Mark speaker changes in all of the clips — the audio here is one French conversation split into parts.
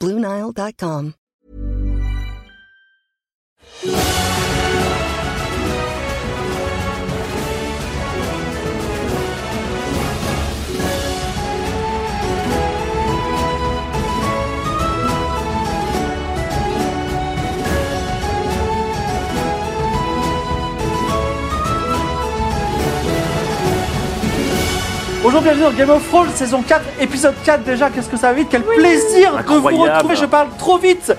Speaker 1: Bluenile.com.
Speaker 2: Bonjour, bienvenue dans Game of Thrones, saison 4, épisode 4 déjà, qu'est-ce que ça va vite, quel plaisir de vous
Speaker 3: Incroyable.
Speaker 2: retrouver, je parle trop vite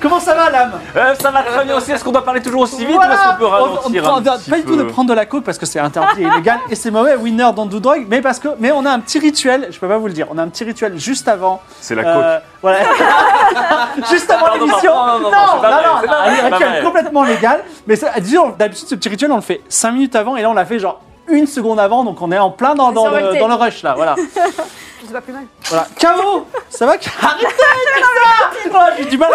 Speaker 2: Comment ça va l'âme
Speaker 3: Euh, ça va très bien aussi. Est-ce qu'on doit parler toujours aussi vite
Speaker 2: Voilà.
Speaker 3: ou est-ce qu'on peut
Speaker 2: on, on
Speaker 3: ralentir
Speaker 2: prend-
Speaker 3: un
Speaker 2: on doit
Speaker 3: petit
Speaker 2: pas du tout
Speaker 3: peu
Speaker 2: de prendre de la coke parce que c'est interdit et illégal et c'est mauvais, winner dans do drug, mais parce que mais on a un petit rituel, je peux pas vous le dire, on a un petit rituel juste avant.
Speaker 4: C'est la
Speaker 2: euh, voilà. juste avant
Speaker 3: Non, non,
Speaker 2: l'émission.
Speaker 3: non, non, non, non, c'est pas vrai, c'est pas vrai,
Speaker 2: un
Speaker 3: c'est pas
Speaker 2: rituel
Speaker 3: vrai.
Speaker 2: complètement légal, mais ça- disons d'habitude ce petit rituel on le fait 5 minutes avant et là on l'a fait genre une seconde avant, donc on est en plein dans, dans le,
Speaker 5: Survolté.
Speaker 2: dans le rush là, voilà.
Speaker 5: C'est pas plus mal.
Speaker 2: Voilà. K.O. Ça va K.O. Arrêtez de dire ça Oh, J'ai du mal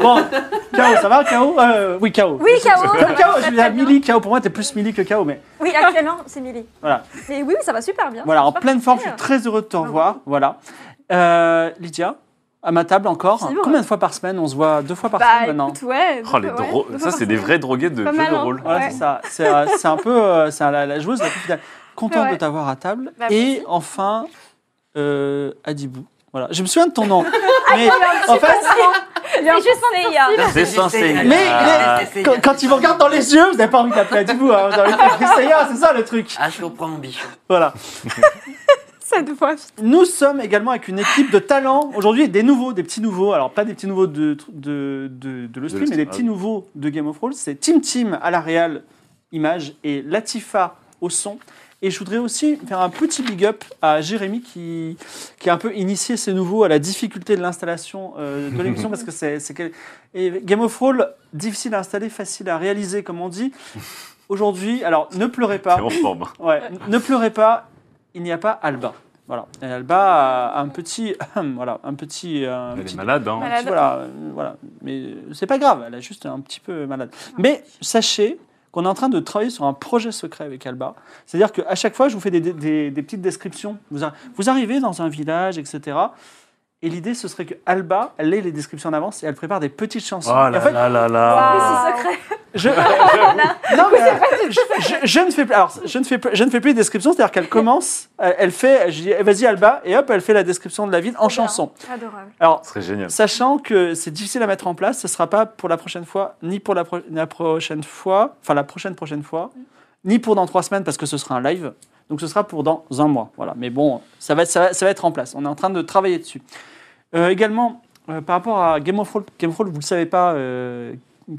Speaker 2: Bon, K.O. ça va K.O. Euh, Oui, K.O.
Speaker 5: Oui, K.O.
Speaker 2: Comme K.O. Je
Speaker 5: Très,
Speaker 2: veux
Speaker 5: très
Speaker 2: dire,
Speaker 5: bien.
Speaker 2: Millie, K.O. pour moi, t'es plus Millie que K.O. Mais
Speaker 5: Oui, actuellement, c'est Milly.
Speaker 2: voilà,
Speaker 5: Mais oui, oui, ça va super bien.
Speaker 2: voilà en
Speaker 5: Super
Speaker 2: pleine forme, je suis
Speaker 5: super.
Speaker 2: très heureux de te revoir. Voilà. Euh, Lydia, à ma table encore,
Speaker 5: C'est bon.
Speaker 2: combien de fois par semaine On se voit deux fois par
Speaker 5: Bah
Speaker 2: semaine maintenant
Speaker 5: écoute, ouais.
Speaker 3: Oh, les
Speaker 5: ouais,
Speaker 3: dro-
Speaker 5: deux
Speaker 3: Ça,
Speaker 5: fois
Speaker 3: c'est
Speaker 5: par
Speaker 3: des
Speaker 5: semaine.
Speaker 3: vrais drogués de
Speaker 5: Pas
Speaker 3: jeux
Speaker 5: mal,
Speaker 3: de
Speaker 5: hein.
Speaker 3: rôle.
Speaker 2: Voilà,
Speaker 5: Ouais.
Speaker 2: c'est ça. C'est euh, c'est un peu euh, c'est la, la joueuse la plus fidèle. Contente
Speaker 5: Ouais.
Speaker 2: de t'avoir à table.
Speaker 5: Bah,
Speaker 2: Et
Speaker 5: merci.
Speaker 2: enfin, euh, Adibou. Voilà. Je me souviens de ton
Speaker 5: Ah,
Speaker 2: nom. mais en fait,
Speaker 5: Il y a un juste Seiya.
Speaker 3: C'est sensé.
Speaker 2: Mais,
Speaker 6: Ah,
Speaker 2: mais quand, quand il vous regarde dans les yeux, vous n'avez pas envie de l'appeler Adibou, hein, vous avez envie de l'appeler Seiya, c'est ça le truc.
Speaker 6: Ah, je comprends mon bichon.
Speaker 2: Voilà.
Speaker 5: Cette fois.
Speaker 2: Nous sommes également avec une équipe de talents aujourd'hui, des nouveaux, des petits nouveaux. Alors pas des petits nouveaux de de de, de le stream, mais des
Speaker 3: ah
Speaker 2: petits
Speaker 3: oui.
Speaker 2: nouveaux de Game of Thrones. C'est Tim Tim à la réal image et Latifa au son. Et je voudrais aussi faire un petit big up à Jérémy qui, qui a un peu initié ces nouveaux à la difficulté de l'installation euh, de l'émission parce que c'est c'est quel- et Game of Thrones difficile à installer, facile à réaliser comme on dit. Aujourd'hui, alors ne pleurez pas.
Speaker 3: C'est en forme.
Speaker 2: Ouais, n- ne pleurez pas, il n'y a pas Alba. Voilà. Et Alba a un petit. voilà, un petit. euh, un
Speaker 3: Elle est
Speaker 2: petit-
Speaker 3: malade, hein.
Speaker 2: un
Speaker 5: Malade.
Speaker 2: petit- voilà, euh, voilà. Mais euh, c'est pas grave, elle est juste un petit peu malade. Mais sachez qu'on est en train de travailler sur un projet secret avec Alba. C'est-à-dire qu'à chaque fois, je vous fais des, des- des- des petites descriptions. Vous, ar- vous arrivez dans un village, etc. Et l'idée, ce serait que Alba, elle ait les descriptions en avance et elle prépare des petites chansons.
Speaker 3: Oh
Speaker 2: Et en
Speaker 3: là
Speaker 2: fait,
Speaker 3: là là là.
Speaker 5: C'est secret.
Speaker 2: je... non, mais je, je- je ne fais plus. Alors, je ne fais plus. Je ne fais plus les descriptions. C'est-à-dire qu'elle commence, elle elle fait. Je dis, eh, vas-y Alba, et hop, elle fait la description de la ville en
Speaker 5: bien.
Speaker 2: chanson.
Speaker 5: Adorable.
Speaker 2: Alors,
Speaker 3: Ce serait génial.
Speaker 2: sachant que c'est difficile à mettre en place, ce ne sera pas pour la prochaine fois, ni pour la, pro- la prochaine fois, enfin la prochaine prochaine fois, ni pour dans trois semaines parce que ce sera un live. Donc, ce sera pour dans un mois. Voilà. Mais bon, ça va, être- ça va, ça va être en place. On est en train de travailler dessus. Euh, également, euh, par rapport à Game of Thrones, Game of Thrones, vous ne le savez pas, euh,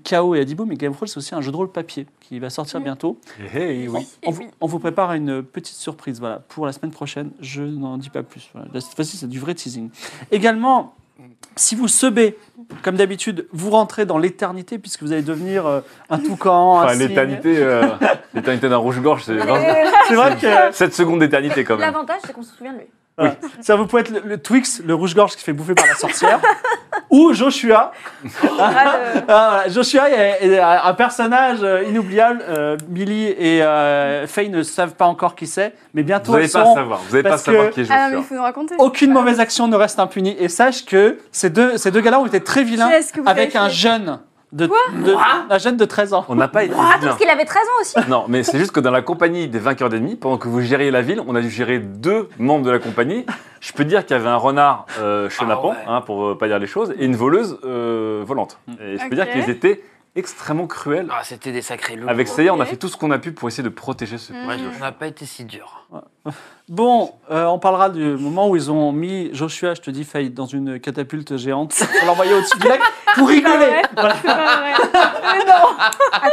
Speaker 2: KO et Adibo, mais Game of Thrones, c'est aussi un jeu de rôle papier qui va sortir
Speaker 5: Mm.
Speaker 2: bientôt.
Speaker 3: Hey, oui.
Speaker 2: On,
Speaker 5: Et
Speaker 2: vous-
Speaker 5: oui.
Speaker 2: on vous prépare une petite surprise voilà, pour la semaine prochaine. Je n'en dis pas plus. Voilà. Cette fois-ci, c'est du vrai teasing. Également, si vous sebez, comme d'habitude, vous rentrez dans l'éternité puisque vous allez devenir euh, un toucan, un
Speaker 3: Enfin,
Speaker 2: cygne.
Speaker 3: l'éternité euh, l'éternité d'un rouge-gorge, c'est vraiment-
Speaker 5: Et-
Speaker 2: C'est vrai que
Speaker 3: 7 secondes d'éternité quand même.
Speaker 5: L'avantage, c'est qu'on se souvient de lui.
Speaker 2: ça vous pouvez être le, le Twix, le rouge-gorge qui se fait bouffer par la sorcière, ou Joshua. Ah, voilà, Joshua est, est un personnage euh, inoubliable. Euh, Billy et euh, Faye ne savent pas encore qui c'est, mais bientôt
Speaker 3: Vous n'allez
Speaker 2: elles
Speaker 3: pas
Speaker 2: sauront.
Speaker 3: savoir. Vous n'allez pas
Speaker 2: parce
Speaker 3: savoir
Speaker 2: que-
Speaker 3: qui est
Speaker 7: Ah, mais
Speaker 3: Joshua.
Speaker 7: il faut nous raconter.
Speaker 5: Oh,
Speaker 2: Aucune mauvaise action ne reste impunie. Et sache que ces deux, ces deux gars-là ont été très
Speaker 5: hein,
Speaker 2: vilains
Speaker 7: Qui est-ce que vous
Speaker 2: avec
Speaker 7: avez
Speaker 2: un
Speaker 7: fait
Speaker 2: jeune de, de- un jeune de 13 ans.
Speaker 3: On n'a pas été bien.
Speaker 5: Ah, Parce qu'il avait 13 ans aussi.
Speaker 3: Non, mais c'est juste que dans la compagnie des vainqueurs d'ennemis, pendant que vous gériez la ville, on a dû gérer deux membres de la compagnie. Je peux dire qu'il y avait un renard euh, chenapan,
Speaker 6: Ah ouais. Mm.
Speaker 3: hein, pour euh, pas dire les choses, et une voleuse euh, volante. Et je peux
Speaker 7: Ok.
Speaker 3: dire qu'ils étaient extrêmement cruels.
Speaker 6: Ah, c'était des sacrés loups.
Speaker 3: Avec
Speaker 6: Ouais.
Speaker 3: Seiya, on a
Speaker 7: Ok.
Speaker 3: fait tout ce qu'on a pu pour essayer de protéger
Speaker 5: Mm.
Speaker 3: ce
Speaker 7: Mhm.
Speaker 6: Ouais, on n'a pas été si dur.
Speaker 2: Bon, euh, on parlera du moment où ils ont mis Joshua, je te dis, Faye, dans une catapulte géante pour l'envoyer au-dessus du lac
Speaker 7: Ah
Speaker 2: pour rigoler. Voilà.
Speaker 7: C'est pas vrai.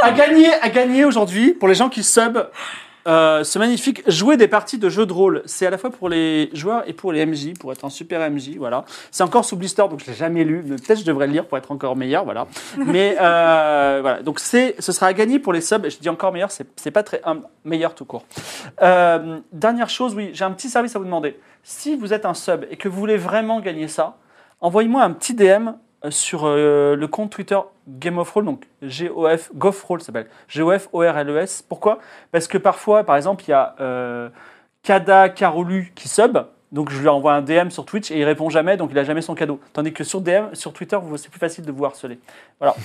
Speaker 2: À gagner, à gagner aujourd'hui, pour les gens qui sub, Euh, ce magnifique jouer des parties de jeux de rôle. C'est à la fois pour les joueurs et pour les MJ, pour être un super MJ. Voilà. C'est encore sous blister, donc je l'ai jamais lu. mais Peut-être je devrais le lire pour être encore meilleur. Voilà. Mais euh, voilà. Donc c'est, ce sera à gagner pour les subs. Et je dis encore meilleur, c'est, c'est pas très humble. meilleur tout court. Euh, dernière chose, oui, j'ai un petit service à vous demander. Si vous êtes un sub et que vous voulez vraiment gagner ça, envoyez-moi un petit DM euh, sur euh, le compte Twitter Game of Roll, donc GOF, Gof Roll s'appelle, GOF ORLES. E Pourquoi Parce que parfois, par exemple, il y a euh, Kada Karolu qui sub, donc je lui envoie un DM sur Twitch et il répond jamais, donc il a jamais son cadeau. Tandis que sur DM, sur Twitter, vous- c'est plus facile de vous harceler. Voilà.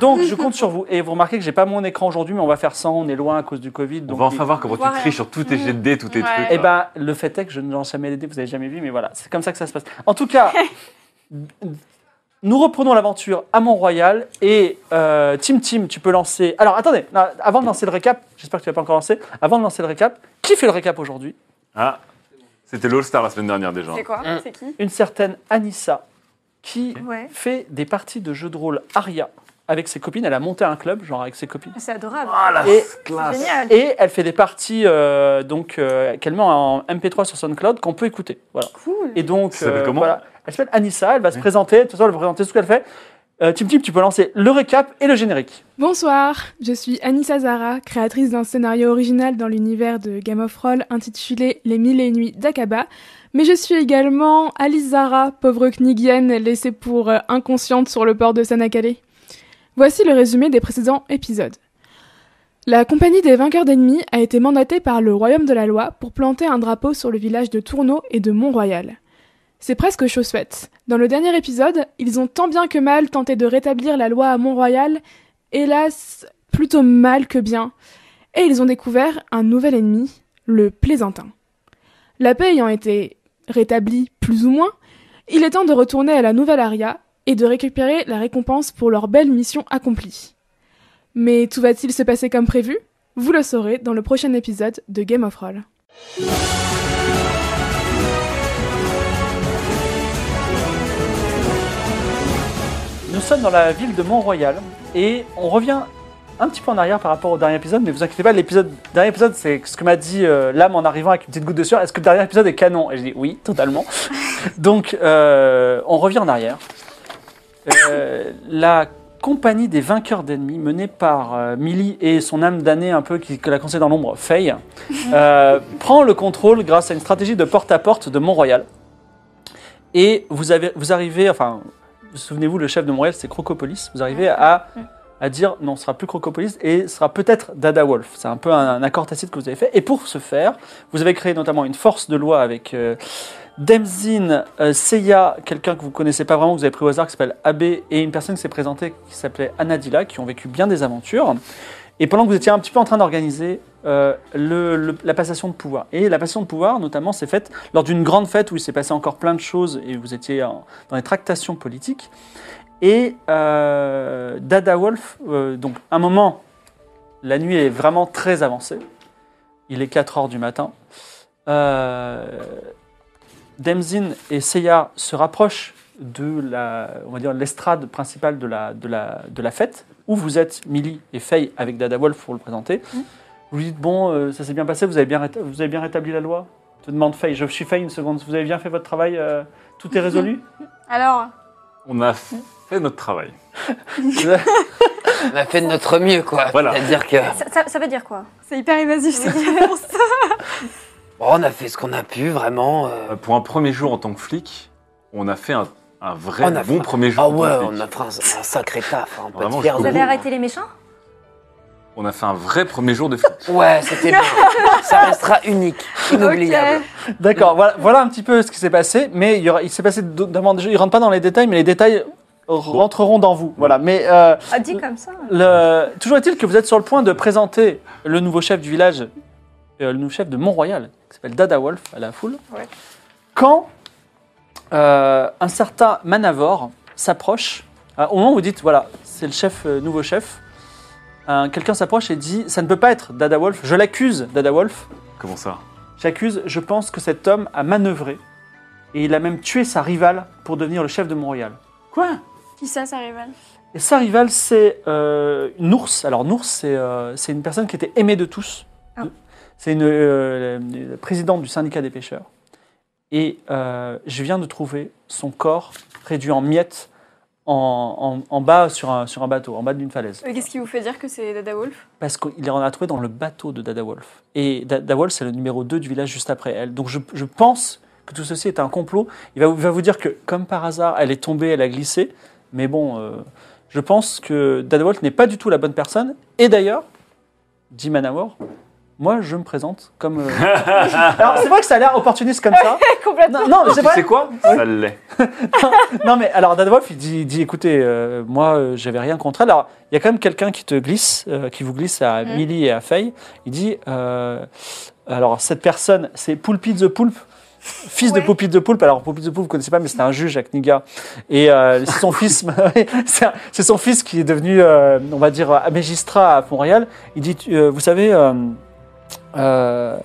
Speaker 2: Donc je compte sur vous. Et vous remarquez que j'ai pas mon écran aujourd'hui, mais on va faire 100, on est loin à cause du Covid.
Speaker 3: On
Speaker 2: Donc
Speaker 3: va
Speaker 2: il-
Speaker 3: enfin voir comment tu
Speaker 5: Voilà. Mm.
Speaker 3: triches sur tous tes jets de dés, tous tes
Speaker 5: Ouais.
Speaker 3: trucs.
Speaker 2: eh
Speaker 3: là.
Speaker 2: ben, le fait est que je ne l'ai jamais aidé, vous n'avez jamais vu, mais voilà, c'est comme ça que ça se passe. En tout cas, nous reprenons l'aventure à Mont-Royal et euh, Tim Tim, tu peux lancer. Alors attendez, non, avant de lancer le récap, j'espère que tu n'as pas encore lancé, avant de lancer le récap, qui fait le récap aujourd'hui
Speaker 3: Ah, c'était l'All-Star la semaine dernière déjà.
Speaker 5: C'est quoi
Speaker 6: Mm.
Speaker 5: C'est
Speaker 3: Mmh.
Speaker 5: qui
Speaker 2: Une certaine Anissa qui
Speaker 5: Ouais.
Speaker 2: fait des parties de jeux de rôle Aria avec ses copines, elle a monté un club, genre avec ses copines.
Speaker 5: C'est adorable.
Speaker 3: Ah la
Speaker 2: Et-
Speaker 3: classe
Speaker 5: Génial.
Speaker 2: Et elle fait des parties euh, donc euh, qu'elle met en MP3 sur SoundCloud qu'on peut écouter. Voilà.
Speaker 5: Cool.
Speaker 2: Et donc, euh,
Speaker 3: Ça s'appelle comment
Speaker 2: voilà. elle s'appelle Anissa, elle va se présenter, de toute façon, elle va présenter tout ce qu'elle fait. Euh, Tim Tim, tu peux lancer le récap et le générique.
Speaker 4: Bonsoir, je suis Anissa Zara, créatrice d'un scénario original dans l'univers de Game of Roll intitulé Les Mille et une Nuits d'Akaba, mais je suis également Alice Zara, pauvre Knigienne laissée pour euh, inconsciente sur le port de Sanakale. Voici le résumé des précédents épisodes. La compagnie des vainqueurs d'ennemis a été mandatée par le Royaume de la Loi pour planter un drapeau sur le village de Tourneau et de Mont-Royal. C'est presque chose faite. Dans le dernier épisode, ils ont tant bien que mal tenté de rétablir la loi à Mont-Royal, hélas, plutôt mal que bien, et ils ont découvert un nouvel ennemi, le plaisantin. La paix ayant été rétablie plus ou moins, il est temps de retourner à la nouvelle aria et de récupérer la récompense pour leur belle mission accomplie. Mais tout va-t-il se passer comme prévu Vous le saurez dans le prochain épisode de Game of Roll.
Speaker 2: Nous sommes dans la ville de Mont-Royal et on revient un petit peu en arrière par rapport au dernier épisode, mais vous inquiétez pas, l'épisode dernier épisode, c'est ce que m'a dit euh, l'âme en arrivant avec une petite goutte de sueur. Est-ce que le dernier épisode est canon Et je dis oui, totalement. Donc, euh, on revient en arrière. Euh, la compagnie des vainqueurs d'ennemis, menée par euh, Millie et son âme damnée un peu qui que la conseille dans l'ombre, Faye, euh, prend le contrôle grâce à une stratégie de porte-à-porte de Mont-Royal. Et vous, avez, vous arrivez, enfin, souvenez-vous, le chef de Mont-Royal, c'est Crocopolis. Vous arrivez à, à dire non, ce sera plus Crocopolis et ce sera peut-être Dada Wolf. C'est un peu un, un accord tacite que vous avez fait. Et pour ce faire, vous avez créé notamment une force de loi avec euh, Demzin, euh, Seiya, quelqu'un que vous connaissez pas vraiment, que vous avez pris au hasard, qui s'appelle Abbé, et une personne qui s'est présentée qui s'appelait Anadila, qui ont vécu bien des aventures. Et pendant que vous étiez un petit peu en train d'organiser euh, le- le- la passation de pouvoir. Et la passation de pouvoir, notamment, s'est faite lors d'une grande fête où il s'est passé encore plein de choses et vous étiez en- dans les tractations politiques. Et euh, Dada Wolf, euh, donc un moment, la nuit est vraiment très avancée. Il est 4 heures du matin. Euh, Demzin et Seiya se rapprochent de la, on va dire l'estrade principale de la, de la, de la fête où vous êtes Millie et Faye avec Dada Wolf pour le présenter. Vous lui dites bon, euh, ça s'est bien passé, vous avez bien, réta- vous avez bien rétabli la loi. Te demande Faye, je suis Faye une seconde. Vous avez bien fait votre travail, euh, tout est résolu.
Speaker 5: Alors,
Speaker 3: On a fait notre travail.
Speaker 6: On a fait de notre mieux, quoi.
Speaker 3: Voilà.
Speaker 6: C'est-à-dire que, oh,
Speaker 5: ça, ça- ça veut dire quoi
Speaker 4: C'est hyper évasif cette
Speaker 6: bon, on a fait ce qu'on a pu, vraiment. euh,
Speaker 3: Euh, Pour un premier jour en tant que flic, on a fait un, un vrai
Speaker 6: On a
Speaker 3: bon
Speaker 6: fait-
Speaker 3: premier jour.
Speaker 6: Ah
Speaker 3: en tant
Speaker 6: ouais,
Speaker 3: que
Speaker 6: on
Speaker 3: flic.
Speaker 6: a fait un, un sacré taf. hein, on peut
Speaker 3: Vraiment,
Speaker 6: te faire
Speaker 3: je
Speaker 5: Vous
Speaker 3: peux
Speaker 5: avez
Speaker 3: Oh.
Speaker 5: arrêté les méchants
Speaker 3: On a fait un vrai premier jour de flic.
Speaker 6: Ouais, c'était bien. Ça restera unique, inoubliable.
Speaker 2: D'accord, voilà, voilà un petit peu ce qui s'est passé, mais il, y aura- il s'est passé d'autres demandes. Je ne rentre pas dans les détails, mais les détails rentreront dans vous. Voilà, mais euh,
Speaker 5: Ah, dit comme ça.
Speaker 2: Le- Toujours est-il que vous êtes sur le point de présenter le nouveau chef du village, euh, le nouveau chef de Mont-Royal, qui s'appelle Dada Wolf à la foule,
Speaker 5: Ouais.
Speaker 2: quand euh, un certain Manavor s'approche, euh, au moment où vous dites, voilà, c'est le chef, euh, nouveau chef, un- quelqu'un s'approche et dit, ça ne peut pas être Dada Wolf, je l'accuse, Dada Wolf,
Speaker 3: Comment ça
Speaker 2: j'accuse, je pense que cet homme a manœuvré, et il a même tué sa rivale pour devenir le chef de Mont-Royal. Quoi
Speaker 5: Qui ça, sa rivale
Speaker 2: et sa rivale, c'est euh, une ours. Alors, une ours, c'est euh, c'est une personne qui était aimée de tous.
Speaker 5: Ah.
Speaker 2: De- C'est une euh, la- la présidente du syndicat des pêcheurs. Et euh, je viens de trouver son corps réduit en miettes en, en- en bas sur un, sur un bateau, en bas d'une falaise.
Speaker 5: Et Qu'est-ce qui vous fait dire que c'est Dada Wolf
Speaker 2: Parce qu'il en a trouvé dans le bateau de Dada Wolf. Et Dada Wolf, c'est le numéro 2 du village juste après elle. Donc je, je pense que tout ceci est un complot. Il va, vous- va vous dire que, comme par hasard, elle est tombée, elle a glissé. Mais bon, euh, je pense que Dada Wolf n'est pas du tout la bonne personne. Et d'ailleurs, dit Manawar, moi je me présente comme. euh, Alors c'est vrai que ça a l'air opportuniste comme ça.
Speaker 5: Complètement.
Speaker 2: Non, non, mais
Speaker 3: Ah, Tu
Speaker 2: c'est vrai.
Speaker 3: sais quoi Ça l'est.
Speaker 2: Non, mais alors Dadwolf, il dit, il dit écoutez, euh, moi, euh, j'avais rien contre elle. Alors, il y a quand même quelqu'un qui te glisse, euh, qui vous glisse à
Speaker 5: Mm.
Speaker 2: Millie et à Faye. Il dit euh, alors, cette personne, c'est Poulpy the Poulpe. Fils de
Speaker 5: Ouais.
Speaker 2: Poulpy the Poulpe. Alors, Poulpy the Poulpe, vous connaissez pas, mais c'était un juge à Kniga. Et euh, c'est son fils, c'est un- c'est son fils qui est devenu, euh, on va dire, euh, magistrat à Montréal. Il dit, tu- euh, vous savez, euh, euh,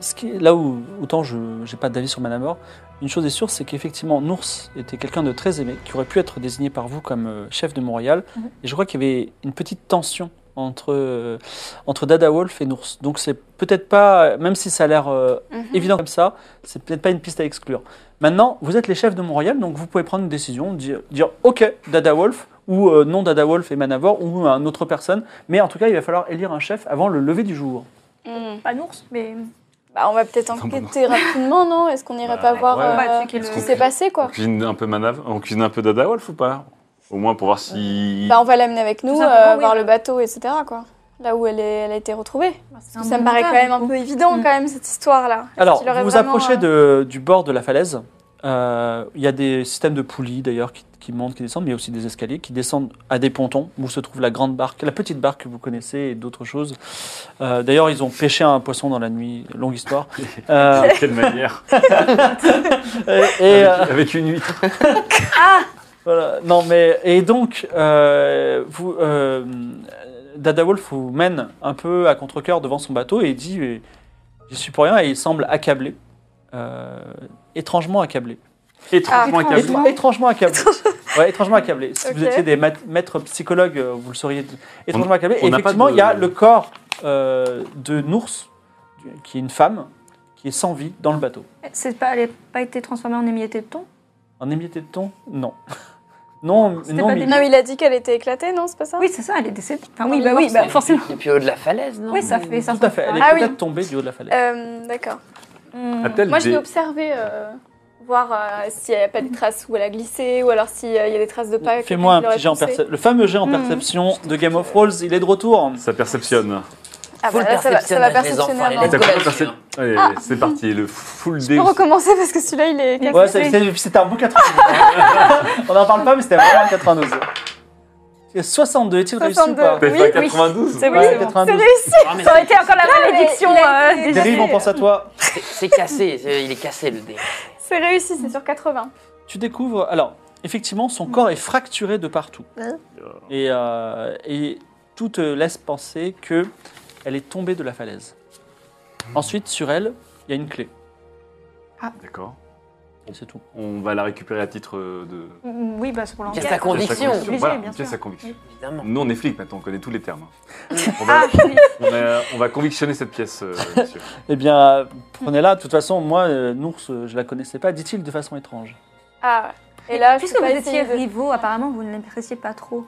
Speaker 2: ce qui, là où autant je n'ai pas d'avis sur Madame Or, une chose est sûre, c'est qu'effectivement, Nours était quelqu'un de très aimé, qui aurait pu être désigné par vous comme euh, chef de Montréal. Et je crois qu'il y avait une petite tension entre, euh, entre Dada Wolf et Nours. Donc c'est peut-être pas, même si ça a l'air euh, évident comme ça, c'est peut-être pas une piste à exclure. Maintenant, vous êtes les chefs de Montréal, donc vous pouvez prendre une décision, dire, dire OK, Dada Wolf, ou euh, non Dada Wolf et Manavor, ou un autre personne. Mais en tout cas, il va falloir élire un chef avant le lever du jour.
Speaker 5: Mhm.
Speaker 7: Pas d'ours.
Speaker 5: Mais bah, on va peut-être
Speaker 3: Attends,
Speaker 5: enquêter rapidement, non Est-ce qu'on n'irait
Speaker 3: Bah,
Speaker 5: pas voir
Speaker 3: ouais.
Speaker 5: euh,
Speaker 7: On va checker
Speaker 5: ce
Speaker 7: le-
Speaker 5: qui s'est passé,
Speaker 3: On
Speaker 5: quoi
Speaker 3: cuisine un peu Manav, on cuisine un peu Dada Wolf ou pas Au moins pour voir si.
Speaker 5: Bah, On va l'amener avec nous,
Speaker 7: simplement,
Speaker 5: euh,
Speaker 7: oui.
Speaker 5: voir le bateau, etc. Quoi. Là où elle, est- elle a été retrouvée.
Speaker 7: Ça
Speaker 5: Ça me paraît quand même un peu évident,
Speaker 7: Mm.
Speaker 5: quand même, cette histoire-là. Est-ce
Speaker 2: Alors,
Speaker 5: qu'il aurait
Speaker 2: vous vous
Speaker 5: vraiment,
Speaker 2: approchez
Speaker 5: euh,
Speaker 2: de- du bord de la falaise. Euh, Il y a des systèmes de poulies d'ailleurs qui, qui montent, qui descendent, mais il y a aussi des escaliers qui descendent à des pontons où se trouve la grande barque, la petite barque que vous connaissez et d'autres choses. Euh, d'ailleurs, ils ont pêché un poisson dans la nuit, longue histoire. Euh,
Speaker 3: De quelle manière
Speaker 2: et, et, euh,
Speaker 3: avec, avec une huître.
Speaker 2: Voilà. Non, mais et donc euh, vous, euh, Dada Wolf vous mène un peu à contre-cœur devant son bateau et il dit eh, j'y suis pour rien et il semble accablé, Euh, étrangement accablé,
Speaker 3: Étrangement
Speaker 5: Ah,
Speaker 3: câblée.
Speaker 5: étrange.
Speaker 2: Étra- étrangement accablé, ouais, étrangement accablé. Si vous
Speaker 5: Ok.
Speaker 2: étiez des mat- maîtres psychologues, euh, vous le sauriez. Étrangement accablé. Et
Speaker 3: on n'a pas
Speaker 2: effectivement,
Speaker 3: de-
Speaker 2: il y a le corps euh, de Nours, du- qui est une femme, qui est sans vie dans le bateau.
Speaker 7: C'est pas, elle n'a pas été transformée en émietté de thon
Speaker 2: En émietté de ton Non. Non,
Speaker 7: C'était
Speaker 2: non,
Speaker 7: pas
Speaker 2: mais-
Speaker 7: des-
Speaker 5: Non, il a dit qu'elle était éclatée, non C'est pas ça
Speaker 7: Oui, c'est ça, elle est décédée. Enfin,
Speaker 5: Oui,
Speaker 7: oui, bah,
Speaker 5: oui,
Speaker 7: oui,
Speaker 5: bah,
Speaker 7: forcément.
Speaker 6: Et puis au-delà de la falaise, non
Speaker 7: Oui, ça fait ça.
Speaker 2: Tout à fait, elle est
Speaker 5: Ah oui.
Speaker 2: peut-être tombée du haut de la falaise.
Speaker 5: Euh, D'accord.
Speaker 7: Hmm.
Speaker 3: A-t-elle
Speaker 5: Moi, je
Speaker 3: des-
Speaker 5: vais observer, euh, voir euh, s'il n'y a pas des traces où elle a glissé, ou alors s'il euh, y a des traces de pas.
Speaker 2: Fais-moi un
Speaker 5: quelqu'un
Speaker 2: petit
Speaker 5: qui
Speaker 2: jet en
Speaker 5: l'aurait poussée.
Speaker 2: perception. Le fameux jet en
Speaker 5: Hmm.
Speaker 2: perception de Game of Thrones, il est de retour.
Speaker 3: Ça perceptionne.
Speaker 5: Ah,
Speaker 6: Faut
Speaker 5: bah,
Speaker 6: le
Speaker 5: là, ça va, ça va
Speaker 6: perceptionner, les enfants,
Speaker 5: perceptionner avant.
Speaker 6: les
Speaker 3: Et t'as combien
Speaker 6: Nicolas,
Speaker 3: de percep- Allez,
Speaker 5: Ah.
Speaker 3: c'est parti, le full
Speaker 5: On
Speaker 3: dé.
Speaker 5: peut recommencer parce que celui-là, il est.
Speaker 2: Ouais, c'est- c'est- c'était un bon 92. On n'en parle pas, mais c'était vraiment un 92. C'est 62, est-il réussi ou pas
Speaker 5: 62.
Speaker 3: T'as
Speaker 5: Oui,
Speaker 3: fait
Speaker 5: oui.
Speaker 3: 92
Speaker 5: C'est
Speaker 2: Ouais,
Speaker 5: oui, c'est bon.
Speaker 2: 92.
Speaker 7: Ça aurait été encore la malédiction
Speaker 5: il a
Speaker 7: euh,
Speaker 5: été-
Speaker 7: déjà.
Speaker 2: Dérive, on pense à toi.
Speaker 6: C'est- C'est cassé, c'est- il est cassé le dé.
Speaker 5: C'est réussi, c'est sur 80.
Speaker 2: Tu découvres. Alors, effectivement, son corps est fracturé de partout. Et, euh, et tout te laisse penser que elle est tombée de la falaise. Ensuite, sur elle, il y a une clé.
Speaker 3: D'accord.
Speaker 2: C'est tout.
Speaker 3: On va la récupérer à titre euh, de.
Speaker 7: Oui, bah, c'est pour
Speaker 6: Pièce
Speaker 7: l'enquête.
Speaker 6: à conviction,
Speaker 3: Pièce à
Speaker 7: Léger,
Speaker 3: Voilà,
Speaker 7: bien
Speaker 3: pièce
Speaker 7: sûr.
Speaker 3: à conviction.
Speaker 6: évidemment.
Speaker 3: Nous, on est flics maintenant, on connaît tous les termes. On va,
Speaker 7: Ah, oui.
Speaker 3: on va- on va convictionner cette pièce, euh, monsieur.
Speaker 2: Eh bien, prenez-la. De toute façon, moi, euh, Nours, euh, je la connaissais pas, dit-il de façon étrange.
Speaker 5: Ah, et là, je
Speaker 7: Puisque
Speaker 5: peux
Speaker 7: vous
Speaker 5: pas essayer
Speaker 7: étiez
Speaker 5: de-
Speaker 7: rivaux, apparemment, vous ne l'appréciez pas trop.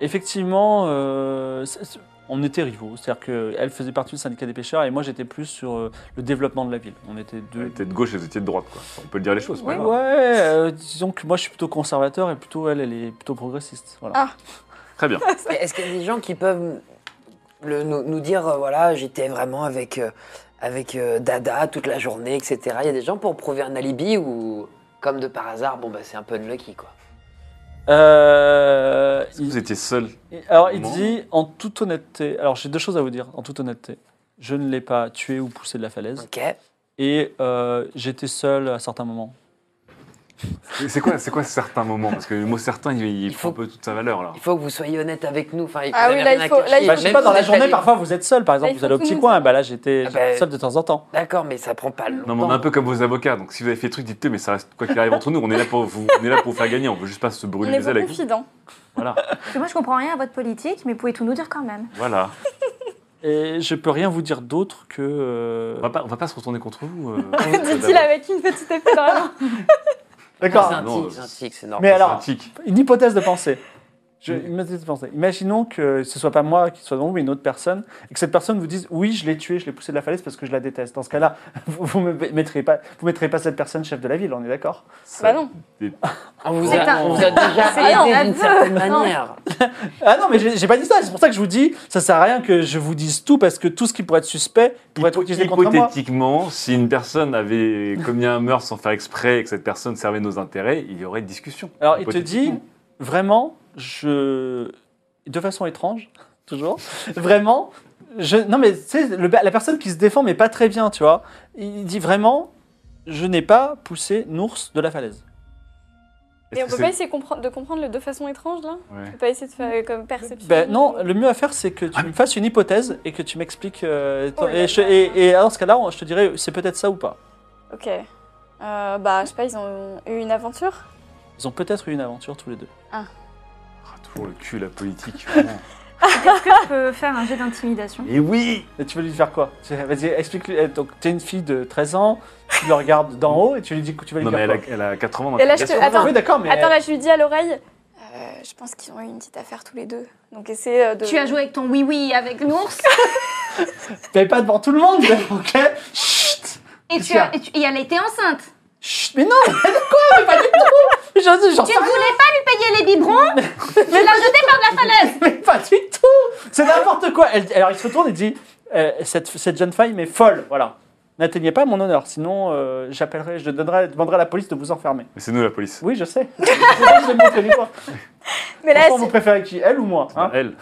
Speaker 2: Effectivement, euh, c'est- c'est- on était rivaux. C'est-à-dire qu'elle faisait partie du syndicat des pêcheurs et moi, j'étais plus sur euh, le développement de la ville. On était deux.
Speaker 3: T'es de gauche et vous étiez de droite, quoi. On peut le dire les choses, c'est pas
Speaker 2: Ouais,
Speaker 3: grave.
Speaker 2: euh, disons que moi, je suis plutôt conservateur et plutôt elle, elle est plutôt progressiste. Voilà.
Speaker 5: Ah.
Speaker 3: Très bien.
Speaker 6: Mais Est-ce qu'il y a des gens qui peuvent le- nous, nous dire, euh, voilà, j'étais vraiment avec, euh, avec euh, Dada toute la journée, etc. Il y a des gens pour prouver un alibi ou, comme de par hasard, bon, bah, c'est un peu unlucky, quoi.
Speaker 2: Euh,
Speaker 3: Est-ce que vous étiez seul
Speaker 2: il- alors, il
Speaker 3: Moi
Speaker 2: dit en toute honnêteté. Alors, j'ai deux choses à vous dire en toute honnêteté. Je ne l'ai pas tué ou poussé de la falaise
Speaker 6: Ok.
Speaker 2: et euh, j'étais seul à certains moments.
Speaker 3: C'est c'est quoi, c'est quoi certains moments Parce que le mot certain, il, il,
Speaker 6: Il
Speaker 3: prend
Speaker 6: faut-
Speaker 3: un peu toute sa valeur, là.
Speaker 6: Il faut que vous soyez honnête avec nous. Enfin,
Speaker 5: Ah oui, là, il faut- là, il
Speaker 2: Bah,
Speaker 5: faut-
Speaker 2: je sais pas, dans la journée, parfois, vous êtes seul. Par
Speaker 5: Là, il
Speaker 2: exemple, vous
Speaker 5: faut
Speaker 2: allez au
Speaker 5: tout
Speaker 2: petit
Speaker 5: nous
Speaker 2: coin. Bah là, j'étais
Speaker 6: Ah ben-
Speaker 2: seul de temps en temps.
Speaker 6: D'accord, mais ça prend pas le
Speaker 3: Non, mais on est un peu comme vos avocats, donc si vous avez fait le truc, dites-le, mais ça reste quoi qu'il arrive entre nous. On est là pour vous, on est là pour vous faire gagner, on veut juste pas se
Speaker 5: On
Speaker 3: brûler les
Speaker 5: est
Speaker 3: ailes
Speaker 5: vos
Speaker 3: avec vous.
Speaker 5: confidents.
Speaker 3: Voilà.
Speaker 7: Parce que moi, je comprends rien à votre politique, mais vous pouvez tout nous dire quand même.
Speaker 3: voilà.
Speaker 2: Et je peux rien vous dire d'autre que. euh,
Speaker 3: On va pas, on va pas se retourner contre vous. euh,
Speaker 5: Dit-il avec une petite épée dans la main.
Speaker 2: D'accord.
Speaker 6: C'est un
Speaker 3: Non,
Speaker 6: tic, c'est un tic, c'est normal.
Speaker 2: Mais
Speaker 3: c'est un
Speaker 2: alors,
Speaker 3: tic.
Speaker 2: une hypothèse de pensée. Je- une hypothèse de pensée. Imaginons que ce soit pas moi qui soit devant vous, mais une autre personne, et que cette personne vous dise oui, je l'ai tué, je l'ai poussé de la falaise parce que je la déteste. Dans ce cas-là, vous, vous me mettrez pas, vous mettrez pas cette personne chef de la ville, on est d'accord
Speaker 5: Bah non.
Speaker 6: On vous,
Speaker 7: C'est
Speaker 6: a,
Speaker 7: un-
Speaker 6: on vous a
Speaker 7: C'est
Speaker 6: déjà
Speaker 7: un
Speaker 6: aidé d'une
Speaker 7: aveu.
Speaker 6: certaine
Speaker 7: Non.
Speaker 6: manière.
Speaker 2: Ah non, mais j'ai j'ai pas dit ça. C'est pour ça que je vous dis, ça sert à rien que je vous dise tout parce que tout ce qui pourrait être suspect pourrait être
Speaker 3: Hypo-
Speaker 2: utilisé contre moi.
Speaker 3: Hypothétiquement, si une personne avait commis un meurtre sans faire exprès et que cette personne servait nos intérêts, il y aurait discussion.
Speaker 2: Alors, il te dit,
Speaker 3: Hypothétiquement.
Speaker 2: vraiment, je. De façon étrange, toujours. Vraiment, je. Non, mais c'est la personne qui se défend, mais pas très bien, tu vois. Il dit vraiment, je n'ai pas poussé Nours de la falaise.
Speaker 3: Est-ce
Speaker 5: Et on
Speaker 3: que
Speaker 5: peut
Speaker 3: c'est-
Speaker 5: pas essayer compre- de comprendre le de façon étrange là
Speaker 3: Ouais.
Speaker 5: On peut pas essayer de faire comme perception
Speaker 2: Ben non, le mieux à faire, c'est que tu me fasses une hypothèse et que tu m'expliques. euh,
Speaker 5: Oh là
Speaker 2: et, je-
Speaker 5: là.
Speaker 2: et, et dans ce cas-là, on- je te dirais, c'est peut-être ça ou pas.
Speaker 5: Ok. Euh, bah, je sais pas, ils ont eu une aventure
Speaker 2: Ils ont peut-être eu une aventure tous les deux.
Speaker 3: Ah, toujours le cul, la politique. vraiment.
Speaker 7: Est-ce que je peux faire un jet d'intimidation
Speaker 3: Et oui
Speaker 2: Et tu veux lui faire quoi Tu- Vas-y, explique-lui. Eh, Donc, t'es une fille de 13 ans, tu le regardes d'en haut et tu lui dis que tu vas lui
Speaker 3: Non, mais
Speaker 2: faire
Speaker 3: elle a,
Speaker 2: quoi
Speaker 3: elle a 80 dans
Speaker 5: Et là, je te-
Speaker 3: l'application.
Speaker 5: attends.
Speaker 2: Oui, d'accord, mais.
Speaker 5: Attends, là, je lui dis à l'oreille. euh, je pense qu'ils ont eu une petite affaire tous les deux. Donc, essaie euh, de.
Speaker 7: Tu as joué avec ton oui-oui avec l'ours
Speaker 2: T'avais pas devant tout le monde, ok Chut
Speaker 7: et,
Speaker 2: Qu'est-ce
Speaker 7: tu as- et, tu- et elle était enceinte.
Speaker 2: Chut Mais non mais Quoi Mais pas du tout J'en j'en
Speaker 7: Tu
Speaker 2: sais
Speaker 7: ne voulais pas lui payer les biberons Tu l'as jeté par de la falaise
Speaker 2: mais pas du tout C'est n'importe quoi Elle- Alors il se retourne et dit euh, cette, cette jeune femme est folle, voilà. N'atteignez pas mon honneur, sinon euh, j'appellerai, je donnerai, demanderai à la police de vous enfermer.
Speaker 3: Mais c'est nous la police.
Speaker 2: Oui, je sais. C'est vrai que je l'ai montré une fois.
Speaker 5: Mais, là,
Speaker 2: Franchement,
Speaker 5: si...
Speaker 2: vous préférez qui Elle ou moi hein
Speaker 3: Elle.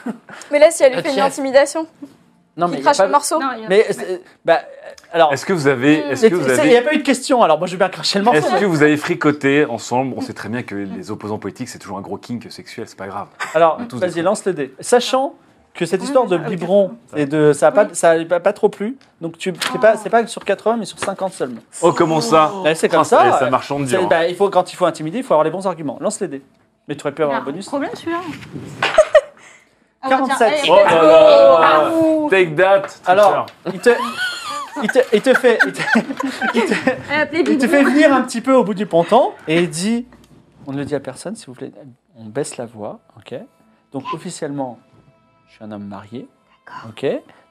Speaker 5: mais là, si elle lui
Speaker 6: Ah,
Speaker 5: fait une
Speaker 6: tiens.
Speaker 5: intimidation,
Speaker 2: Non,
Speaker 5: il
Speaker 2: il y a
Speaker 5: crache
Speaker 2: pas-
Speaker 5: le morceau.
Speaker 7: Non, il y a-
Speaker 2: Mais c'est- bah, alors,
Speaker 3: Est-ce que vous avez. Est-ce
Speaker 2: c'est-
Speaker 3: que vous
Speaker 2: c'est- il
Speaker 3: avez.
Speaker 2: n'y a pas eu de question, alors moi je vais bien cracher le morceau.
Speaker 3: Est-ce que vous avez fricoté ensemble On sait très bien que les opposants politiques, c'est toujours un gros kink sexuel, c'est pas grave.
Speaker 2: Alors,
Speaker 3: tous
Speaker 2: vas-y,
Speaker 3: défendre.
Speaker 2: lance le dé. Sachant que cette
Speaker 7: Ah,
Speaker 2: histoire de
Speaker 7: ah, ok.
Speaker 2: biberon et de ça a pas, ça a pas, pas trop plu, donc tu c'est
Speaker 7: Oh.
Speaker 2: pas c'est pas sur 80 mais sur 50 seulement.
Speaker 3: Oh, comment ça
Speaker 2: Là, Bah, c'est
Speaker 3: Ah,
Speaker 2: comme ça.
Speaker 3: Ça marche en
Speaker 2: C'est-
Speaker 3: dur. hein.
Speaker 2: bah, il faut quand il faut intimider, il faut avoir les bons arguments. Lance les dés. Mais tu aurais pu
Speaker 7: Il a
Speaker 2: avoir
Speaker 7: un
Speaker 2: un bonus.
Speaker 7: problème celui-là.
Speaker 5: Ah, bah,
Speaker 2: 47.
Speaker 5: eh,
Speaker 3: Oh là là Take that teacher.
Speaker 2: Alors, il te il te, il te fait il te,
Speaker 5: eh,
Speaker 7: Elle a appelé
Speaker 2: il te
Speaker 7: Bibi.
Speaker 2: fait venir un petit peu au bout du ponton et il dit on ne le dit à personne s'il vous plaît. On baisse la voix, OK Donc officiellement, je suis un homme marié. OK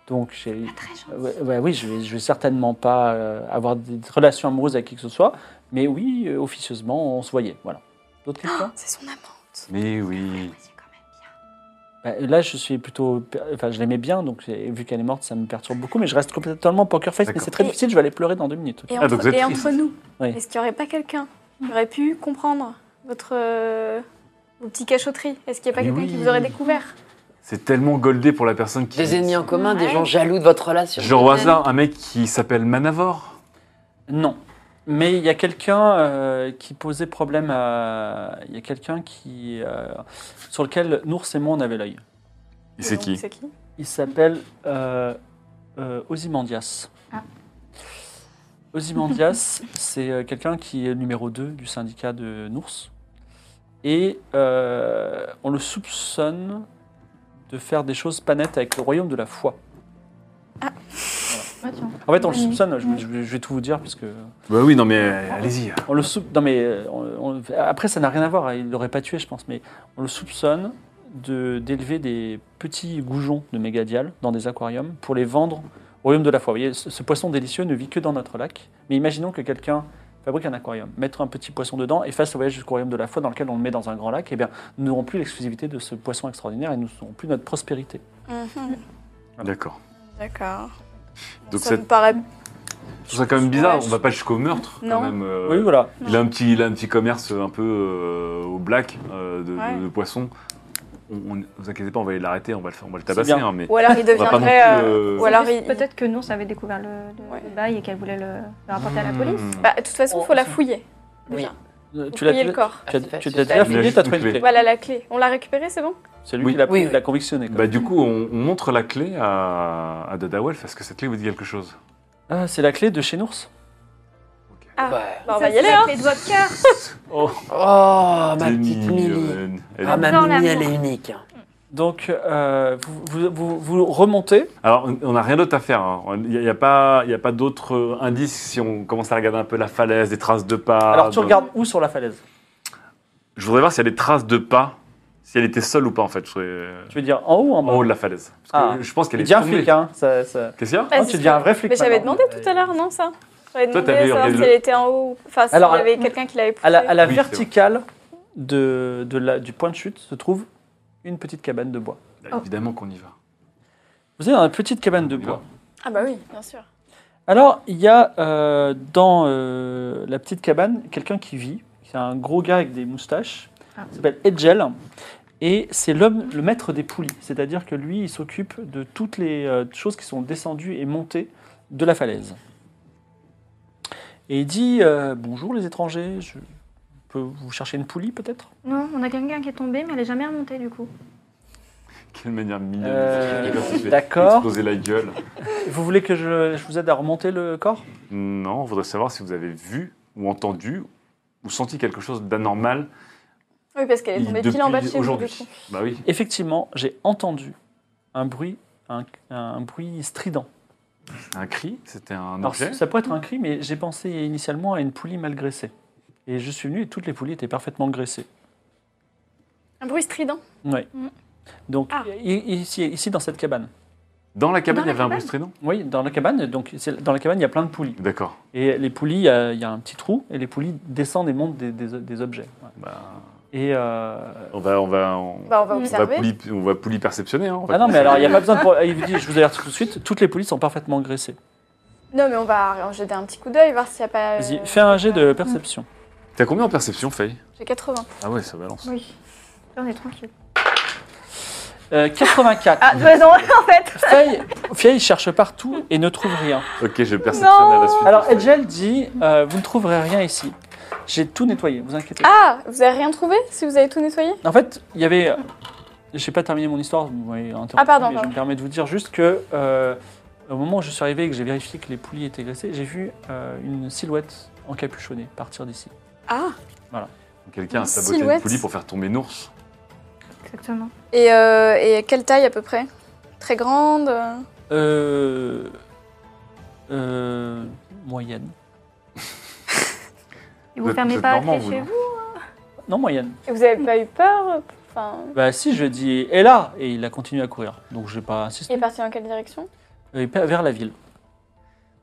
Speaker 2: Donc j'ai
Speaker 7: Très gentil.
Speaker 2: Ouais, ouais, oui, je vais, je vais certainement pas euh, avoir des relations amoureuses avec qui que ce soit, mais oui, euh, officieusement, on se voyait. Voilà. D'autres
Speaker 7: Oh
Speaker 2: questions
Speaker 5: C'est son amante.
Speaker 3: Mais oui.
Speaker 7: C'est quand même
Speaker 2: Bah,
Speaker 7: bien.
Speaker 2: Là, je suis plutôt. per- Enfin, je l'aimais bien, donc euh, vu qu'elle est morte, ça me perturbe beaucoup, mais je reste complètement poker face, mais
Speaker 3: D'accord.
Speaker 2: c'est très
Speaker 5: Et-
Speaker 2: difficile, je vais aller pleurer dans deux minutes.
Speaker 5: Et
Speaker 3: Ah, donc
Speaker 5: entre,
Speaker 3: vous êtes
Speaker 5: et
Speaker 3: triste.
Speaker 5: entre nous,
Speaker 2: Oui.
Speaker 5: est-ce qu'il y aurait pas quelqu'un qui aurait pu comprendre votre. euh, vos petites cachotteries Est-ce qu'il n'y a pas
Speaker 3: Mais
Speaker 5: quelqu'un qui
Speaker 3: oui.
Speaker 5: vous aurait découvert
Speaker 3: C'est tellement goldé pour la personne qui.
Speaker 6: Des ennemis en commun, des
Speaker 7: Ouais.
Speaker 6: gens jaloux de votre relation.
Speaker 3: Genre au hasard, un mec qui s'appelle Manavor.
Speaker 2: Non. Mais il y a quelqu'un euh, qui posait problème à. Il y a quelqu'un qui. euh, sur lequel Nours et moi, on avait l'œil.
Speaker 3: Et c'est qui
Speaker 5: C'est qui
Speaker 2: Il s'appelle euh, euh, Ozymandias.
Speaker 7: Ah.
Speaker 2: Ozymandias, c'est euh, quelqu'un qui est le numéro 2 du syndicat de Nours. Et euh, on le soupçonne de faire des choses pas nettes avec le royaume de la foi.
Speaker 7: Ah, tiens.
Speaker 2: En fait, on le
Speaker 7: Oui.
Speaker 2: soupçonne, je, je vais- je vais tout vous dire, parce que...
Speaker 3: Bah oui, non mais euh, allez-y.
Speaker 2: On le soup- Non, mais euh, on- on- après, ça n'a rien à voir. hein, Il l'aurait pas tué, je pense. Mais on le soupçonne de d'élever des petits goujons de mégadial dans des aquariums pour les vendre au royaume de la foi. Vous voyez, ce, ce poisson délicieux ne vit que dans notre lac. Mais imaginons que quelqu'un fabrique un aquarium, mettre un petit poisson dedans et fasse le voyage jusqu'au royaume de la foi dans lequel on le met dans un grand lac. Eh bien, nous n'aurons plus l'exclusivité de ce poisson extraordinaire et nous n'aurons plus notre prospérité. Mm-hmm.
Speaker 3: D'accord.
Speaker 5: D'accord.
Speaker 3: Donc
Speaker 5: ça
Speaker 3: c'est-
Speaker 5: me paraît.
Speaker 3: Je trouve ça quand même bizarre,
Speaker 5: Ouais,
Speaker 3: on va pas jusqu'au meurtre
Speaker 5: Non.
Speaker 3: quand même. euh,
Speaker 2: Oui, voilà.
Speaker 3: il, a un petit, il a un petit commerce un peu euh, au black euh, de,
Speaker 5: Ouais.
Speaker 3: de- de poissons. On, on- vous inquiétez pas, on va l'arrêter, on va le, faire- on va le
Speaker 2: C'est
Speaker 3: tabasser.
Speaker 2: bien.
Speaker 3: hein, mais
Speaker 5: Ou alors il
Speaker 3: on va pas non plus.
Speaker 5: deviendrait. euh,
Speaker 3: euh,
Speaker 5: Ou alors
Speaker 7: C'est
Speaker 5: il.
Speaker 7: juste Peut-être que non, ça avait découvert le, le-
Speaker 5: Ouais.
Speaker 7: le bail et qu'elle voulait le, le rapporter à la
Speaker 3: hmm.
Speaker 7: police.
Speaker 5: Bah, de toute façon, faut la fouiller.
Speaker 6: Oui.
Speaker 5: Déjà.
Speaker 2: Euh, Oh, Tu
Speaker 5: Faut
Speaker 2: l'as
Speaker 5: fouiller le
Speaker 2: tu l'as-
Speaker 5: corps.
Speaker 2: tu l'as- tu
Speaker 6: Artefact,
Speaker 2: l'as déjà
Speaker 6: c'est
Speaker 3: ça.
Speaker 2: fouillé,
Speaker 3: Il a
Speaker 2: t'as trouvé
Speaker 3: juste une
Speaker 2: une clé.
Speaker 5: Voilà la clé. On l'a récupérée, c'est bon
Speaker 2: C'est lui
Speaker 3: Oui.
Speaker 2: qui l'a
Speaker 6: Oui, oui.
Speaker 2: qui l'a convictionné. quand
Speaker 3: Bah,
Speaker 2: même.
Speaker 3: du coup, on, on montre la clé à, à Dada Wolf. Est-ce que cette clé vous dit quelque chose
Speaker 2: Ah, c'est la clé de chez Nours.
Speaker 5: Ah,
Speaker 6: Ouais.
Speaker 5: bah, on va y aller, hein
Speaker 7: Les doigts de cœur.
Speaker 6: Oh, ma
Speaker 3: T'es
Speaker 6: petite Millie.
Speaker 2: bah,
Speaker 3: mignonne. euh, Elle est
Speaker 6: Ah, ma
Speaker 7: Dans
Speaker 6: Millie,
Speaker 7: l'amour.
Speaker 6: elle est unique. hein.
Speaker 2: Donc, euh, vous, vous- vous- vous remontez.
Speaker 3: Alors, on- on n'a rien d'autre à faire. hein. On- Il n'y a, il y a pas, il y a pas d'autres euh, indices si on commence à regarder un peu la falaise, des traces de pas.
Speaker 2: Alors, tu
Speaker 3: Donc,
Speaker 2: regardes où sur la falaise
Speaker 3: Je voudrais voir s'il y a des traces de pas, si elle était seule ou pas en fait. Je voudrais- euh,
Speaker 2: Tu veux dire en haut ou en bas
Speaker 3: En haut de la falaise. Parce que
Speaker 2: Ah.
Speaker 3: Je pense qu'elle
Speaker 2: Il
Speaker 3: Oh, est
Speaker 2: devient un
Speaker 3: tombée.
Speaker 2: flic, hein. ça- ça-
Speaker 3: Qu'est-ce qu'il y a
Speaker 5: Bah,
Speaker 2: Non,
Speaker 5: c'est
Speaker 2: tu
Speaker 5: ce
Speaker 2: deviens
Speaker 5: que-
Speaker 2: un vrai flic.
Speaker 5: Mais j'avais
Speaker 2: maintenant.
Speaker 5: demandé tout à l'heure, non, ça J'avais
Speaker 3: Toi,
Speaker 5: demandé
Speaker 3: t'avais
Speaker 5: à savoir si
Speaker 3: regardé
Speaker 5: elle
Speaker 3: le-
Speaker 5: était en haut. Enfin, s'il y
Speaker 2: Alors,
Speaker 5: avait quelqu'un qui l'avait poussée.
Speaker 2: À la, à la
Speaker 3: Oui, c'est vrai.
Speaker 2: verticale de, de la- du point de chute se trouve une petite cabane de bois.
Speaker 3: Bah, Évidemment qu'on y va.
Speaker 2: Vous êtes dans une petite cabane de
Speaker 3: On y
Speaker 2: bois.
Speaker 3: va.
Speaker 5: Ah bah oui, bien sûr.
Speaker 2: Alors, il y a euh, dans euh, la petite cabane quelqu'un qui vit. C'est un gros gars avec des moustaches. Il s'appelle Edgel. Et c'est l'homme, le maître des poulies. C'est-à-dire que lui, il s'occupe de toutes les euh, choses qui sont descendues et montées de la falaise. Et il dit euh, Bonjour les étrangers, je peux vous chercher une poulie peut-être
Speaker 7: Non, on a quelqu'un qui est tombé, mais elle est jamais remontée du coup.
Speaker 3: Quelle manière mignonne.
Speaker 2: Euh,
Speaker 3: Comme si je vais
Speaker 2: d'accord.
Speaker 3: Exploser la gueule.
Speaker 2: Vous voulez que je, je vous aide à remonter le corps
Speaker 3: Non, on voudrait savoir si vous avez vu ou entendu ou senti quelque chose d'anormal
Speaker 5: Oui, parce qu'elle est tombée pile en bas de
Speaker 3: depuis
Speaker 5: chez vous. du coup.
Speaker 3: aujourd'hui. Bah oui.
Speaker 2: Effectivement, j'ai entendu un bruit, un, un bruit strident.
Speaker 3: Un cri, c'était un
Speaker 2: Alors,
Speaker 3: objet.
Speaker 2: ça pourrait être un cri, mais j'ai pensé initialement à une poulie mal graissée. Et je suis venu et toutes les poulies étaient parfaitement graissées.
Speaker 5: Un bruit strident.
Speaker 2: Oui.
Speaker 7: Mm.
Speaker 2: Donc,
Speaker 5: Ah.
Speaker 2: i- ici, ici, dans cette cabane.
Speaker 3: Dans la cabane,
Speaker 7: Dans
Speaker 3: il y
Speaker 7: la
Speaker 3: avait un
Speaker 7: cabane.
Speaker 3: bruit strident.
Speaker 2: Oui, dans la cabane, donc, c'est- dans la cabane, il y a plein de poulies.
Speaker 3: D'accord.
Speaker 2: Et les poulies, il y, a- il y a un petit trou, et les poulies descendent et montent des, des- des objets. Ouais.
Speaker 3: Bah,
Speaker 2: Et. euh,
Speaker 3: on va, on va, on,
Speaker 5: Bah,
Speaker 3: on
Speaker 7: Mm.
Speaker 5: on va
Speaker 3: va
Speaker 5: observer.
Speaker 3: pouli, on va pouli perceptionner. hein, on va
Speaker 2: Ah non, mais
Speaker 3: pouli-
Speaker 2: alors, il n'y a pas besoin de. pour- Il vous dit, je vous alerte tout de suite, toutes les poulies sont parfaitement graissées.
Speaker 5: Non, mais on va en jeter un petit coup d'œil, voir s'il n'y a pas. euh, mm.
Speaker 2: Vas-y, fais un jet de perception.
Speaker 3: T'as combien en perception, Faye
Speaker 5: J'ai 80.
Speaker 3: Ah ouais, ça balance.
Speaker 7: Oui. On est tranquille.
Speaker 2: Euh, 84.
Speaker 7: Ah, bah non, en fait
Speaker 2: Faye, Faye cherche partout et ne trouve rien.
Speaker 3: Ok, je perceptionne à la suite.
Speaker 2: Alors Edgel dit, euh, vous ne trouverez rien ici. J'ai tout nettoyé, vous inquiétez. pas.
Speaker 5: Ah Vous avez rien trouvé Si vous avez tout nettoyé
Speaker 2: En fait, il y avait... euh, J'ai pas terminé mon histoire, vous m'avez interrompu,
Speaker 5: Ah, pardon,
Speaker 2: mais je
Speaker 5: pardon.
Speaker 2: me permets de vous dire juste que euh, au moment où je suis arrivé et que j'ai vérifié que les poulies étaient graissées, j'ai vu euh, une silhouette encapuchonnée partir d'ici.
Speaker 5: Ah
Speaker 3: Quelqu'un a
Speaker 5: Une
Speaker 3: saboté une
Speaker 5: silhouette.
Speaker 3: poulie pour faire tomber un ours.
Speaker 7: Exactement.
Speaker 5: Et, euh, et quelle taille à peu près Très grande euh,
Speaker 2: Euh... Euh... Moyenne.
Speaker 7: Et
Speaker 3: Vous
Speaker 7: vous
Speaker 3: êtes-
Speaker 7: fermez
Speaker 3: vous êtes
Speaker 7: pas
Speaker 3: normand,
Speaker 7: à clé
Speaker 3: vous,
Speaker 7: chez
Speaker 3: non
Speaker 7: vous
Speaker 2: Non, moyenne.
Speaker 5: Et vous avez pas eu peur Enfin.
Speaker 2: Bah si, je dis, et là Et il a continué à courir, donc j'ai pas
Speaker 5: Il
Speaker 2: insisté.
Speaker 5: est parti dans quelle direction
Speaker 2: Et pas- vers la ville.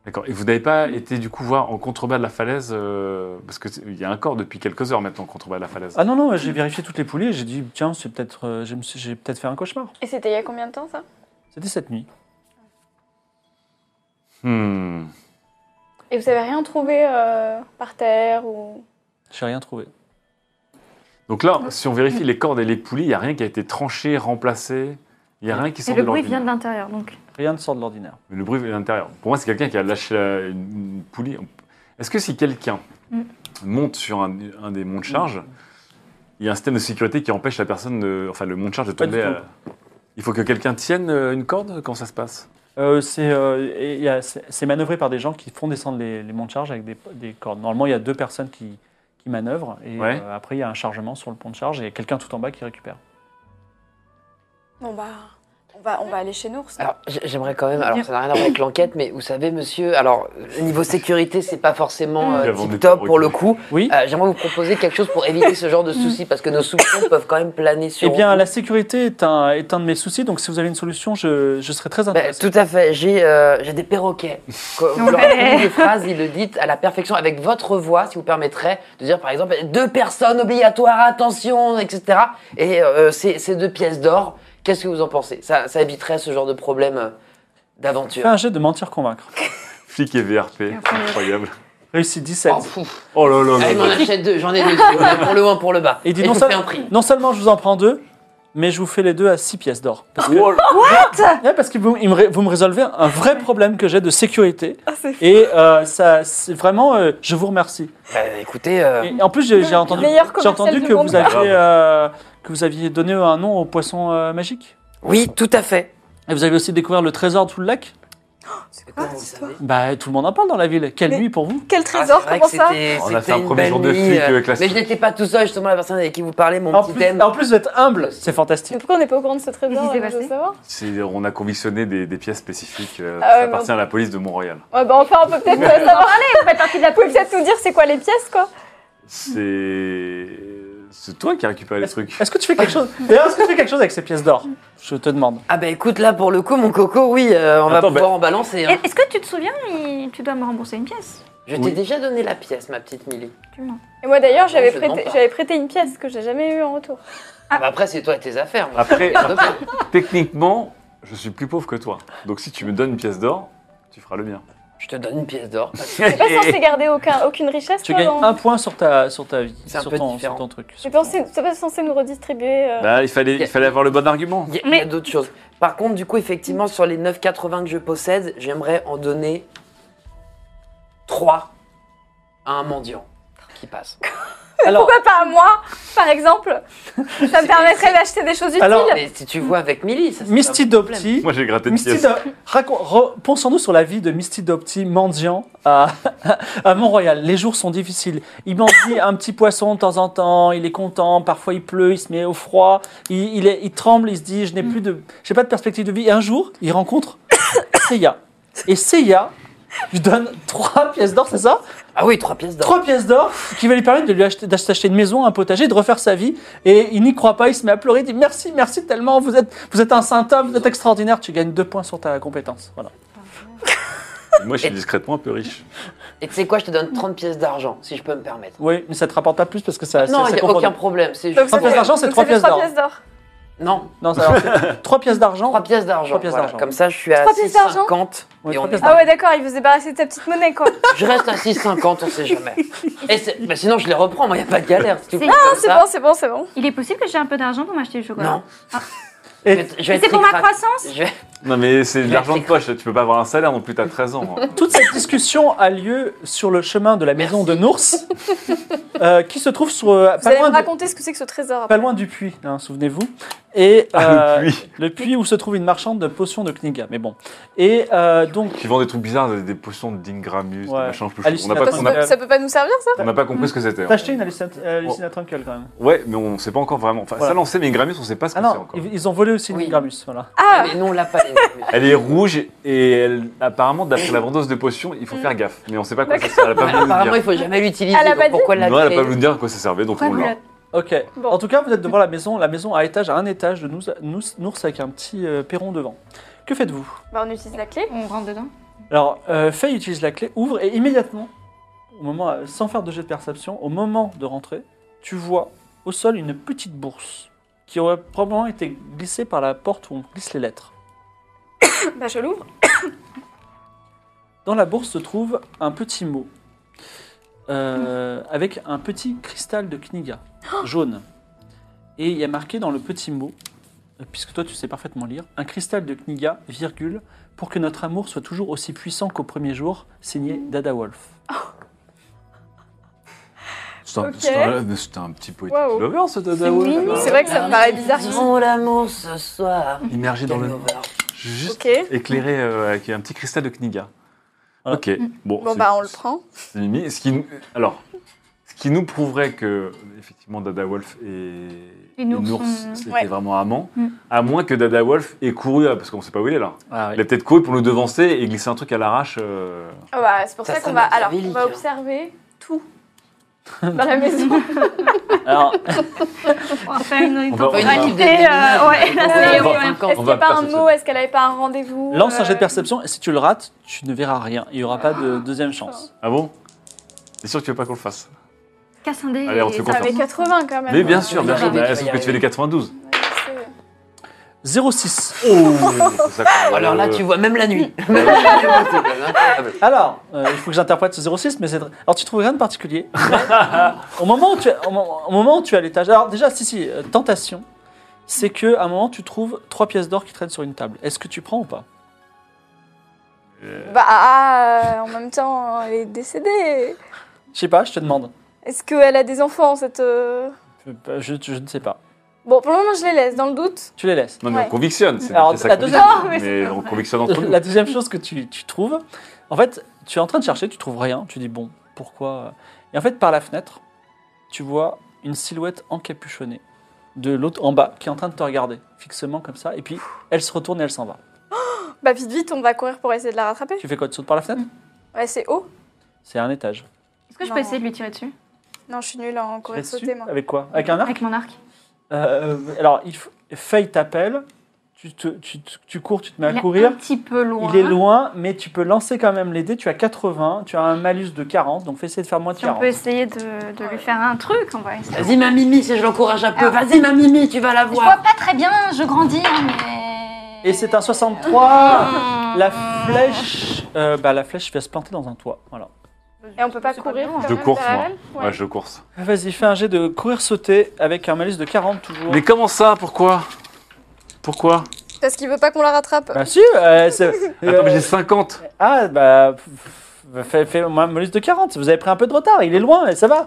Speaker 3: D'accord. Et vous n'avez pas été du coup voir en contrebas de la falaise euh, Parce qu'il y a un corps depuis quelques heures maintenant en contrebas de la falaise.
Speaker 2: Ah non, non, j'ai vérifié toutes les poulies et j'ai dit, tiens, c'est peut-être, euh, je me suis- j'ai peut-être fait un cauchemar.
Speaker 5: Et c'était il y a combien de temps ça
Speaker 2: C'était cette nuit. Ah.
Speaker 3: Hmm.
Speaker 5: Et vous avez rien trouvé euh, par terre ou.
Speaker 2: J'ai rien trouvé.
Speaker 3: Donc là,
Speaker 7: Ah.
Speaker 3: si on vérifie les cordes et les poulies, il n'y a rien qui a été tranché, remplacé. Il n'y a rien qui
Speaker 7: Et
Speaker 3: sort de
Speaker 7: le bruit vient
Speaker 3: l'ordinaire.
Speaker 7: de l'intérieur, donc.
Speaker 2: Rien ne sort de l'ordinaire.
Speaker 3: Mais Le bruit vient de l'intérieur. Pour moi, c'est quelqu'un qui a lâché la- une, une poulie. Est-ce que si quelqu'un
Speaker 7: Mm.
Speaker 3: monte sur un, un des monts de charge, il y a un système de sécurité qui empêche la personne, de, enfin le mont de charge, de
Speaker 2: Pas du
Speaker 3: tomber à-
Speaker 2: tout.
Speaker 3: Il faut que quelqu'un tienne euh, une corde Comment ça se passe
Speaker 2: Euh, c'est, euh, et il y a- c'est c'est manœuvré par des gens qui font descendre les, les monts de charge avec des, des cordes. Normalement, il y a deux personnes qui, qui manœuvrent et
Speaker 3: Ouais.
Speaker 2: euh, après, il y a un chargement sur le pont de charge et quelqu'un tout en bas qui récupère.
Speaker 5: Bon bah. On va, on va aller chez nous.
Speaker 6: Alors, j- j'aimerais quand même. Alors, ça n'a rien à voir avec l'enquête, mais vous savez, monsieur, alors, euh, niveau sécurité, c'est pas forcément
Speaker 3: Nous
Speaker 6: euh,
Speaker 3: avons des
Speaker 6: tip-top pour le
Speaker 3: recrues.
Speaker 6: coup.
Speaker 2: Oui.
Speaker 6: Euh, j'aimerais vous proposer quelque chose pour éviter ce genre de
Speaker 3: Mm.
Speaker 6: soucis, parce que nos soupçons peuvent quand même planer sur.
Speaker 2: eh bien,
Speaker 6: vous.
Speaker 2: la sécurité est un, est un de mes soucis, donc si vous avez une solution, je, je serais très
Speaker 6: Ben,
Speaker 2: intéressé.
Speaker 6: tout à fait, j'ai euh, j'ai des perroquets. Quand Vous leur dites des phrases, ils le dites à la perfection, avec votre voix, si vous permettrez, de dire par exemple deux personnes obligatoires, attention, etc. Et euh, ces ces deux pièces d'or, qu'est-ce que vous en pensez ça, ça éviterait ce genre de problème euh,
Speaker 2: Fais
Speaker 6: d'aventure.
Speaker 2: un jet de mentir convaincre.
Speaker 3: Flic et VRP,
Speaker 7: Incroyable.
Speaker 3: incroyable.
Speaker 2: Réussi 17.
Speaker 6: Oh, pfff.
Speaker 3: Oh là là
Speaker 2: Ah,
Speaker 3: là
Speaker 6: Allez, m'en
Speaker 3: là.
Speaker 6: achète deux, j'en ai deux. pour le haut, un pour le bas.
Speaker 2: Et dis
Speaker 6: je
Speaker 2: non,
Speaker 6: vous
Speaker 2: seul-
Speaker 6: fais un prix.
Speaker 2: non seulement je vous en prends deux, mais je vous fais les deux à 6 pièces d'or. Parce que, Ouais, parce que vous, il me ré- vous me résolvez un vrai problème que j'ai de sécurité.
Speaker 5: Ah,
Speaker 2: et euh, ça, c'est vraiment, euh, je vous remercie.
Speaker 6: Ben, écoutez, euh,
Speaker 2: Et en plus, j'ai j'ai entendu,
Speaker 5: Meilleur
Speaker 2: j'ai
Speaker 5: commercial
Speaker 2: entendu
Speaker 5: du
Speaker 2: que
Speaker 5: monde.
Speaker 2: vous, aviez, euh, que vous aviez donné un nom au poisson euh, magique.
Speaker 6: oui, tout à fait.
Speaker 2: Et vous avez aussi découvert le trésor sous le lac.
Speaker 5: C'est
Speaker 6: Et
Speaker 5: quoi
Speaker 6: comment vous
Speaker 5: cette histoire
Speaker 6: savez
Speaker 2: Bah, tout le monde en parle dans la ville. Quelle
Speaker 5: Mais-
Speaker 2: nuit pour vous
Speaker 5: Quel
Speaker 6: Ah,
Speaker 5: trésor,
Speaker 6: c'est vrai
Speaker 5: comment
Speaker 6: que
Speaker 5: ça
Speaker 6: c'était-
Speaker 3: On a fait
Speaker 6: c'était
Speaker 3: un
Speaker 6: une
Speaker 3: premier
Speaker 6: belle
Speaker 3: jour de
Speaker 6: nuit,
Speaker 3: flic
Speaker 6: euh,
Speaker 3: avec la-
Speaker 6: Mais je n'étais pas tout seul, justement, la personne avec qui vous parlez, mon
Speaker 2: en
Speaker 6: petit
Speaker 2: plus,
Speaker 6: thème.
Speaker 2: en plus d'être humble, c'est
Speaker 5: Mais
Speaker 2: fantastique.
Speaker 5: pourquoi on n'est pas au courant de ce
Speaker 7: Qu'est-ce
Speaker 5: trésor
Speaker 7: qui s'est
Speaker 5: euh, je veux
Speaker 7: passé
Speaker 5: savoir
Speaker 3: C'est- On a convictionné des, des pièces spécifiques. euh,
Speaker 5: Ah ouais,
Speaker 3: ça
Speaker 5: mais
Speaker 3: appartient à la police de Mont-Royal.
Speaker 5: Ouais, bah enfin, on peut peut-être euh, savoir.
Speaker 7: Vous faites partie de la
Speaker 5: Vous pouvez
Speaker 7: police.
Speaker 5: peut-être nous dire c'est quoi les pièces, quoi
Speaker 3: C'est. C'est toi qui as récupéré les trucs.
Speaker 2: Est-ce que tu fais quelque chose D'ailleurs, est-ce que tu fais quelque chose avec ces pièces d'or Je te demande.
Speaker 6: Ah bah écoute, là, pour le coup, mon coco, oui, euh, on
Speaker 3: Attends, bah-
Speaker 6: va pouvoir en balancer. hein.
Speaker 7: Et- Est-ce que tu te souviens, il- tu dois me rembourser une pièce
Speaker 6: Je t'ai
Speaker 3: Oui.
Speaker 6: déjà donné la pièce, ma petite Millie.
Speaker 7: Tu mens.
Speaker 5: Et moi d'ailleurs,
Speaker 6: Non,
Speaker 5: j'avais
Speaker 6: je
Speaker 5: prêté,
Speaker 6: mens pas.
Speaker 5: j'avais prêté une pièce que j'ai jamais eue en retour.
Speaker 6: Ah bah après, c'est toi et tes affaires. moi.
Speaker 3: Après,
Speaker 6: Regarde pas.
Speaker 3: techniquement, je suis plus pauvre que toi. Donc si tu me donnes une pièce d'or, tu feras le mien.
Speaker 6: Je te donne une pièce d'or.
Speaker 5: T'es pas censé garder aucun, aucune richesse,
Speaker 2: Tu
Speaker 5: toi,
Speaker 2: gagnes
Speaker 5: dans-
Speaker 2: un point sur ta, sur ta vie,
Speaker 6: C'est un
Speaker 2: sur
Speaker 6: peu
Speaker 2: ton,
Speaker 6: différent.
Speaker 2: sur ton truc.
Speaker 5: T'es pas censé- t'es pas censé nous redistribuer. euh,
Speaker 3: Bah, il fallait, il fallait avoir le bon argument.
Speaker 6: Il y a, il y a
Speaker 7: Mais-
Speaker 6: d'autres choses. Par contre, du coup, effectivement, sur les 9,80 que je possède, j'aimerais en donner 3 à un mendiant qui passe.
Speaker 2: Alors,
Speaker 5: Pourquoi pas à moi, par exemple Ça me permettrait d'acheter des choses utiles.
Speaker 2: Alors,
Speaker 6: Mais si tu vois avec Millie, ça c'est
Speaker 2: Misty
Speaker 6: pas mon problème.
Speaker 2: Dopti,
Speaker 3: Moi, j'ai gratté une
Speaker 2: Misty
Speaker 3: pièce.
Speaker 2: Do- racon- re- Pensons-nous sur la vie de Misty Dopti, mendiant à, à Mont-Royal. Les jours sont difficiles. Il mendie un petit poisson de temps en temps, il est content, parfois il pleut, il se met au froid, il, il est- il tremble, il se dit Je n'ai plus de, j'ai pas de perspective de vie. Et un jour, il rencontre Seiya. Et Seiya lui donne trois pièces d'or, c'est ça
Speaker 6: Ah oui, 3 pièces d'or.
Speaker 2: Trois pièces d'or qui va lui permettre de lui acheter, d'acheter une maison, un potager, de refaire sa vie. Et il n'y croit pas, il se met à pleurer, il dit merci, merci tellement, vous êtes, vous êtes un saint homme, vous êtes extraordinaire, tu gagnes deux points sur ta compétence. Voilà.
Speaker 3: Moi, je suis discrètement un peu riche.
Speaker 6: Et tu sais quoi, je te donne 30 pièces d'argent, si je peux me permettre.
Speaker 2: Oui, mais ça te rapporte pas plus parce que ça.
Speaker 6: Non,
Speaker 2: Bah, ça- ça
Speaker 6: il n'y a
Speaker 2: confond-
Speaker 6: aucun problème. C'est
Speaker 5: Donc,
Speaker 6: juste...
Speaker 2: Trois
Speaker 5: ça fait-
Speaker 2: pièces d'argent, c'est
Speaker 5: donc,
Speaker 2: trois
Speaker 5: ça fait
Speaker 2: pièces d'or.
Speaker 5: pièces d'or.
Speaker 6: Non,
Speaker 2: Non, ça- alors, c'est trois pièces d'argent.
Speaker 6: 3 pièces d'argent.
Speaker 2: Trois pièces
Speaker 6: voilà.
Speaker 2: d'argent.
Speaker 6: Comme ça, je suis à
Speaker 5: Trois pièces d'argent
Speaker 6: 6,50.
Speaker 2: Ouais,
Speaker 6: et
Speaker 2: trois
Speaker 6: on
Speaker 2: pièces
Speaker 6: est-
Speaker 5: Ah ouais, d'accord, il veut se débarrasser de ta petite monnaie, quoi.
Speaker 6: Je reste à 6,50, on sait jamais. Et c'est- bah, sinon, je les reprends, moi, il n'y a pas de galère. Si tu
Speaker 7: C'est-
Speaker 6: coupes comme
Speaker 5: C'est
Speaker 6: ça-
Speaker 5: bon, c'est bon, c'est bon.
Speaker 7: Il est possible que j'ai un peu d'argent pour m'acheter du chocolat.
Speaker 6: Non.
Speaker 2: Et-
Speaker 6: Je vais- je vais
Speaker 7: Mais
Speaker 6: être
Speaker 7: c'est pour ma
Speaker 6: ric-rac.
Speaker 7: croissance
Speaker 6: Je vais-
Speaker 3: Non, mais c'est de
Speaker 6: Mais
Speaker 3: l'argent de
Speaker 6: c'est-
Speaker 3: poche. Tu peux pas avoir un salaire non plus, t'as 13 ans. hein.
Speaker 2: Toute cette discussion a lieu sur le chemin de la maison
Speaker 6: Merci.
Speaker 2: de Nours, euh, qui se trouve sur euh,
Speaker 5: Vous
Speaker 2: pas
Speaker 5: allez me
Speaker 2: loin, de,
Speaker 5: raconter ce que c'est que ce trésor.
Speaker 2: pas loin du puits, hein, souvenez-vous. Et
Speaker 3: Ah,
Speaker 2: euh,
Speaker 3: le puits.
Speaker 2: le puits où se trouve une marchande de potions de Kniga. Mais bon. Et euh, donc
Speaker 3: Qui vend des trucs bizarres, des, des potions d'Ingramus, des
Speaker 2: Ouais.
Speaker 3: machins plus chauds. On n'a pas,
Speaker 5: Ça,
Speaker 2: Hallucinateur.
Speaker 3: on a-
Speaker 5: peut, ça peut pas nous servir, ça
Speaker 3: on n'a pas compris ce que c'était. hein.
Speaker 2: T'as acheté une hallucina-
Speaker 3: Oh.
Speaker 2: hallucinatrunkel quand même.
Speaker 3: Ouais, mais on sait pas encore vraiment. Enfin,
Speaker 2: Voilà.
Speaker 3: ça lancé, mais Ingramus, on sait pas ce que
Speaker 2: Ah
Speaker 3: c'est
Speaker 2: non,
Speaker 3: encore.
Speaker 2: ils, ils ont volé aussi une
Speaker 6: Oui.
Speaker 2: Gramus, voilà.
Speaker 5: Ah,
Speaker 6: Mais non, on l'a pas.
Speaker 3: Elle est rouge et elle, apparemment, d'après la vendeuse de potions, il faut
Speaker 5: Mm.
Speaker 3: faire gaffe. Mais on sait pas quoi ça sert. Elle a pas voulu nous
Speaker 6: Apparemment,
Speaker 3: dire.
Speaker 6: il faut jamais l'utiliser.
Speaker 5: Elle a
Speaker 6: donc
Speaker 5: pas dit
Speaker 6: pourquoi la
Speaker 3: Non, elle a
Speaker 6: créer
Speaker 3: pas voulu nous dire à quoi ça servait, donc on
Speaker 7: Pourquoi vous
Speaker 3: l'a.
Speaker 7: la-
Speaker 2: Ok.
Speaker 5: Bon.
Speaker 2: En tout cas, vous êtes devant la maison, la maison à étage, à un étage de nous, nous, nous avec un petit euh, perron devant. Que faites-vous
Speaker 5: bah on utilise la clé.
Speaker 7: On rentre dedans
Speaker 2: Alors, euh, Faye utilise la clé, ouvre et immédiatement, au moment, euh, sans faire de jet de perception, au moment de rentrer, tu vois au sol une petite bourse qui aurait probablement été glissée par la porte où on glisse les lettres.
Speaker 5: Bah je l'ouvre.
Speaker 2: Dans la bourse se trouve un petit mot euh, avec un petit cristal de Kniga jaune. Et il y a marqué dans le petit mot, euh, puisque toi tu sais parfaitement lire, un cristal de Kniga, virgule, pour que notre amour soit toujours aussi puissant qu'au premier jour, signé Dada Wolf.
Speaker 3: C'est un,
Speaker 5: Ok.
Speaker 3: c'est un- c'est un petit poétique
Speaker 5: Waouh.
Speaker 3: lover, ce dada. Bah,
Speaker 7: mignon.
Speaker 5: C'est vrai que ça me paraît bizarre.
Speaker 6: Faisons l'amour ce soir.
Speaker 3: Immergé dans le.
Speaker 6: Hangover.
Speaker 3: Juste
Speaker 5: Ok.
Speaker 3: éclairé euh, avec un petit cristal de Kniga.
Speaker 2: Voilà.
Speaker 3: Ah. Ok. Bon,
Speaker 5: Bon
Speaker 3: c'est-
Speaker 5: bah on le prend.
Speaker 3: c'est mimi. Ce qui, nous- alors, ce qui nous prouverait que, effectivement, Dada Wolf et,
Speaker 7: Les Nours
Speaker 3: et
Speaker 7: sont-
Speaker 3: c'était
Speaker 5: Mm. ouais.
Speaker 3: vraiment amants,
Speaker 7: Mm.
Speaker 3: à moins que Dada Wolf ait couru, là, parce qu'on sait pas où il est là.
Speaker 2: Ah,
Speaker 3: Il a peut-être couru pour nous devancer et glisser un truc à l'arrache. euh,
Speaker 5: Ah bah, c'est pour
Speaker 6: Ça
Speaker 5: ça, qu'on
Speaker 6: sonne
Speaker 5: va, alors, on
Speaker 6: machiavélique,
Speaker 5: va
Speaker 6: hein.
Speaker 5: observer tout dans la maison.
Speaker 2: Alors,
Speaker 7: On va faire une
Speaker 3: On va- on va-
Speaker 7: temporalité.
Speaker 6: on
Speaker 7: euh,
Speaker 6: va-
Speaker 7: ouais.
Speaker 6: on va-
Speaker 7: C'est-
Speaker 5: on
Speaker 3: va-
Speaker 7: ouais.
Speaker 5: Est-ce qu'il n'y
Speaker 3: va
Speaker 5: a pas un
Speaker 3: perception.
Speaker 5: mot Est-ce qu'elle avait pas un rendez-vous
Speaker 2: lance un jet de
Speaker 5: euh,
Speaker 2: perception et si tu le rates, tu ne verras rien. Il n'y aura pas de deuxième chance.
Speaker 3: Ah bon C'est sûr que tu veux pas qu'on le fasse.
Speaker 7: Casse un dé.
Speaker 3: Allez, on se
Speaker 7: et ça
Speaker 5: Ça
Speaker 3: concentre.
Speaker 7: va
Speaker 5: avait
Speaker 7: être-
Speaker 5: 80 quand même. hein.
Speaker 3: Mais bien sûr, bien
Speaker 6: va.
Speaker 3: sûr.
Speaker 6: Tu vas y
Speaker 3: Est-ce que tu
Speaker 6: arriver.
Speaker 3: fais les 92
Speaker 5: Ouais, je sais.
Speaker 2: 06.
Speaker 6: Alors là, tu vois, même la nuit.
Speaker 2: Alors, euh, il faut que j'interprète ce 06, mais c'est... Alors, tu trouves rien de particulier. mais au, moment où tu es, au mo- au moment où tu es à l'étage... Alors déjà, si, si, euh, tentation, c'est que à un moment, tu trouves trois pièces d'or qui traînent sur une table. Est-ce que tu prends ou pas
Speaker 5: Bah, ah, en même temps, elle est décédée.
Speaker 2: Je sais pas, je te demande.
Speaker 5: Est-ce qu'elle a des enfants, cette. euh,
Speaker 2: Je, je- je ne sais pas.
Speaker 5: Bon, pour le moment, je les laisse, dans le doute.
Speaker 2: Tu les laisses.
Speaker 3: Non, mais on
Speaker 5: Ouais.
Speaker 3: convictionne. C'est
Speaker 2: Alors,
Speaker 3: c'est ça
Speaker 2: la
Speaker 3: qu'on
Speaker 2: deuxième-
Speaker 3: dit.
Speaker 5: Non, mais c'est
Speaker 3: mais
Speaker 5: pas
Speaker 3: on
Speaker 5: vrai.
Speaker 3: convictionne entre nous.
Speaker 2: La deuxième chose que tu, tu trouves, en fait, tu es en train de chercher, tu trouves rien. Tu dis, bon, pourquoi Et en fait, par la fenêtre, tu vois une silhouette encapuchonnée de l'autre en bas qui est en train de te regarder fixement comme ça. Et puis, elle se retourne et elle s'en va.
Speaker 5: Bah, vite, vite, on va courir pour essayer de la rattraper.
Speaker 2: Tu fais quoi Tu sautes par la fenêtre
Speaker 5: Mm. Ouais, c'est haut.
Speaker 2: C'est un étage.
Speaker 7: Est-ce que je
Speaker 5: Non.
Speaker 7: peux essayer de lui tirer dessus
Speaker 5: Non, je suis nulle en
Speaker 2: Tu
Speaker 5: courir
Speaker 2: restes
Speaker 5: sauter,
Speaker 2: dessus
Speaker 5: moi.
Speaker 2: Avec quoi Avec un arc
Speaker 7: Avec mon arc
Speaker 2: Euh, Alors, il f- Faye t'appelle, tu, te- tu, te- tu cours, tu te mets
Speaker 7: Il
Speaker 2: à
Speaker 7: est
Speaker 2: courir.
Speaker 7: un petit peu loin.
Speaker 2: Il est loin, mais tu peux lancer quand même les dés. Tu as 80, tu as un malus de 40, donc fais essayer de faire moins de
Speaker 7: Si on peut
Speaker 2: 40.
Speaker 7: essayer de, de lui faire un truc, on va essayer.
Speaker 6: Vas-y, ma Mimi, Ah. si je l'encourage un peu.
Speaker 7: Alors-
Speaker 6: Vas-y, ma Mimi, tu vas la
Speaker 7: Je
Speaker 6: voir.
Speaker 7: vois pas très bien, je grandis, hein, mais.
Speaker 2: Et c'est un 63
Speaker 7: Mmh.
Speaker 2: La flèche, euh, bah, la flèche va se planter dans un toit. Voilà.
Speaker 5: Et on peut pas
Speaker 7: C'est pas
Speaker 5: courir.
Speaker 7: loin.
Speaker 5: quand
Speaker 3: De
Speaker 5: même
Speaker 3: course,
Speaker 5: derrière
Speaker 3: moi.
Speaker 5: elle
Speaker 3: Ouais,
Speaker 5: Ouais.
Speaker 3: je course.
Speaker 2: Vas-y, fais un jet de courir sauter avec un malus de 40 toujours.
Speaker 3: Mais comment ça Pourquoi Pourquoi
Speaker 5: Parce qu'il veut pas qu'on la rattrape.
Speaker 2: Bah si, euh, c'est-
Speaker 3: Attends, mais
Speaker 2: euh,
Speaker 3: j'ai 50.
Speaker 2: ah bah f- fais, fais un malus de 40. Vous avez pris un peu de retard. Il est loin, et ça va.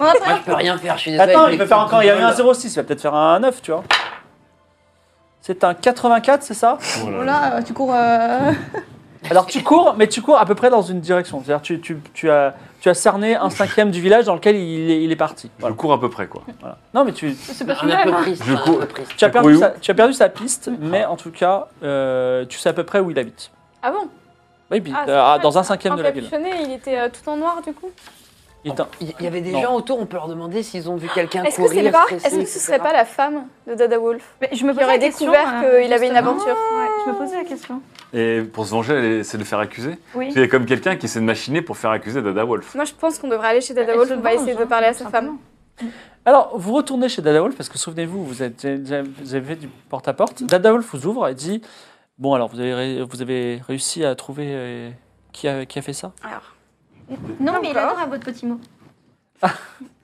Speaker 7: On va
Speaker 6: Moi,
Speaker 7: pas-
Speaker 6: je peux rien faire, je suis désolé.
Speaker 2: Attends,
Speaker 6: mais
Speaker 2: il peut
Speaker 6: les
Speaker 2: faire
Speaker 6: petits
Speaker 2: encore. Il y a eu un
Speaker 6: gueules.
Speaker 2: 06. Il va peut-être faire un 9, tu vois. C'est un 84, c'est ça
Speaker 7: Oh là, euh, tu cours. euh,
Speaker 2: Alors tu cours, mais tu cours à peu près dans une direction. C'est-à-dire tu, tu, tu as, tu as cerné un cinquième du village dans lequel il est, il est parti.
Speaker 3: Je
Speaker 2: Voilà.
Speaker 3: cours à peu près, quoi.
Speaker 2: Voilà. Non, mais tu,
Speaker 7: C'est pas
Speaker 6: Un peu
Speaker 7: final.
Speaker 6: triste,
Speaker 3: Je
Speaker 6: un
Speaker 3: cours-
Speaker 6: peu triste.
Speaker 2: tu as,
Speaker 3: T'as
Speaker 2: perdu
Speaker 3: couru où
Speaker 2: sa, tu as perdu sa piste, mais en tout cas, euh, tu sais à peu près où il habite.
Speaker 5: Ah bon
Speaker 2: Oui, puis,
Speaker 5: Ah, c'est
Speaker 2: euh,
Speaker 5: vrai.
Speaker 2: dans un cinquième de la ville.
Speaker 5: Encapuchonné, il était euh, tout en noir, du coup.
Speaker 2: Il est un-
Speaker 6: Il y avait des
Speaker 2: Non.
Speaker 6: gens autour, on peut leur demander s'ils ont vu quelqu'un
Speaker 5: Est-ce que,
Speaker 6: courir.
Speaker 5: c'est pas,
Speaker 6: stressé,
Speaker 5: est-ce que ce
Speaker 6: etc.
Speaker 5: serait pas la femme de Dada Wolf
Speaker 7: Mais Je me
Speaker 5: Qui
Speaker 7: posais
Speaker 5: aurait
Speaker 7: la question.
Speaker 5: découvert
Speaker 7: euh,
Speaker 5: qu'il avait une
Speaker 7: justement.
Speaker 5: aventure
Speaker 7: Ouais, je me posais la question.
Speaker 3: Et pour se venger, elle- c'est de le faire accuser
Speaker 7: Oui.
Speaker 3: C'est comme quelqu'un qui essaie de machiner pour faire accuser Dada Wolf.
Speaker 5: Moi, je pense qu'on devrait aller chez Dada
Speaker 7: Elle
Speaker 5: Wolf.
Speaker 7: se
Speaker 5: On va
Speaker 7: venge,
Speaker 5: essayer de
Speaker 7: hein,
Speaker 5: parler à sa
Speaker 7: simplement.
Speaker 5: femme.
Speaker 2: Alors, vous retournez chez Dada Wolf, parce que souvenez-vous, vous, êtes- vous avez fait du porte-à-porte. Dada Wolf vous ouvre et dit Bon, alors, vous avez, ré- vous avez réussi à trouver euh, qui, a, qui a fait ça
Speaker 5: Alors,
Speaker 7: Non,
Speaker 5: Pas
Speaker 7: mais il
Speaker 5: encore.
Speaker 7: adore à votre petit mot.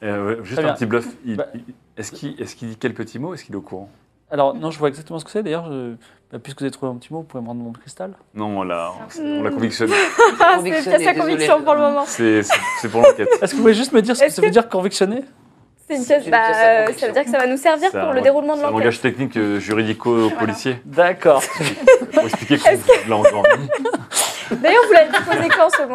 Speaker 3: Euh, ouais, juste
Speaker 2: Très bien.
Speaker 3: un petit bluff. Il-
Speaker 2: Bah-
Speaker 3: il- Est-ce qu'il est-ce qu'il dit quel petit mot Est-ce qu'il est au courant
Speaker 2: Alors, non, je vois exactement ce que c'est. D'ailleurs, je- bah, puisque vous avez trouvé un petit mot, vous pouvez me rendre mon cristal.
Speaker 3: Non, on l'a on
Speaker 5: Hmm.
Speaker 3: l'a convictionné.
Speaker 5: ah, c'est
Speaker 6: Convictionné,
Speaker 5: pas sa conviction
Speaker 6: désolé.
Speaker 5: pour le moment.
Speaker 3: C'est c'est- c'est pour l'enquête.
Speaker 2: Est-ce que vous pouvez juste me dire ce que ça veut dire convictionner
Speaker 5: C'est une
Speaker 6: C'est
Speaker 5: pièce.
Speaker 6: une
Speaker 5: Bah,
Speaker 6: pièce à
Speaker 5: euh,
Speaker 6: conviction.
Speaker 5: ça veut dire que ça va nous servir
Speaker 3: C'est
Speaker 5: pour
Speaker 3: un-
Speaker 5: le déroulement de
Speaker 3: c'est un
Speaker 5: l'enquête.
Speaker 3: langage technique euh, juridico-policier.
Speaker 2: D'accord.
Speaker 3: Pour expliquer qu'on l'a encore mis.
Speaker 5: D'ailleurs, vous l'avez déposé quand ce mot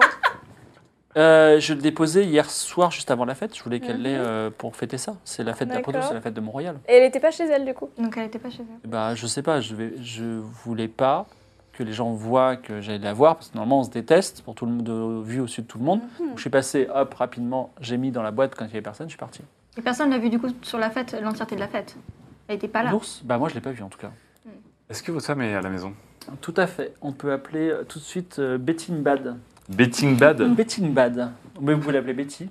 Speaker 2: Euh, je le déposais hier soir, juste avant la fête. Je voulais qu'elle l'ait euh, pour fêter ça. C'est la fête d'après tout,
Speaker 5: D'accord.
Speaker 2: c'est la fête de Mont-Royal.
Speaker 5: Et elle était pas chez elle, du coup.
Speaker 7: Donc elle était pas chez elle.
Speaker 2: Bah, je sais pas, je, vais, je voulais pas que les gens voient que j'allais la voir, parce que normalement on se déteste, pour tout le monde, vu au sud de tout le monde. Donc, je suis passé, hop, rapidement, j'ai mis dans la boîte quand il y avait personne, je suis parti.
Speaker 7: Et personne l'a vu du coup sur la fête, l'entièreté de la fête. Elle était pas là.
Speaker 2: L'ours Bah, moi je l'ai pas vu en tout cas.
Speaker 3: Est-ce que votre femme est à la maison
Speaker 2: Tout à fait, on peut appeler euh, tout de suite euh, Betting Bad.
Speaker 3: Betting
Speaker 5: Hmm.
Speaker 3: Bad
Speaker 2: Betting Bad, mais vous pouvez l'appeler Betty.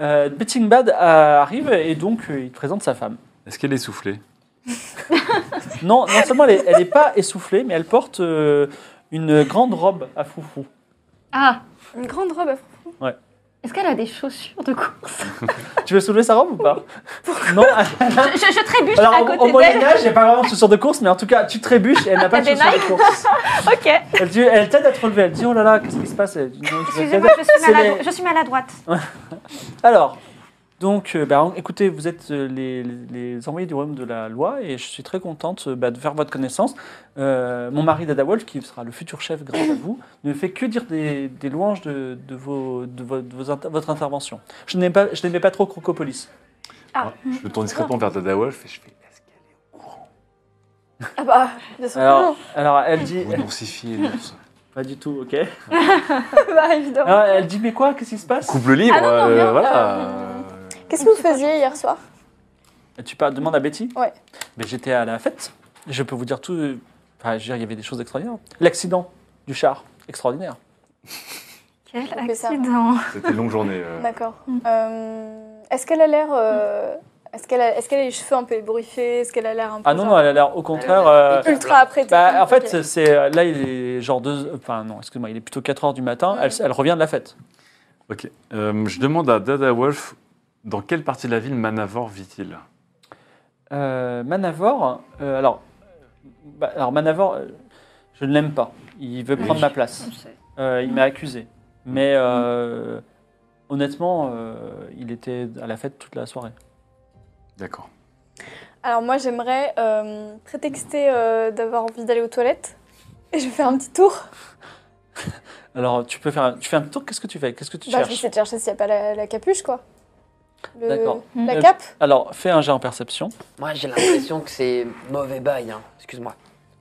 Speaker 2: Euh, Betting Bad euh, arrive et donc euh, il te présente sa femme.
Speaker 3: Est-ce qu'elle est soufflée
Speaker 2: Non, non seulement elle est- elle n'est pas essoufflée, mais elle porte euh, une grande robe à foufou.
Speaker 7: Ah
Speaker 5: Une grande robe à
Speaker 7: Est-ce qu'elle a des chaussures de course
Speaker 2: Tu veux soulever sa robe ou pas Non,
Speaker 7: Euh, je, je- je trébuche
Speaker 2: alors
Speaker 7: à
Speaker 2: au- au
Speaker 7: côté d'elle.
Speaker 2: Moyen-Âge, il n'y a pas vraiment de chaussures de course, mais en tout cas, tu trébuches et elle n'a pas de
Speaker 7: T'as des
Speaker 2: chaussures de course.
Speaker 7: Ok.
Speaker 2: Elle, dit- elle t'aide à te relever, elle dit Oh là là, qu'est-ce qui se passe Elle dit, Non, je vais
Speaker 7: Excusez-moi,
Speaker 2: t'aider.
Speaker 7: je suis
Speaker 2: C'est
Speaker 7: maladro-
Speaker 2: les-
Speaker 7: je suis maladroite.
Speaker 2: Alors, donc, euh, bah, écoutez, vous êtes euh, les, les envoyés du royaume de la loi et je suis très contente euh, bah, de faire votre connaissance. Euh, mon mari Dada Wolf, qui sera le futur chef grâce à vous, ne fait que dire des, des louanges de, de vos, de, vos- de vos inter- votre intervention. Je n'aimais pas, je n'aimais pas trop Crocopolis.
Speaker 5: Ah.
Speaker 3: Je me tourne discrètement vers Dada Wolf et je fais Est-ce qu'elle est au courant
Speaker 5: Ah bah, bien sûr que
Speaker 2: Alors, alors elle dit,
Speaker 3: Vous densifiez l'ours.
Speaker 2: pas du tout, ok.
Speaker 5: non. bah, évidemment.
Speaker 2: Alors, elle dit, mais quoi, qu'est-ce qui se passe
Speaker 3: Couple libre,
Speaker 5: Ah non, non,
Speaker 3: euh,
Speaker 5: bien,
Speaker 3: voilà.
Speaker 5: Qu'est-ce que vous faisiez hier soir
Speaker 2: Et Tu parles, demandes à Betty
Speaker 5: Ouais.
Speaker 2: Mais j'étais à la fête. Je peux vous dire tout. euh, Enfin, je veux dire, il y avait des choses extraordinaires. L'accident du char, extraordinaire.
Speaker 7: Quel
Speaker 5: fait ça.
Speaker 7: accident
Speaker 3: C'était une longue journée. euh.
Speaker 5: D'accord. Euh, Est-ce qu'elle a l'air. euh, Est-ce qu'elle a, est-ce qu'elle a les cheveux un peu ébouriffés Est-ce qu'elle a l'air un peu.
Speaker 2: Ah non, non,
Speaker 5: genre,
Speaker 2: elle a l'air, au contraire. euh,
Speaker 5: Ultra apprêtée.
Speaker 2: Bah, en fait,
Speaker 5: Ok.
Speaker 2: c'est là, il est genre deux. Enfin, non, excuse-moi, il est plutôt 4 heures du matin. Elle, elle revient de la fête.
Speaker 3: Ok. Euh, je demande à Dada Wolf dans quelle partie de la ville Manavor vit-il
Speaker 2: Euh, Manavor, euh, alors, bah, alors Manavor, euh, je ne l'aime pas. Il veut prendre ma place. Euh, il m'a accusé. Mais euh, honnêtement, euh, il était à la fête toute la soirée.
Speaker 3: D'accord.
Speaker 5: Alors moi j'aimerais euh, prétexter euh, d'avoir envie d'aller aux toilettes et je vais faire un petit tour.
Speaker 2: Alors, tu peux faire un- tu fais un tour, qu'est-ce que tu fais Qu'est-ce que tu
Speaker 5: Bah, je vais
Speaker 2: cherches
Speaker 5: essayer de chercher s'il n'y a pas la, la capuche quoi. Le-
Speaker 2: D'accord.
Speaker 5: La
Speaker 2: Euh,
Speaker 5: cape
Speaker 2: Alors, fais un jet en perception.
Speaker 6: Moi, j'ai l'impression que c'est mauvais bail, hein. Excuse-moi.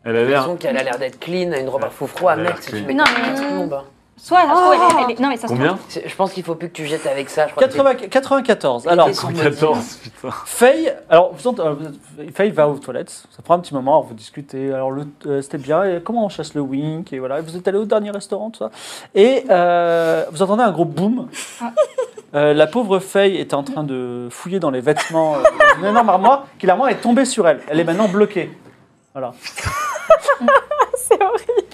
Speaker 3: Elle a
Speaker 6: J'ai
Speaker 3: l'air.
Speaker 6: l'impression qu'elle a l'air d'être clean, une robe à faux froid,
Speaker 3: Elle a
Speaker 6: mec.
Speaker 3: l'air
Speaker 6: Si tu
Speaker 3: clean.
Speaker 6: mets
Speaker 7: Non,
Speaker 6: comme ça,
Speaker 7: mais-
Speaker 6: tu tombes, hein.
Speaker 7: Soit, ça se trouve, elle est- elle est- Non, mais ça se
Speaker 3: Combien
Speaker 6: C'est- Je pense qu'il faut plus que tu jettes avec ça. Je crois que
Speaker 2: 80 94.
Speaker 6: Les
Speaker 2: Alors,
Speaker 6: dés sont maudits.
Speaker 3: 14, putain.
Speaker 2: Faye, alors, vous êtes- euh, vous êtes- Faye va aux toilettes, ça prend un petit moment, alors vous discutez, alors le- euh, c'était bien, et comment on chasse le wink, et voilà, et vous êtes allé au dernier restaurant, tout ça. Et euh, vous entendez un gros boom. Euh, la pauvre Faye était en train de fouiller dans les vêtements euh, d'une énorme armoire, qui l'armoire est tombée sur elle, elle est maintenant bloquée. Voilà.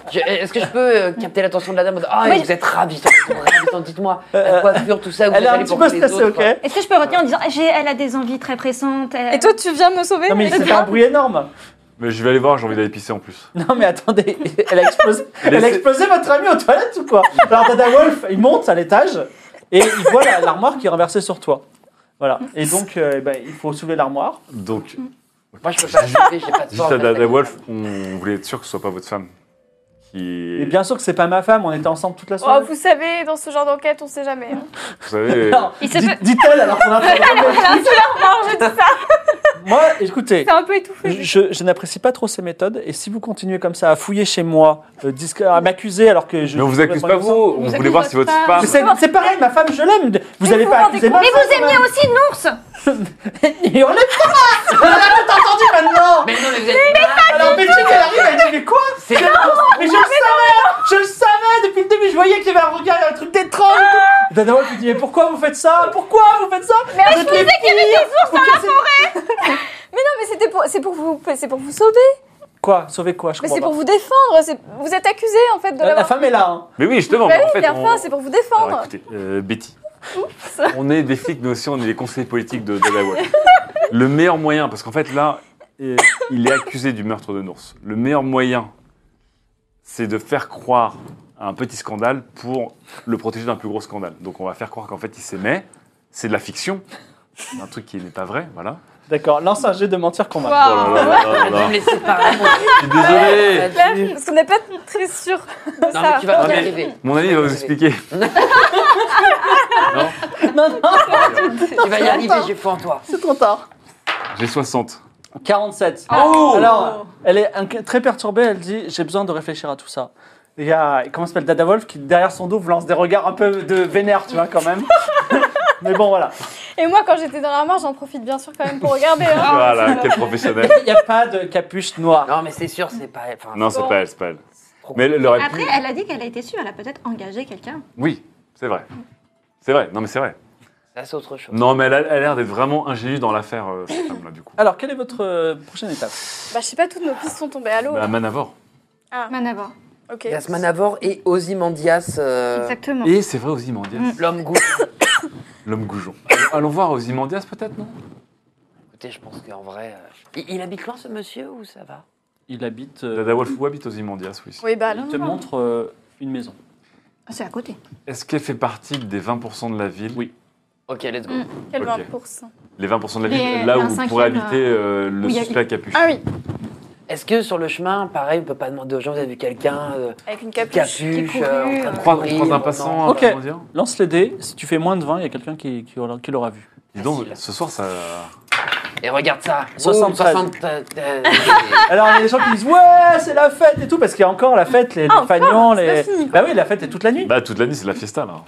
Speaker 6: Je- Est-ce que je peux euh, capter l'attention de la dame en disant, Ah,
Speaker 7: Oui.
Speaker 6: vous êtes ravissante, vous êtes ravissante, dites-moi,
Speaker 2: Euh,
Speaker 6: la coiffure, tout ça, vous
Speaker 2: Elle est
Speaker 6: êtes
Speaker 2: un
Speaker 6: allée
Speaker 2: petit
Speaker 6: pour
Speaker 2: peu
Speaker 6: que les
Speaker 2: stressée,
Speaker 6: autres,
Speaker 2: ok
Speaker 6: quoi.
Speaker 7: Est-ce que je peux retenir en disant J'ai- elle a des envies très pressantes elle-
Speaker 5: Et toi tu viens me sauver
Speaker 2: Non mais
Speaker 5: mais-
Speaker 2: c'était un bruit énorme
Speaker 3: Mais je vais aller voir, j'ai envie d'aller pisser en plus.
Speaker 2: Non mais attendez, elle a explosé, elle a
Speaker 3: Laissez-
Speaker 2: explosé votre ami aux toilettes ou quoi Alors Dada Wolf, il monte à l'étage et il voit la- l'armoire qui est renversée sur toi. Voilà, et donc euh, eh ben, il faut soulever l'armoire.
Speaker 3: Donc,
Speaker 6: Moi, je peux pas soulever, j'ai pas de
Speaker 3: juste
Speaker 6: force.
Speaker 3: à Dada
Speaker 6: d'attaque.
Speaker 3: Wolf, on voulait être sûr que ce soit pas votre femme. Qui...
Speaker 2: Et Eh bien sûr que c'est pas ma femme, on était ensemble toute la
Speaker 5: Oh,
Speaker 2: soirée.
Speaker 5: vous savez, dans ce genre d'enquête, on sait jamais. hein.
Speaker 3: Vous savez.
Speaker 2: Alors,
Speaker 7: Il se
Speaker 2: dit-
Speaker 7: peut-
Speaker 2: Dit-elle alors qu'on a
Speaker 5: Alors, sous l'armoire, je dis ça,
Speaker 2: Moi, écoutez,
Speaker 5: c'est un peu étouffé.
Speaker 2: je, je n'apprécie pas trop ces méthodes et si vous continuez comme ça à fouiller chez moi, euh, disque- à m'accuser alors que je.
Speaker 3: Mais on vous accuse pas, vous On
Speaker 5: Vous
Speaker 3: voulait voir si votre
Speaker 5: accusez
Speaker 6: Ah.
Speaker 3: femme.
Speaker 2: Mais C'est c'est pareil, ma femme, je l'aime. Vous
Speaker 5: Mais
Speaker 2: n'allez
Speaker 5: vous
Speaker 2: pas
Speaker 5: vous rendez
Speaker 2: accuser ma
Speaker 5: compte-
Speaker 7: Mais vous
Speaker 2: femme, hein.
Speaker 7: aimiez aussi une ours
Speaker 2: Et on est pas T'as entendu maintenant
Speaker 6: Mais non, mais vous êtes.
Speaker 2: Alors Belgique, elle arrive, elle dit mais quoi
Speaker 6: C'est-
Speaker 2: Je- Mais je le savais Je le savais depuis le début, je voyais qu'il y avait un regard, il y avait un truc d'étrange et tout. Dada Wolf lui dit mais pourquoi vous faites ça Pourquoi vous faites ça Mais je vous qu'il y avait des ours dans la forêt
Speaker 5: Mais non, mais c'était pour, c'est pour vous, c'est pour vous sauver.
Speaker 2: Quoi Sauver quoi Je
Speaker 5: Mais
Speaker 2: comprends
Speaker 3: bah.
Speaker 5: c'est
Speaker 2: pas.
Speaker 5: pour vous défendre. c'est- Vous êtes accusé en fait de
Speaker 2: La, la
Speaker 5: l'avoir.
Speaker 2: femme est là, hein.
Speaker 3: Mais oui, justement.
Speaker 5: Bah
Speaker 3: en
Speaker 5: oui,
Speaker 3: fait,
Speaker 5: bien
Speaker 3: on-
Speaker 5: enfin, c'est pour vous
Speaker 3: Alors,
Speaker 5: défendre.
Speaker 3: écoutez, euh, Betty, on est des flics, mais aussi on est des conseillers politiques de Dada Wolf. Le meilleur moyen, parce qu'en fait là, euh, il est accusé du meurtre de Nours. Le meilleur moyen, c'est de faire croire à un petit scandale pour le protéger d'un plus gros scandale. Donc on va faire croire qu'en fait il s'aimait, c'est de la fiction, C'est un truc qui n'est pas vrai, voilà.
Speaker 2: D'accord, lance un jet de mentir convaincre.
Speaker 3: Oh là là là là là
Speaker 6: Tu
Speaker 3: là.
Speaker 6: me laisses parler.
Speaker 3: Je suis désolé
Speaker 5: Là, parce qu'on n'est pas très sûr. de
Speaker 6: Non,
Speaker 5: ça.
Speaker 6: mais tu vas
Speaker 3: Non,
Speaker 6: y
Speaker 3: mais-
Speaker 6: arriver.
Speaker 3: Mon ami va vous expliquer. non,
Speaker 2: Non, non,
Speaker 6: Tu vas y arriver, j'ai foi en toi.
Speaker 2: c'est trop tard.
Speaker 3: j'ai 60.
Speaker 2: 47. Alors, elle est inqui- très perturbée, elle dit j'ai besoin de réfléchir à tout ça. Il y a, comment s'appelle, Dada Wolf qui derrière son dos vous lance des regards un peu de vénère, tu vois, quand même. Mais bon, voilà.
Speaker 5: Et moi, quand j'étais dans l'armoire, j'en profite bien sûr quand même pour regarder. hein.
Speaker 3: Voilà, quel professionnel.
Speaker 2: Il n'y a pas de capuche noire.
Speaker 6: Non, mais c'est sûr, c'est pas. enfin,
Speaker 3: Non, c'est pas elle, c'est pas elle. Mais elle, elle aurait pu-
Speaker 7: Après, elle a dit qu'elle a été sûre, elle a peut-être engagé quelqu'un.
Speaker 3: Oui, c'est vrai. C'est vrai, non mais c'est vrai.
Speaker 6: Ça, c'est autre chose.
Speaker 3: Non mais elle a elle a l'air d'être vraiment ingénue dans l'affaire, euh, cette femme-là, du coup.
Speaker 2: Alors, quelle est votre euh, prochaine étape
Speaker 5: Bah, je sais pas, toutes nos pistes sont tombées à l'eau.
Speaker 3: Bah,
Speaker 5: là.
Speaker 3: Manavor.
Speaker 7: Manavor.
Speaker 5: Ok.
Speaker 6: Yasmanavor et Ozymandias, euh,
Speaker 7: Exactement.
Speaker 3: Et c'est vrai, Ozymandias.
Speaker 6: l'homme goût.
Speaker 3: L'homme goujon. Euh, Allons voir Ozymandias, peut-être, non
Speaker 6: Écoutez, je pense qu'en vrai. euh, Il, il habite loin, ce monsieur, ou ça va
Speaker 2: Il habite. euh,
Speaker 3: Dada Wolf, où habite Ozymandias, oui.
Speaker 5: Oui, bah,
Speaker 2: il te montre euh, une maison.
Speaker 7: Ah, C'est à côté.
Speaker 3: Est-ce qu'elle fait partie des 20% de la ville
Speaker 2: Oui.
Speaker 6: Ok, let's go.
Speaker 7: Mm.
Speaker 5: quel
Speaker 3: Ok.
Speaker 5: 20%
Speaker 3: Les 20% de la
Speaker 7: Mais
Speaker 3: ville, là
Speaker 7: il y a
Speaker 3: où
Speaker 7: un
Speaker 3: pourrait
Speaker 7: cinquième,
Speaker 3: habiter euh, le
Speaker 7: où il y a-
Speaker 3: suspect à capuche.
Speaker 5: Ah oui,
Speaker 6: Est-ce que sur le chemin, pareil, on peut pas demander aux gens, vous avez vu quelqu'un euh,
Speaker 5: avec une
Speaker 6: Capuche,
Speaker 5: capuche.
Speaker 7: qui est
Speaker 6: euh, en
Speaker 7: couru,
Speaker 6: train de
Speaker 3: On croise, on
Speaker 6: courir,
Speaker 3: croise un
Speaker 6: vraiment.
Speaker 3: passant,
Speaker 2: Ok.
Speaker 3: euh, comment dire
Speaker 2: Lance les dés. Si tu fais moins de 20, il y a quelqu'un qui, qui aura- qui l'aura vu.
Speaker 3: Dis donc,
Speaker 6: Facile.
Speaker 3: ce soir, ça...
Speaker 6: Et regarde ça.
Speaker 2: 73.
Speaker 6: Ouh, 60, euh, euh,
Speaker 2: Alors, il y a des gens qui disent Ouais, c'est la fête et tout, parce qu'il y a encore la fête, les, les
Speaker 5: Ah, encore
Speaker 2: fagnons,
Speaker 5: C'est
Speaker 2: les.
Speaker 5: pas fini,
Speaker 2: Bah oui, la fête est toute la nuit.
Speaker 3: Bah, toute la nuit, c'est de la fiesta, là.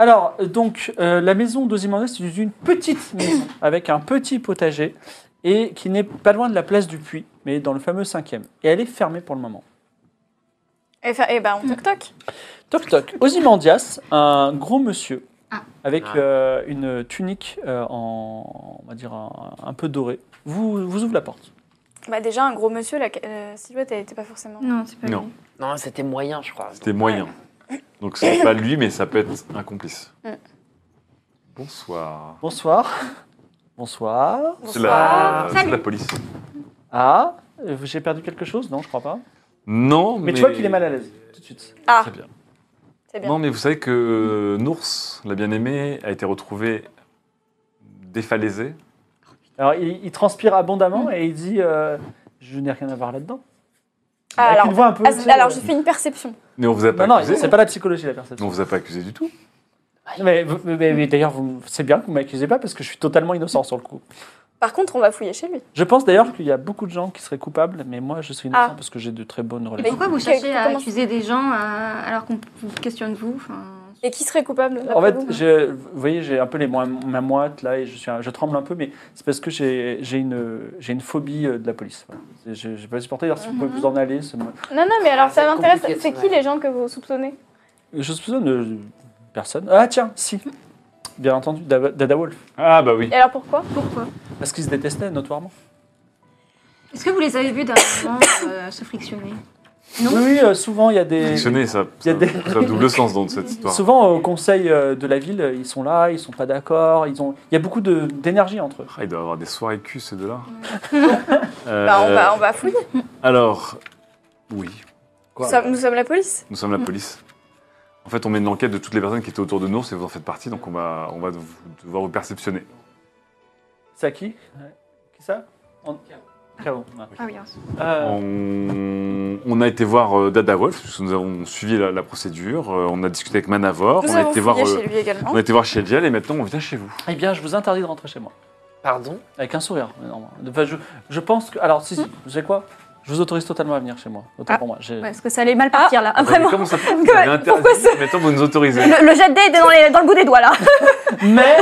Speaker 2: Alors, euh, donc, euh, la maison d'Ozymandias, c'est une petite maison avec un petit potager et qui n'est pas loin de la place du puits, mais dans le fameux cinquième. Et elle est fermée pour le moment.
Speaker 5: Et, fa- eh ben, on toc-toc.
Speaker 2: Toc toc. Ozymandias, un gros monsieur
Speaker 7: Ah.
Speaker 2: avec
Speaker 6: Ah.
Speaker 2: euh, une tunique euh, en, on va dire, un, un peu dorée, vous, vous ouvre la porte.
Speaker 5: Bah, déjà, un gros monsieur, la ca- euh, silhouette, elle était pas forcément.
Speaker 3: Mm.
Speaker 7: Non, c'est pas
Speaker 3: Non.
Speaker 7: lui.
Speaker 6: Non, c'était moyen, je crois.
Speaker 3: C'était moyen. Donc c'est pas lui, mais ça peut être un complice. Bonsoir.
Speaker 2: Bonsoir. Bonsoir.
Speaker 3: C'est la,
Speaker 7: Salut.
Speaker 3: c'est la police.
Speaker 2: Ah, euh, j'ai perdu quelque chose Non, je crois pas.
Speaker 3: Non, mais...
Speaker 2: Mais, tu vois qu'il est mal à l'aise, tout de suite.
Speaker 5: Ah,
Speaker 3: Très bien.
Speaker 5: c'est bien.
Speaker 3: Non, mais vous savez euh, que Nours, la bien-aimée, a été retrouvée défalaisée
Speaker 2: Alors, il, il transpire abondamment et il dit euh, Je n'ai rien à voir là-dedans.
Speaker 5: Ah,
Speaker 2: Avec
Speaker 5: alors,
Speaker 2: une voix un peu- euh,
Speaker 5: ah, c'est- alors, j'ai fait une perception.
Speaker 3: Mais on vous a pas
Speaker 2: Non, non,
Speaker 3: accusé.
Speaker 2: c'est pas la psychologie, la perception.
Speaker 3: On vous a pas accusé du tout.
Speaker 5: Ah,
Speaker 2: Mais, vous- mais- mais- mais d'ailleurs, vous- c'est bien que vous m'accusez pas parce que je suis totalement innocent sur le coup.
Speaker 5: Par contre, on va fouiller chez lui.
Speaker 2: Je pense d'ailleurs qu'il y a beaucoup de gens qui seraient coupables, mais moi, je suis innocent
Speaker 5: Ah.
Speaker 2: parce que j'ai de très bonnes
Speaker 5: Mais
Speaker 2: relations.
Speaker 7: Pourquoi vous
Speaker 5: que-
Speaker 7: cherchez à
Speaker 5: comment-
Speaker 7: accuser des gens euh, alors qu'on vous questionne vous enfin,
Speaker 5: Et qui serait coupable
Speaker 2: En
Speaker 5: d'après
Speaker 2: fait,
Speaker 5: vous
Speaker 2: je- vous voyez, j'ai un peu les mo- ma moite là et je, suis un- je tremble un peu, mais c'est parce que j'ai j'ai une, j'ai une phobie euh, de la police. Voilà. C'est- Je je peux pas supporter. Alors, si vous pouvez
Speaker 5: Mhm.
Speaker 2: vous en aller, c'est moi.
Speaker 5: Non, non, mais alors
Speaker 6: Ça
Speaker 5: ça
Speaker 6: va être
Speaker 5: m'intéresse.
Speaker 6: compliqué de
Speaker 5: C'est
Speaker 6: se
Speaker 5: qui
Speaker 6: battre.
Speaker 5: les gens que vous soupçonnez
Speaker 2: Je soupçonne euh, personne. Ah, tiens, si. Bien entendu, Dada Dada Wolf.
Speaker 3: Ah bah oui.
Speaker 5: Et alors pourquoi
Speaker 7: Pourquoi
Speaker 2: Parce qu'ils se détestaient notoirement.
Speaker 7: Est-ce que vous les avez vus dernièrement euh, se frictionner Non.
Speaker 2: Oui, oui, euh, souvent, il y a des.
Speaker 3: Frictionner, ça,
Speaker 2: Il y
Speaker 3: ça,
Speaker 2: a des-
Speaker 3: ça a double sens dans cette histoire.
Speaker 2: Souvent, au conseil euh, de la ville, ils sont là, ils sont pas d'accord. Ils ont... Il y a beaucoup de- d'énergie entre eux.
Speaker 3: Ah, il doit avoir des soirées cul, ces deux-là. Euh,
Speaker 5: Bah, on, va, on va fouiller.
Speaker 3: Alors, oui,
Speaker 5: Nous sommes, nous sommes la police.
Speaker 3: nous sommes la police. En fait, on mène l'enquête de toutes les personnes qui étaient autour de Nours et vous en faites partie, donc on va, on va vous- devoir vous perceptionner.
Speaker 2: C'est à qui Ouais. Qui ça En- Caro, ouais.
Speaker 7: Ah oui, hein.
Speaker 2: Euh,
Speaker 3: On, on a été voir euh, Dada Wolf, puisque nous avons suivi la, la procédure, euh, on a discuté avec Manavor,
Speaker 5: Nous
Speaker 3: on a,
Speaker 5: avons
Speaker 3: été
Speaker 5: fouillé
Speaker 3: voir, euh,
Speaker 5: chez lui également.
Speaker 3: on a été voir chez Edgel et maintenant on vient chez vous.
Speaker 2: Eh bien, je vous interdis de rentrer chez moi.
Speaker 6: Pardon
Speaker 2: Avec un sourire, énorme. Enfin, je, je pense que. Alors, si, si, vous savez quoi Je vous autorise totalement à venir chez moi. Autant
Speaker 7: Hmm. Ah.
Speaker 2: pour moi. j'ai-
Speaker 7: Ouais, parce que ça allait mal partir là. Ah,
Speaker 3: Attends,
Speaker 7: vraiment.
Speaker 3: mais Comment ça vous avez interdit, Maintenant vous nous autorisez.
Speaker 7: Le, le jet de dés était dans, les- dans le bout des doigts là.
Speaker 2: Mais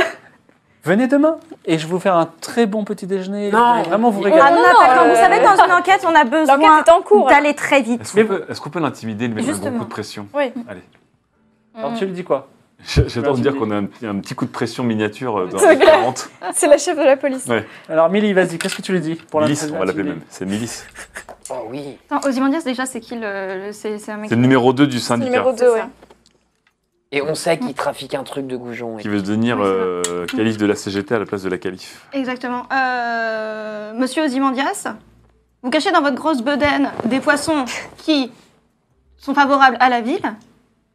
Speaker 2: venez demain et je vais vous faire un très bon petit déjeuner.
Speaker 6: Non.
Speaker 2: Vous allez vraiment vous
Speaker 7: Ah
Speaker 2: régaler.
Speaker 7: non,
Speaker 5: non,
Speaker 7: attends, quand
Speaker 5: euh,
Speaker 7: vous savez, dans une enquête, on a besoin
Speaker 5: L'enquête est en cours.
Speaker 7: d'aller très vite.
Speaker 3: Est-ce qu'on peut, est-ce qu'on peut l'intimider et lui mettre un
Speaker 7: Justement.
Speaker 3: gros coup de pression
Speaker 5: Oui.
Speaker 3: Allez.
Speaker 7: Hmm.
Speaker 2: Alors, tu lui dis quoi
Speaker 3: J'attends de dire
Speaker 2: Vas-y.
Speaker 3: qu'on a un petit, un petit coup de pression miniature euh, dans
Speaker 5: C'est
Speaker 3: la
Speaker 5: clair.
Speaker 3: vente.
Speaker 5: C'est la chef de la police.
Speaker 2: Alors, Milly, vas-y, qu'est-ce que tu lui dis pour
Speaker 3: Milice,
Speaker 2: l'interview
Speaker 3: on va l'appeler même. C'est Milice.
Speaker 6: Oh oui.
Speaker 7: Attends, Ozymandias, déjà, c'est qui le. le- c'est c'est un mec.
Speaker 3: C'est le numéro 2 du
Speaker 5: C'est le
Speaker 3: syndicat
Speaker 5: numéro 2, ouais.
Speaker 7: ça.
Speaker 6: Et on sait qu'il trafique un truc de goujon. et-
Speaker 3: qui veut devenir
Speaker 7: Oui, c'est
Speaker 3: euh, calife de la CGT à la place de la calife.
Speaker 7: Exactement. Euh, Monsieur Ozymandias, vous cachez dans votre grosse bedaine des poissons qui sont favorables à la ville.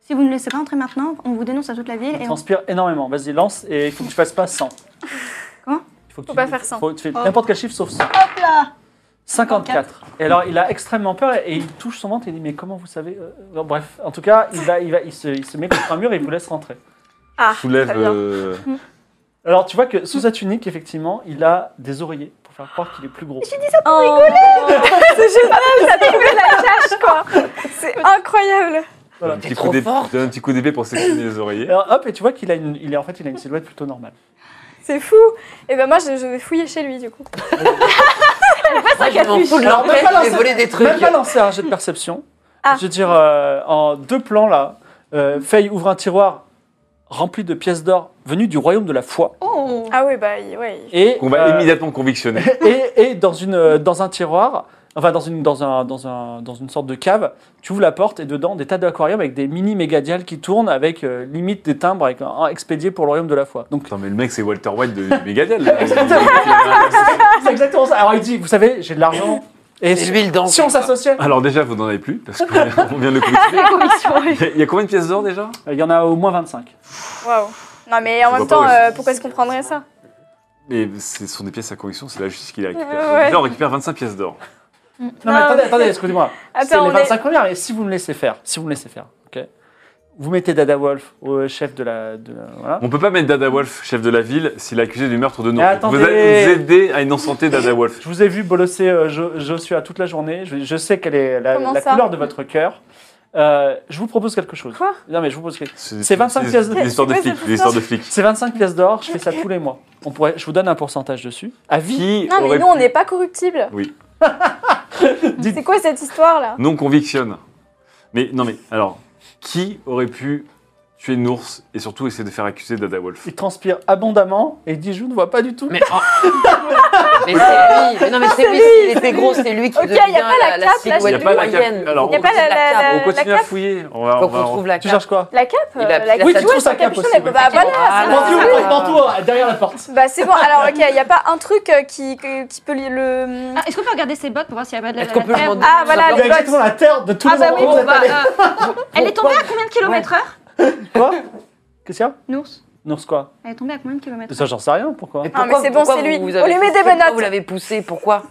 Speaker 7: Si vous ne laissez pas entrer maintenant, on vous dénonce à toute la ville
Speaker 2: Il
Speaker 7: et on...
Speaker 2: transpire énormément. Vas-y, lance et il faut que tu fasses pas 100.
Speaker 7: Comment
Speaker 2: Il faut que
Speaker 5: Faut
Speaker 2: tu-
Speaker 5: pas faire 100.
Speaker 2: faut- tu fais
Speaker 7: Oh.
Speaker 2: n'importe quel chiffre sauf 100.
Speaker 7: Hop là
Speaker 2: 54. Et alors, il a extrêmement peur et il touche son ventre et il dit Mais comment vous savez euh, non, Bref, en tout cas, il, va, il, va, il, se, il se met contre un mur et il vous laisse rentrer.
Speaker 5: Ah,
Speaker 3: Soulève.
Speaker 5: très bien.
Speaker 3: euh,
Speaker 2: Alors, tu vois que sous sa tunique, effectivement, il a des oreillers pour faire croire qu'il est plus gros.
Speaker 5: Oh. C'est génial, ça trouvé la cache, quoi. C'est incroyable.
Speaker 3: un,
Speaker 6: T'es
Speaker 3: petit
Speaker 6: trop
Speaker 3: coup d'ép-
Speaker 6: forte.
Speaker 3: donne un petit coup d'épée pour s'éclater les
Speaker 2: Et
Speaker 3: oreillers.
Speaker 2: alors, hop, et tu vois qu'il a une, il est, en fait, il a une silhouette plutôt normale.
Speaker 5: C'est fou. Et ben moi, je, je vais fouiller chez lui, du coup.
Speaker 6: Moi, je m'en fous de
Speaker 2: Alors, même
Speaker 6: l'enquête,
Speaker 2: pas
Speaker 6: je vais
Speaker 2: lancer-
Speaker 6: voler des trucs.
Speaker 2: Même pas lancer un jet de perception.
Speaker 5: Ah.
Speaker 2: Je veux dire, euh, en deux plans, là, euh, Faye ouvre un tiroir rempli de pièces d'or venues du royaume de la foi.
Speaker 7: Oh
Speaker 5: Ah ouais, bah il- ouais. il-
Speaker 2: Et,
Speaker 3: Qu'on va
Speaker 2: euh,
Speaker 3: immédiatement convictionner.
Speaker 2: et, et dans, une, euh, dans un tiroir, enfin, dans une, dans, un, dans, un, dans une sorte de cave, tu ouvres la porte et dedans, des tas d'aquariums avec des mini mégadiales qui tournent avec euh, limite des timbres avec un, un expédié pour le royaume de la foi. Donc,
Speaker 3: Putain, mais le mec, c'est Walter White de du Megadel. là.
Speaker 2: Ah, c'est exactement ça. Alors, il dit, vous savez, j'ai de l'argent. Et
Speaker 6: C'est
Speaker 2: si,
Speaker 6: l'huile d'encre.
Speaker 2: si on s'associait
Speaker 3: Alors, déjà, vous n'en avez plus, parce qu'on vient de le convictionner. Il y a- Il y a combien de pièces d'or déjà
Speaker 2: Il y en a au moins 25.
Speaker 5: Waouh. Non mais en
Speaker 3: Je
Speaker 5: même
Speaker 3: vois pas
Speaker 5: temps,
Speaker 3: où
Speaker 5: euh,
Speaker 3: est-ce-
Speaker 5: pourquoi est-ce qu'on prendrait ça
Speaker 3: Mais ce sont des pièces à conviction, c'est la justice qui les récupère.
Speaker 5: Euh, ouais.
Speaker 3: Là, on récupère 25 pièces d'or.
Speaker 2: Non, mais
Speaker 5: Non,
Speaker 2: attendez,
Speaker 5: mais-
Speaker 2: attendez, excusez-moi.
Speaker 5: Attends,
Speaker 2: C'est
Speaker 5: on
Speaker 2: les
Speaker 5: est-
Speaker 2: 25 premières, et si vous me laissez faire, si vous me laissez faire, ok Vous mettez Dada Wolf au chef de la. de la- voilà.
Speaker 3: On peut pas mettre Dada Wolf, chef de la ville, s'il est accusé du meurtre de
Speaker 2: Mais
Speaker 3: Nour.
Speaker 2: attendez.
Speaker 3: Vous allez nous aider à innocenter Dada Wolf.
Speaker 2: Je vous ai vu bolosser euh, Jo- Joshua toute la journée, je, je sais quelle est la,
Speaker 5: Comment
Speaker 2: la
Speaker 5: ça
Speaker 2: couleur de votre cœur. Euh, je vous propose quelque chose.
Speaker 5: Quoi
Speaker 2: non, mais je vous propose quelque C'est 25
Speaker 3: des-
Speaker 2: pièces d'or.
Speaker 3: Des histoires de
Speaker 5: C'est quoi
Speaker 3: flics.
Speaker 5: cette
Speaker 3: Des histoires de flics.
Speaker 2: C'est 25 pièces d'or, je fais ça tous les mois. On pourrait, je vous donne un pourcentage dessus. À vie,
Speaker 3: Qui
Speaker 5: Non mais
Speaker 3: aurait
Speaker 5: nous, on n'est pas corruptibles.
Speaker 3: Oui.
Speaker 2: Dites-
Speaker 5: C'est quoi cette histoire là
Speaker 3: Non convictionne. Mais non mais alors, qui aurait pu tuer Nours et surtout essayer de faire accuser Dada Wolf
Speaker 2: il transpire abondamment et il dit Je ne vois pas du tout.
Speaker 6: Mais, oh. mais c'est lui. Mais non, mais c'est lui. S'il était gros, c'est lui qui
Speaker 5: Ok,
Speaker 6: devient
Speaker 5: y a pas la cape, là,
Speaker 6: silhouette
Speaker 5: chez
Speaker 3: Y a pas la cape.
Speaker 6: moyenne.
Speaker 3: Alors,
Speaker 6: Faut
Speaker 3: on On
Speaker 6: qu'on
Speaker 5: trouve la cape. Euh,
Speaker 3: continue
Speaker 5: la
Speaker 3: à
Speaker 5: cape
Speaker 3: fouiller. On va,
Speaker 6: Faut
Speaker 3: on va-
Speaker 6: qu'on trouve la
Speaker 2: Tu
Speaker 6: cape.
Speaker 2: cherches quoi
Speaker 5: La cape
Speaker 6: Il a-
Speaker 5: euh, La
Speaker 6: il a
Speaker 2: sa
Speaker 5: cape, tu vois,
Speaker 2: trousse à
Speaker 5: son
Speaker 2: cape
Speaker 5: capuchon,
Speaker 2: aussi,
Speaker 5: elle
Speaker 2: ouais.
Speaker 5: peut pas. Bah voilà,
Speaker 6: Ah,
Speaker 5: c'est
Speaker 2: Mon
Speaker 5: ça.
Speaker 2: Dieu, on prend tout, euh, derrière la porte.
Speaker 5: Bah c'est bon. Alors ok, il y a pas un truc euh, qui que- qui peut li- le.
Speaker 7: Ah, Est-ce qu'on peut regarder ses bottes pour voir s'il n'y a pas de la,
Speaker 6: Est-ce qu'on
Speaker 7: la
Speaker 6: peut le
Speaker 7: terre
Speaker 6: demander
Speaker 5: Ah, voilà,
Speaker 2: Il y a
Speaker 5: les bottes.
Speaker 2: exactement la terre de tous
Speaker 5: Ah
Speaker 2: les
Speaker 5: bah oui,
Speaker 2: endroits où
Speaker 5: bon,
Speaker 2: vous êtes allés.
Speaker 7: Elle est tombée à combien de kilomètres heure
Speaker 2: Quoi Qu'est-ce qu'il y a
Speaker 7: Nours
Speaker 2: Nours quoi
Speaker 7: Elle est tombée à combien de kilomètres
Speaker 2: Ça, j'en sais rien, pourquoi
Speaker 6: Mais
Speaker 5: Non, mais c'est bon,
Speaker 6: pourquoi
Speaker 5: c'est
Speaker 6: vous-
Speaker 5: lui.
Speaker 6: vous
Speaker 5: On
Speaker 6: avez
Speaker 5: lui
Speaker 6: fait
Speaker 5: met
Speaker 6: ça
Speaker 5: des
Speaker 6: Pourquoi
Speaker 5: menottes.
Speaker 6: Vous l'avez poussé, pourquoi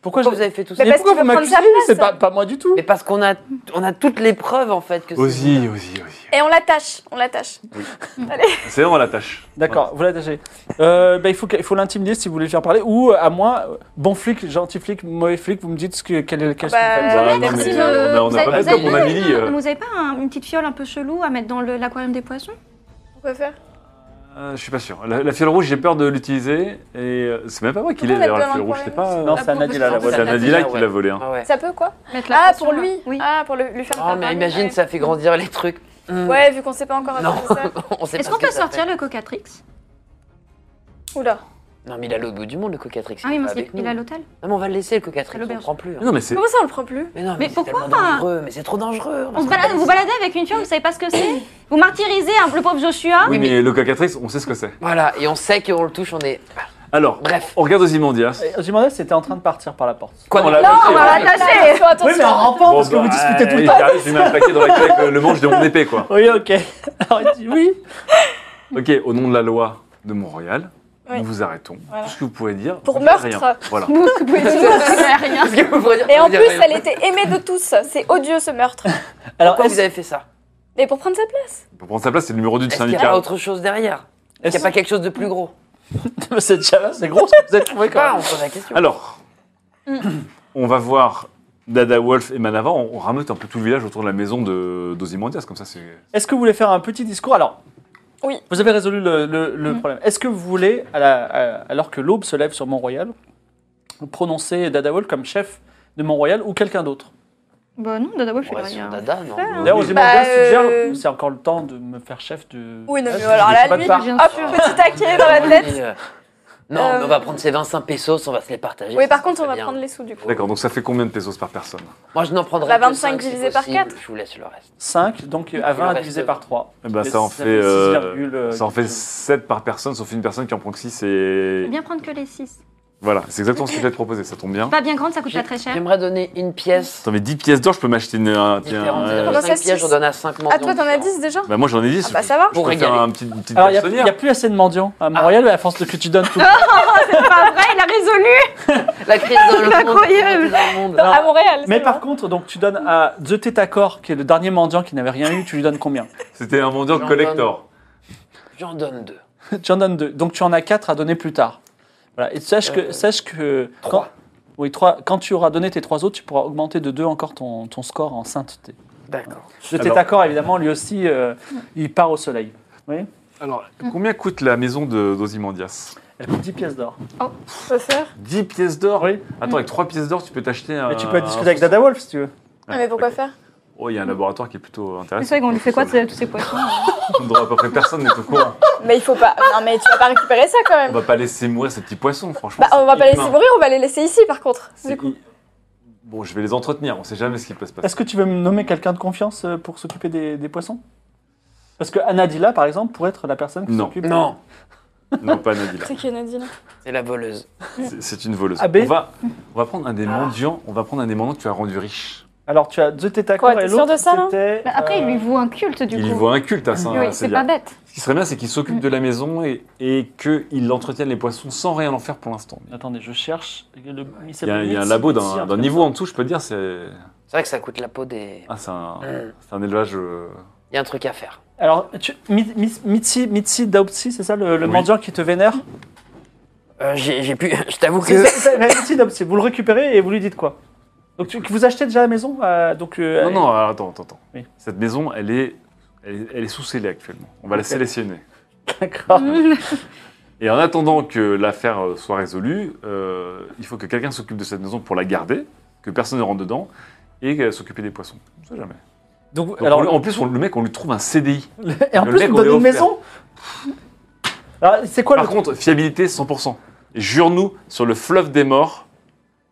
Speaker 2: Pourquoi je-
Speaker 6: Pourquoi vous avez fait tout ça
Speaker 5: Mais
Speaker 2: Mais
Speaker 5: parce
Speaker 2: pourquoi
Speaker 5: qu'il
Speaker 2: vous
Speaker 5: veut prendre
Speaker 2: m'accusez
Speaker 5: sa place.
Speaker 2: C'est pas, pas moi du tout.
Speaker 6: Mais parce qu'on a, on a toutes les preuves en fait que c'est-
Speaker 3: Ozzy, Ozzy, Ozzy.
Speaker 5: Et on l'attache, on l'attache.
Speaker 3: C'est on l'attache.
Speaker 2: D'accord, vous l'attachez. Euh, bah, il faut, que- il faut l'intimider si vous voulez le faire parler. Ou euh, à moi, euh, bon flic, gentil flic, mauvais flic, vous me dites ce que, quel est le cas.
Speaker 5: Bah,
Speaker 3: Voilà. Voilà, non,
Speaker 5: merci,
Speaker 3: mais,
Speaker 5: le-
Speaker 3: euh, on a- on
Speaker 7: Vous
Speaker 3: a
Speaker 7: avez-
Speaker 3: pas
Speaker 7: vous
Speaker 3: fait comme
Speaker 7: avez
Speaker 3: on a Milly.
Speaker 7: pas-
Speaker 3: euh.
Speaker 7: vous avez pas un- une petite fiole un peu chelou à mettre dans le- l'aquarium des poissons
Speaker 5: On peut faire.
Speaker 3: Euh, je suis pas sûr. La, la fiole rouge, j'ai peur de l'utiliser. Et euh, c'est même pas moi qui l'ai
Speaker 5: Pourquoi
Speaker 3: d'ailleurs, la
Speaker 5: on a
Speaker 3: fiole
Speaker 5: besoin
Speaker 3: rouge.
Speaker 5: d'un
Speaker 3: C'est pas. euh,
Speaker 2: Non, c'est à
Speaker 7: Ah,
Speaker 2: Nadila la
Speaker 6: pour-
Speaker 2: voix.
Speaker 3: c'est
Speaker 6: c'est
Speaker 3: Nadila
Speaker 6: Nadila,
Speaker 3: qui l'a volé. hein.
Speaker 6: Ah ouais.
Speaker 5: Ça peut quoi
Speaker 7: Mettre la
Speaker 5: Ah,
Speaker 7: poisson,
Speaker 5: pour
Speaker 7: là.
Speaker 5: lui
Speaker 7: Oui.
Speaker 5: Ah, pour le- lui faire
Speaker 6: Oh,
Speaker 5: faire
Speaker 6: mais
Speaker 5: parler,
Speaker 6: imagine,
Speaker 5: ouais.
Speaker 6: ça fait grandir les trucs. Hmm.
Speaker 5: Ouais, vu qu'on sait pas encore
Speaker 6: Non,
Speaker 5: avoir fait ça.
Speaker 6: on sait
Speaker 7: Est-ce
Speaker 6: pas
Speaker 7: qu'on
Speaker 6: ce que
Speaker 7: peut
Speaker 6: ça
Speaker 7: sortir
Speaker 6: fait.
Speaker 7: le cocatrix
Speaker 5: Oula.
Speaker 6: Non, mais il a l'autre bout du monde, le cocatrix.
Speaker 7: Ah oui,
Speaker 6: est
Speaker 7: mais
Speaker 6: pas
Speaker 7: c'est-
Speaker 6: avec
Speaker 7: il
Speaker 6: nous.
Speaker 7: est à l'hôtel.
Speaker 6: Non, mais on va le laisser, le
Speaker 7: À
Speaker 6: cocatrix. On le
Speaker 7: l'auberge.
Speaker 6: prend plus. hein.
Speaker 3: Non, mais c'est.
Speaker 5: Comment ça, on le prend plus
Speaker 6: Mais non,
Speaker 7: Mais
Speaker 6: mais, c'est
Speaker 7: pourquoi
Speaker 6: tellement
Speaker 7: pas
Speaker 6: dangereux. Mais c'est trop dangereux.
Speaker 7: On se balade, vous baladez avec une fiole, vous savez pas ce que c'est Vous martyrisez un, le pauvre Joshua
Speaker 3: Oui, mais le cocatrice, on sait ce que c'est.
Speaker 6: Voilà, et on sait qu'on le touche, on est.
Speaker 3: Alors,
Speaker 6: Bref.
Speaker 3: on regarde Ozymandias.
Speaker 2: Euh, Je me demandais si était en train de partir par la porte.
Speaker 6: Quoi,
Speaker 3: on l'a
Speaker 5: on
Speaker 3: attaqué.
Speaker 5: va l'attacher Fais attention.
Speaker 2: Oui, mais en rampant, Oh, parce que
Speaker 3: bah,
Speaker 2: vous
Speaker 3: eh,
Speaker 2: discutez tout le temps.
Speaker 3: Je vais attaqué dans la queue avec euh, le manche de mon épée, quoi.
Speaker 2: Oui, ok. Alors, il dit oui.
Speaker 3: Ok, au nom de la loi de Montréal,
Speaker 5: Oui.
Speaker 3: nous vous arrêtons.
Speaker 5: Voilà.
Speaker 3: Tout ce que vous pouvez dire.
Speaker 5: Pour
Speaker 3: vous dites
Speaker 5: meurtre.
Speaker 3: rien. Voilà.
Speaker 5: Vous pouvez toujours-
Speaker 6: Parce que vous pourrez dire-
Speaker 5: Et en
Speaker 6: vous dire
Speaker 5: plus,
Speaker 6: rien.
Speaker 5: elle était aimée de tous. C'est odieux ce meurtre.
Speaker 2: Alors,
Speaker 6: Pourquoi
Speaker 2: est-ce
Speaker 6: vous avez fait ça
Speaker 5: Mais pour prendre sa place.
Speaker 3: Pour prendre sa place, c'est le numéro 2 du
Speaker 6: Est-ce qu'il n'y a pas
Speaker 3: syndicat.
Speaker 6: autre chose derrière Est-ce
Speaker 2: est-ce
Speaker 6: qu'il n'y a pas quelque chose de plus gros
Speaker 2: que cette chaleur, c'est gros ce que vous avez trouvé quand
Speaker 6: Pas, on
Speaker 2: même
Speaker 6: se pose la question.
Speaker 3: Alors,
Speaker 2: Mm.
Speaker 3: on va voir Dada Wolf et Manava. On, on rameute un peu tout le village autour de la maison de- d'Ozymandias. Comme ça, c'est.
Speaker 2: Est-ce que vous voulez faire un petit discours Alors,
Speaker 5: Oui.
Speaker 2: vous avez résolu le, le- le
Speaker 7: Mm.
Speaker 2: problème. Est-ce que vous voulez, à la- à- alors que l'aube se lève sur Mont-Royal, prononcer Dadawol comme chef de Mont-Royal ou quelqu'un d'autre
Speaker 7: Bah non, Dada Wolf, il
Speaker 6: Ouais,
Speaker 7: y
Speaker 6: sur
Speaker 7: a-
Speaker 6: Dada, non.
Speaker 2: D'ailleurs,
Speaker 3: oui.
Speaker 2: Ozymandias
Speaker 5: Bah,
Speaker 2: suggère
Speaker 5: euh,
Speaker 2: c'est encore le temps de me faire chef de.
Speaker 5: Oui, non,
Speaker 2: Ah,
Speaker 5: mais
Speaker 2: je-
Speaker 5: alors
Speaker 2: je
Speaker 5: là,
Speaker 2: sais pas
Speaker 5: lui,
Speaker 2: de part.
Speaker 7: Bien
Speaker 5: Hop,
Speaker 7: sûr.
Speaker 5: petit taquet dans la tête.
Speaker 6: Euh, Non,
Speaker 5: Euh,
Speaker 6: mais on va prendre ces 25 pesos, on va se les partager.
Speaker 5: Oui,
Speaker 6: ça
Speaker 5: par
Speaker 6: sera
Speaker 5: contre, on
Speaker 6: très
Speaker 5: va
Speaker 6: bien.
Speaker 5: prendre les sous du coup.
Speaker 3: D'accord, donc ça fait combien de pesos par personne
Speaker 6: Moi, je n'en prendrai
Speaker 5: La
Speaker 6: que
Speaker 5: 25
Speaker 6: cinq, si
Speaker 5: divisé par
Speaker 6: possible.
Speaker 5: quatre.
Speaker 6: Je vous laisse le reste.
Speaker 2: 5, donc à 20
Speaker 6: reste
Speaker 2: divisé
Speaker 6: deux.
Speaker 2: par 3.
Speaker 3: Eh ben, ça en fait, euh, Ça en fait 7 par personne, sauf une personne qui en prend que 6.
Speaker 7: Je
Speaker 3: Et...
Speaker 7: vais bien prendre que les 6.
Speaker 3: Voilà, c'est exactement ce que je vais te proposer, ça tombe bien.
Speaker 7: Pas bien grande, ça coûte
Speaker 6: J'ai-
Speaker 7: pas très cher.
Speaker 6: J'aimerais donner une pièce
Speaker 3: Attends, mais 10 pièces d'or, je peux m'acheter une. un- tiens,
Speaker 6: différente.
Speaker 3: euh,
Speaker 5: Comment ça,
Speaker 6: 5 pièces,
Speaker 5: six
Speaker 6: je donne à 5 mendiants.
Speaker 5: Ah, toi, t'en as
Speaker 6: différents.
Speaker 5: 10 déjà
Speaker 3: Bah, moi j'en ai 10.
Speaker 5: Ah, bah ça va.
Speaker 3: je peux
Speaker 6: Pour
Speaker 3: faire
Speaker 6: régaler.
Speaker 3: un petit, une petite
Speaker 2: Alors, il
Speaker 3: personnière.
Speaker 2: n'y a, plus assez de mendiants à
Speaker 5: Ah.
Speaker 2: Montréal, à force de que tu donnes tout.
Speaker 7: Pas vrai, il a résolu
Speaker 6: La crise dans le monde.
Speaker 7: Incroyable.
Speaker 6: dans le monde.
Speaker 2: Non.
Speaker 5: À Montréal.
Speaker 2: Mais
Speaker 5: c'est
Speaker 2: par
Speaker 5: bon.
Speaker 2: contre, donc tu donnes à Zeté Takor, qui est le dernier mendiant qui n'avait rien eu, tu lui donnes combien
Speaker 3: C'était un mendiant
Speaker 6: J'en
Speaker 3: collector.
Speaker 6: J'en donne 2.
Speaker 2: Tu en donnes deux. Donc tu en as quatre à donner plus tard. Voilà. Et sache que.
Speaker 6: Euh,
Speaker 2: sache que
Speaker 6: trois.
Speaker 2: Quand, oui, trois. Quand tu auras donné tes trois autres, tu pourras augmenter de deux encore ton, ton score en sainteté.
Speaker 6: D'accord.
Speaker 2: Zeté
Speaker 3: Alors-
Speaker 2: Takor, évidemment, lui aussi, euh, il part au soleil.
Speaker 3: Alors, combien coûte la maison de- d'Ozymandias
Speaker 2: Elle coûte 10 pièces d'or.
Speaker 5: On peut faire.
Speaker 3: 10 pièces d'or
Speaker 2: Oui.
Speaker 3: Attends, avec 3 pièces d'or, tu peux t'acheter un.
Speaker 2: Mais tu peux discuter avec Dada Wolf si tu veux.
Speaker 5: Ah, mais pourquoi
Speaker 3: d'accord.
Speaker 5: faire
Speaker 3: Oh, il y a un laboratoire qui est plutôt intéressant.
Speaker 7: C'est vrai qu'on lui fait quoi
Speaker 3: On
Speaker 7: de tous ces poissons
Speaker 3: doit à peu près personne n'est au courant.
Speaker 5: Mais il faut pas. Non, mais tu vas pas récupérer ça quand
Speaker 3: On
Speaker 5: même.
Speaker 3: va pas laisser mourir ces petits poissons, franchement.
Speaker 5: Bah, on va
Speaker 3: c'est
Speaker 5: pas les laisser
Speaker 3: humain.
Speaker 5: mourir, on va les laisser ici par contre.
Speaker 3: C'est- Bon, je vais les entretenir, on sait jamais ce qui peut se passer.
Speaker 2: Est-ce que tu veux me nommer quelqu'un de confiance euh, pour s'occuper des, des poissons Parce que Anadila, par exemple, pourrait être la personne qui
Speaker 3: Non.
Speaker 2: s'occupe.
Speaker 6: Non,
Speaker 3: Non, pas Nadila.
Speaker 5: C'est qui Nadine
Speaker 6: c'est la voleuse.
Speaker 3: C'est- C'est une voleuse.
Speaker 2: Abbé
Speaker 3: On va, on va prendre un des mendiants. On va prendre un des mendiants que tu as rendu riche.
Speaker 2: Alors tu as Zeté Takor
Speaker 5: Quoi, t'es
Speaker 2: et
Speaker 5: sûr
Speaker 2: l'autre.
Speaker 5: de ça, là
Speaker 2: c'était,
Speaker 7: Bah, Après,
Speaker 2: euh,
Speaker 7: il lui vaut un culte du
Speaker 3: il y
Speaker 7: coup.
Speaker 3: voit un culte à ça.
Speaker 7: Oui,
Speaker 3: c'est
Speaker 7: c'est
Speaker 3: bien.
Speaker 7: pas Mm. bête.
Speaker 3: Ce qui serait bien, c'est qu'il s'occupe de la maison et, et qu'il entretienne les poissons sans rien en faire pour l'instant.
Speaker 2: Attendez, je cherche. Le- il
Speaker 3: Il y a,
Speaker 2: s'appelle
Speaker 3: il y a un
Speaker 2: Mitsi-
Speaker 3: labo
Speaker 2: Mitsi,
Speaker 3: d'un
Speaker 2: un
Speaker 3: d'un
Speaker 2: truc
Speaker 3: niveau en dessous, je peux te dire. C'est
Speaker 6: C'est vrai que ça coûte la peau des.
Speaker 3: ah, c'est un,
Speaker 6: Mm.
Speaker 3: c'est un élevage. euh,
Speaker 6: Il y a un truc à faire.
Speaker 2: Alors, tu, Mi- Mi- Mitsi, Mitsi Daupsi, c'est ça le, le
Speaker 3: Oui.
Speaker 2: mendiant qui te vénère
Speaker 6: Euh, J'ai j'ai pu. Je t'avoue
Speaker 2: C'est
Speaker 6: que.
Speaker 2: ça, c'est- Mitsi Daupsi, vous le récupérez et vous lui dites quoi Donc, tu- vous achetez déjà la maison euh, donc, euh,
Speaker 3: Non, non, attends, attends. attends.
Speaker 2: Oui.
Speaker 3: Cette maison, elle est, elle, est- elle est sous scellée actuellement. On va la
Speaker 2: Ok.
Speaker 3: sélectionner.
Speaker 2: D'accord.
Speaker 3: Et en attendant que l'affaire euh, soit résolue, euh, il faut que quelqu'un s'occupe de cette maison pour la garder, que personne ne rentre dedans, et euh, s'occuper des poissons. On sait jamais.
Speaker 2: Donc,
Speaker 3: Donc,
Speaker 2: alors,
Speaker 3: on lui- en plus, on, le mec, on lui trouve un CDI.
Speaker 2: Eh, et en
Speaker 3: le
Speaker 2: plus,
Speaker 3: mec,
Speaker 2: vous
Speaker 3: on lui
Speaker 2: donnez une
Speaker 3: a offert.
Speaker 2: maison Alors, c'est quoi le
Speaker 3: Par contre, fiabilité 100%. Et Jure-nous sur le fleuve des morts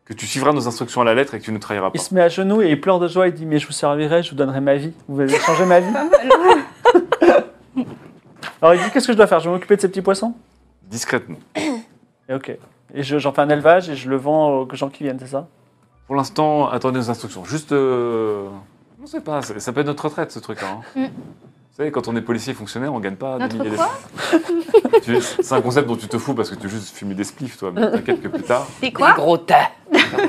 Speaker 3: que tu suivras nos instructions à la lettre et que tu ne trahiras pas.
Speaker 2: Il se met à genoux et il pleure de joie. Il dit Mais je vous servirai, je vous donnerai ma vie. Vous allez changer ma vie. Alors il dit Qu'est-ce que je dois faire Je vais m'occuper de ces petits poissons
Speaker 3: Discrètement.
Speaker 2: Et ok. Et je- j'en fais un élevage et je le vends aux gens qui viennent, c'est ça
Speaker 3: Pour l'instant, attendez nos instructions. Juste. euh, On sait pas, c'est- ça peut être notre retraite ce truc-là. hein.
Speaker 7: Mm.
Speaker 3: savez, quand on est policier et fonctionnaire, on gagne pas
Speaker 7: Notre
Speaker 3: des milliers
Speaker 7: quoi
Speaker 3: d'esprits. Tu- C'est un concept dont tu te fous parce que tu veux juste fumer des spliffs, toi. Mais t'inquiète que plus tard,
Speaker 7: T'es
Speaker 6: Des
Speaker 7: quoi
Speaker 6: gros tas.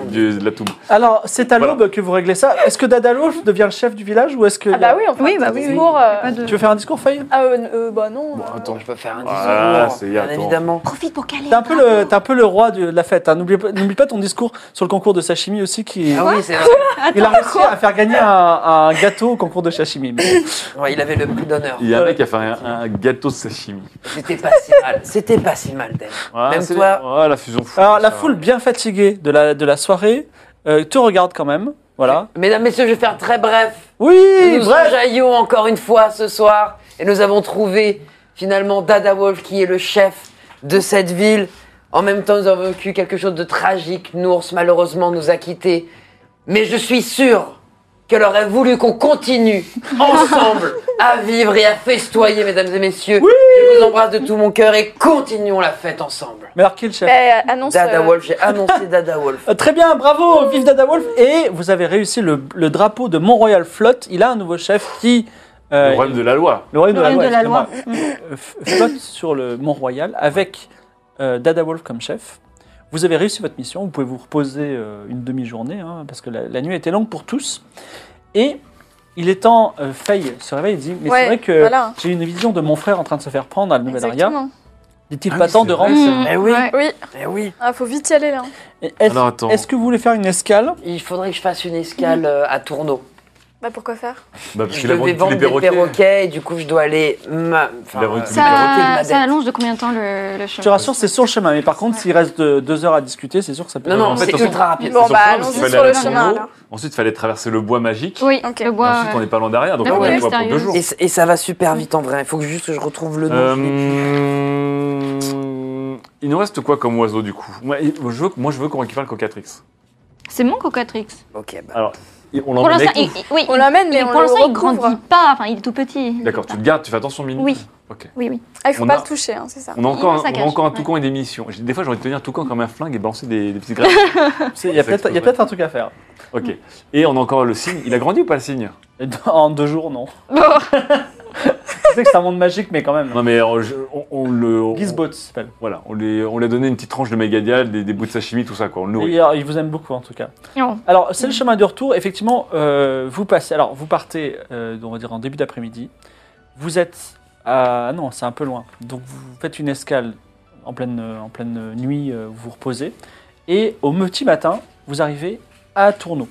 Speaker 3: du- de la toube.
Speaker 2: Alors, c'est à
Speaker 3: Voilà.
Speaker 2: l'aube que vous réglez ça. Est-ce que Dadalo devient le chef du village ou est-ce que.
Speaker 5: Ah bah oui, enfin,
Speaker 7: Oui, bah oui, oui.
Speaker 5: discours. euh,
Speaker 7: Pas de-
Speaker 2: Tu veux faire un discours, Feuille
Speaker 5: Ah euh, euh, bah non.
Speaker 3: Bon,
Speaker 5: euh,
Speaker 3: attends.
Speaker 6: Je peux faire un
Speaker 3: Ah,
Speaker 6: discours,
Speaker 3: c'est-
Speaker 6: bien
Speaker 3: attends.
Speaker 6: évidemment.
Speaker 7: Profite pour caler.
Speaker 2: T'es un, peu le- t'es un peu le roi de la fête. hein. N'oublie pas- N'oublie pas ton discours sur le concours de sashimi aussi. Qui...
Speaker 6: Ah oui, c'est vrai.
Speaker 2: Il a réussi à faire gagner un, un gâteau au concours de sashimi. mais-
Speaker 6: Ouais, il avait le prix d'honneur.
Speaker 3: Il y a un mec qui a fait un, un gâteau de sashimi.
Speaker 6: C'était pas si mal. C'était pas si mal, Dave.
Speaker 3: Ah,
Speaker 6: Même
Speaker 3: c'est-
Speaker 6: toi.
Speaker 3: ah, la fusion foule.
Speaker 2: Alors, la
Speaker 3: ça va.
Speaker 2: foule bien fatiguée de la, de la soirée euh, te regarde quand même. Voilà.
Speaker 6: Mesdames, messieurs, je vais faire très bref.
Speaker 2: Oui,
Speaker 6: nous
Speaker 2: bref.
Speaker 6: jaillons encore une fois ce soir et nous avons trouvé finalement Dada Wolf qui est le chef de cette ville. En même temps, nous avons vécu quelque chose de tragique. Nours, malheureusement, nous a quittés. Mais je suis sûr qu'elle aurait voulu qu'on continue ensemble à vivre et à festoyer, mesdames et messieurs. je vous embrasse de tout mon cœur et continuons la fête ensemble.
Speaker 2: Mais alors, qui est le chef
Speaker 5: bah, annonce.
Speaker 6: Dada
Speaker 5: euh,
Speaker 6: Wolf, j'ai annoncé Dada Wolf.
Speaker 2: Euh, Très bien, bravo, vive Dada Wolf. Et vous avez réussi le, le drapeau de Mont-Royal Flotte. Il a un nouveau chef qui. euh,
Speaker 3: Le problème de la loi.
Speaker 2: le royaume
Speaker 7: Le royaume de la
Speaker 2: excusez-moi.
Speaker 7: loi.
Speaker 2: Euh, f- flotte sur le Mont-Royal avec euh, Dada Wolf comme chef. Vous avez réussi votre mission. Vous pouvez vous reposer euh, une demi-journée hein, parce que la, la nuit était longue pour tous. Et il est temps. euh, Faye se réveille et dit Mais
Speaker 5: Ouais,
Speaker 2: c'est vrai que
Speaker 5: voilà.
Speaker 2: j'ai une vision de mon frère en train de se faire prendre à la Nouvelle-Aria.
Speaker 5: Exactement.
Speaker 2: N'est-il
Speaker 3: Ah
Speaker 2: pas
Speaker 3: oui,
Speaker 2: temps
Speaker 3: c'est
Speaker 2: de
Speaker 3: vrai,
Speaker 2: rendre
Speaker 3: ça.
Speaker 2: ce-
Speaker 6: Eh oui,
Speaker 7: Mm. Ouais.
Speaker 5: Oui,
Speaker 6: eh oui.
Speaker 5: ah, faut vite y aller là.
Speaker 2: Et Est-ce
Speaker 3: Alors, attends.
Speaker 2: est-ce que vous voulez faire une escale
Speaker 6: Il faudrait que je fasse une escale euh, à Tourneau.
Speaker 5: Bah pourquoi faire
Speaker 3: Bah, parce
Speaker 6: Je
Speaker 3: qu'il a
Speaker 6: vais
Speaker 3: vendu tous
Speaker 6: vendre
Speaker 3: les
Speaker 6: des
Speaker 3: perroquets.
Speaker 6: perroquets et du coup je dois aller ma... enfin,
Speaker 3: Il a vendu
Speaker 6: euh,
Speaker 3: tous les perroquets
Speaker 7: Ça,
Speaker 6: ma
Speaker 7: ça
Speaker 6: dette.
Speaker 7: allonge de combien de temps le, le
Speaker 2: Je
Speaker 7: chemin
Speaker 2: te rassure, c'est sur le chemin. Mais par contre, s'il reste euh, deux heures à discuter, c'est sûr que ça peut.
Speaker 6: Non,
Speaker 3: En
Speaker 6: non,
Speaker 3: fait,
Speaker 6: c'est
Speaker 3: on s'en-
Speaker 6: ultra rapide.
Speaker 5: Bon,
Speaker 3: Ils sont
Speaker 5: bah,
Speaker 3: pleins,
Speaker 5: allons-y
Speaker 3: parce qu'il
Speaker 5: sur
Speaker 3: fallait
Speaker 5: le
Speaker 3: aller à
Speaker 5: chemin,
Speaker 3: Tourneau.
Speaker 5: alors.
Speaker 3: Ensuite, il fallait traverser le bois magique.
Speaker 7: Oui,
Speaker 5: Ok.
Speaker 7: le
Speaker 3: Et
Speaker 7: bois.
Speaker 3: ensuite, on n'est pas loin derrière, donc
Speaker 7: La
Speaker 3: on est pas
Speaker 7: forêt
Speaker 3: pour deux
Speaker 7: mystérieuse.
Speaker 3: jours.
Speaker 6: Et, c- et ça va super vite en vrai. Il faut que juste que je retrouve le nom. je l'ai plus.
Speaker 3: Euh, Il nous reste quoi comme oiseau du coup Moi, il- je veux, moi, je veux qu'on récupère le cocatrix.
Speaker 7: C'est mon cocatrix.
Speaker 6: Ok, bah.
Speaker 3: Alors, Et On
Speaker 7: Pour
Speaker 3: l'emmène
Speaker 7: l'instant,
Speaker 3: avec
Speaker 7: il,
Speaker 3: nous.
Speaker 7: il- oui,
Speaker 5: On l'amène, mais
Speaker 7: il-
Speaker 5: on
Speaker 7: pour
Speaker 5: le
Speaker 7: l'instant, il
Speaker 5: recouvre.
Speaker 7: grandit pas. Enfin, il est tout petit.
Speaker 3: D'accord, tu te gardes, tu fais attention minute.
Speaker 7: Oui.
Speaker 3: Ok.
Speaker 7: Oui, oui.
Speaker 5: Ah, il faut
Speaker 3: On
Speaker 5: pas
Speaker 3: a-
Speaker 5: le toucher, hein, c'est ça.
Speaker 3: On a encore,
Speaker 7: dans sa
Speaker 3: un, on a
Speaker 7: cage,
Speaker 3: encore un
Speaker 7: ouais.
Speaker 3: toucan et des missions. J'ai- Des fois, j'ai envie de tenir toucan comme un flingue et balancer des, des petites graines.
Speaker 2: Il y a peut-être il y a peut-être un truc à faire.
Speaker 3: ok. Et on a encore le signe. Il a grandi ou pas le signe
Speaker 2: Et dans- En deux jours, non. Je sais que c'est un monde magique, mais quand même.
Speaker 3: Non, mais euh, je- on, on le. on-
Speaker 2: Gizbot s'appelle.
Speaker 3: Voilà, on, les- on lui a donné une petite tranche de mégadial, des, des bouts de sashimi, tout ça, quoi. On le nourrit.
Speaker 2: Et, alors, il vous aime beaucoup en tout cas.
Speaker 7: Non.
Speaker 2: Alors, c'est le chemin du retour. Effectivement, euh, vous passez. Alors, vous partez, euh, on va dire, en début d'après-midi. Vous êtes. À... ah Non, c'est un peu loin. Donc, vous faites une escale en pleine, euh, en pleine euh, nuit, euh, vous vous reposez. Et au petit matin, vous arrivez à Tourneau.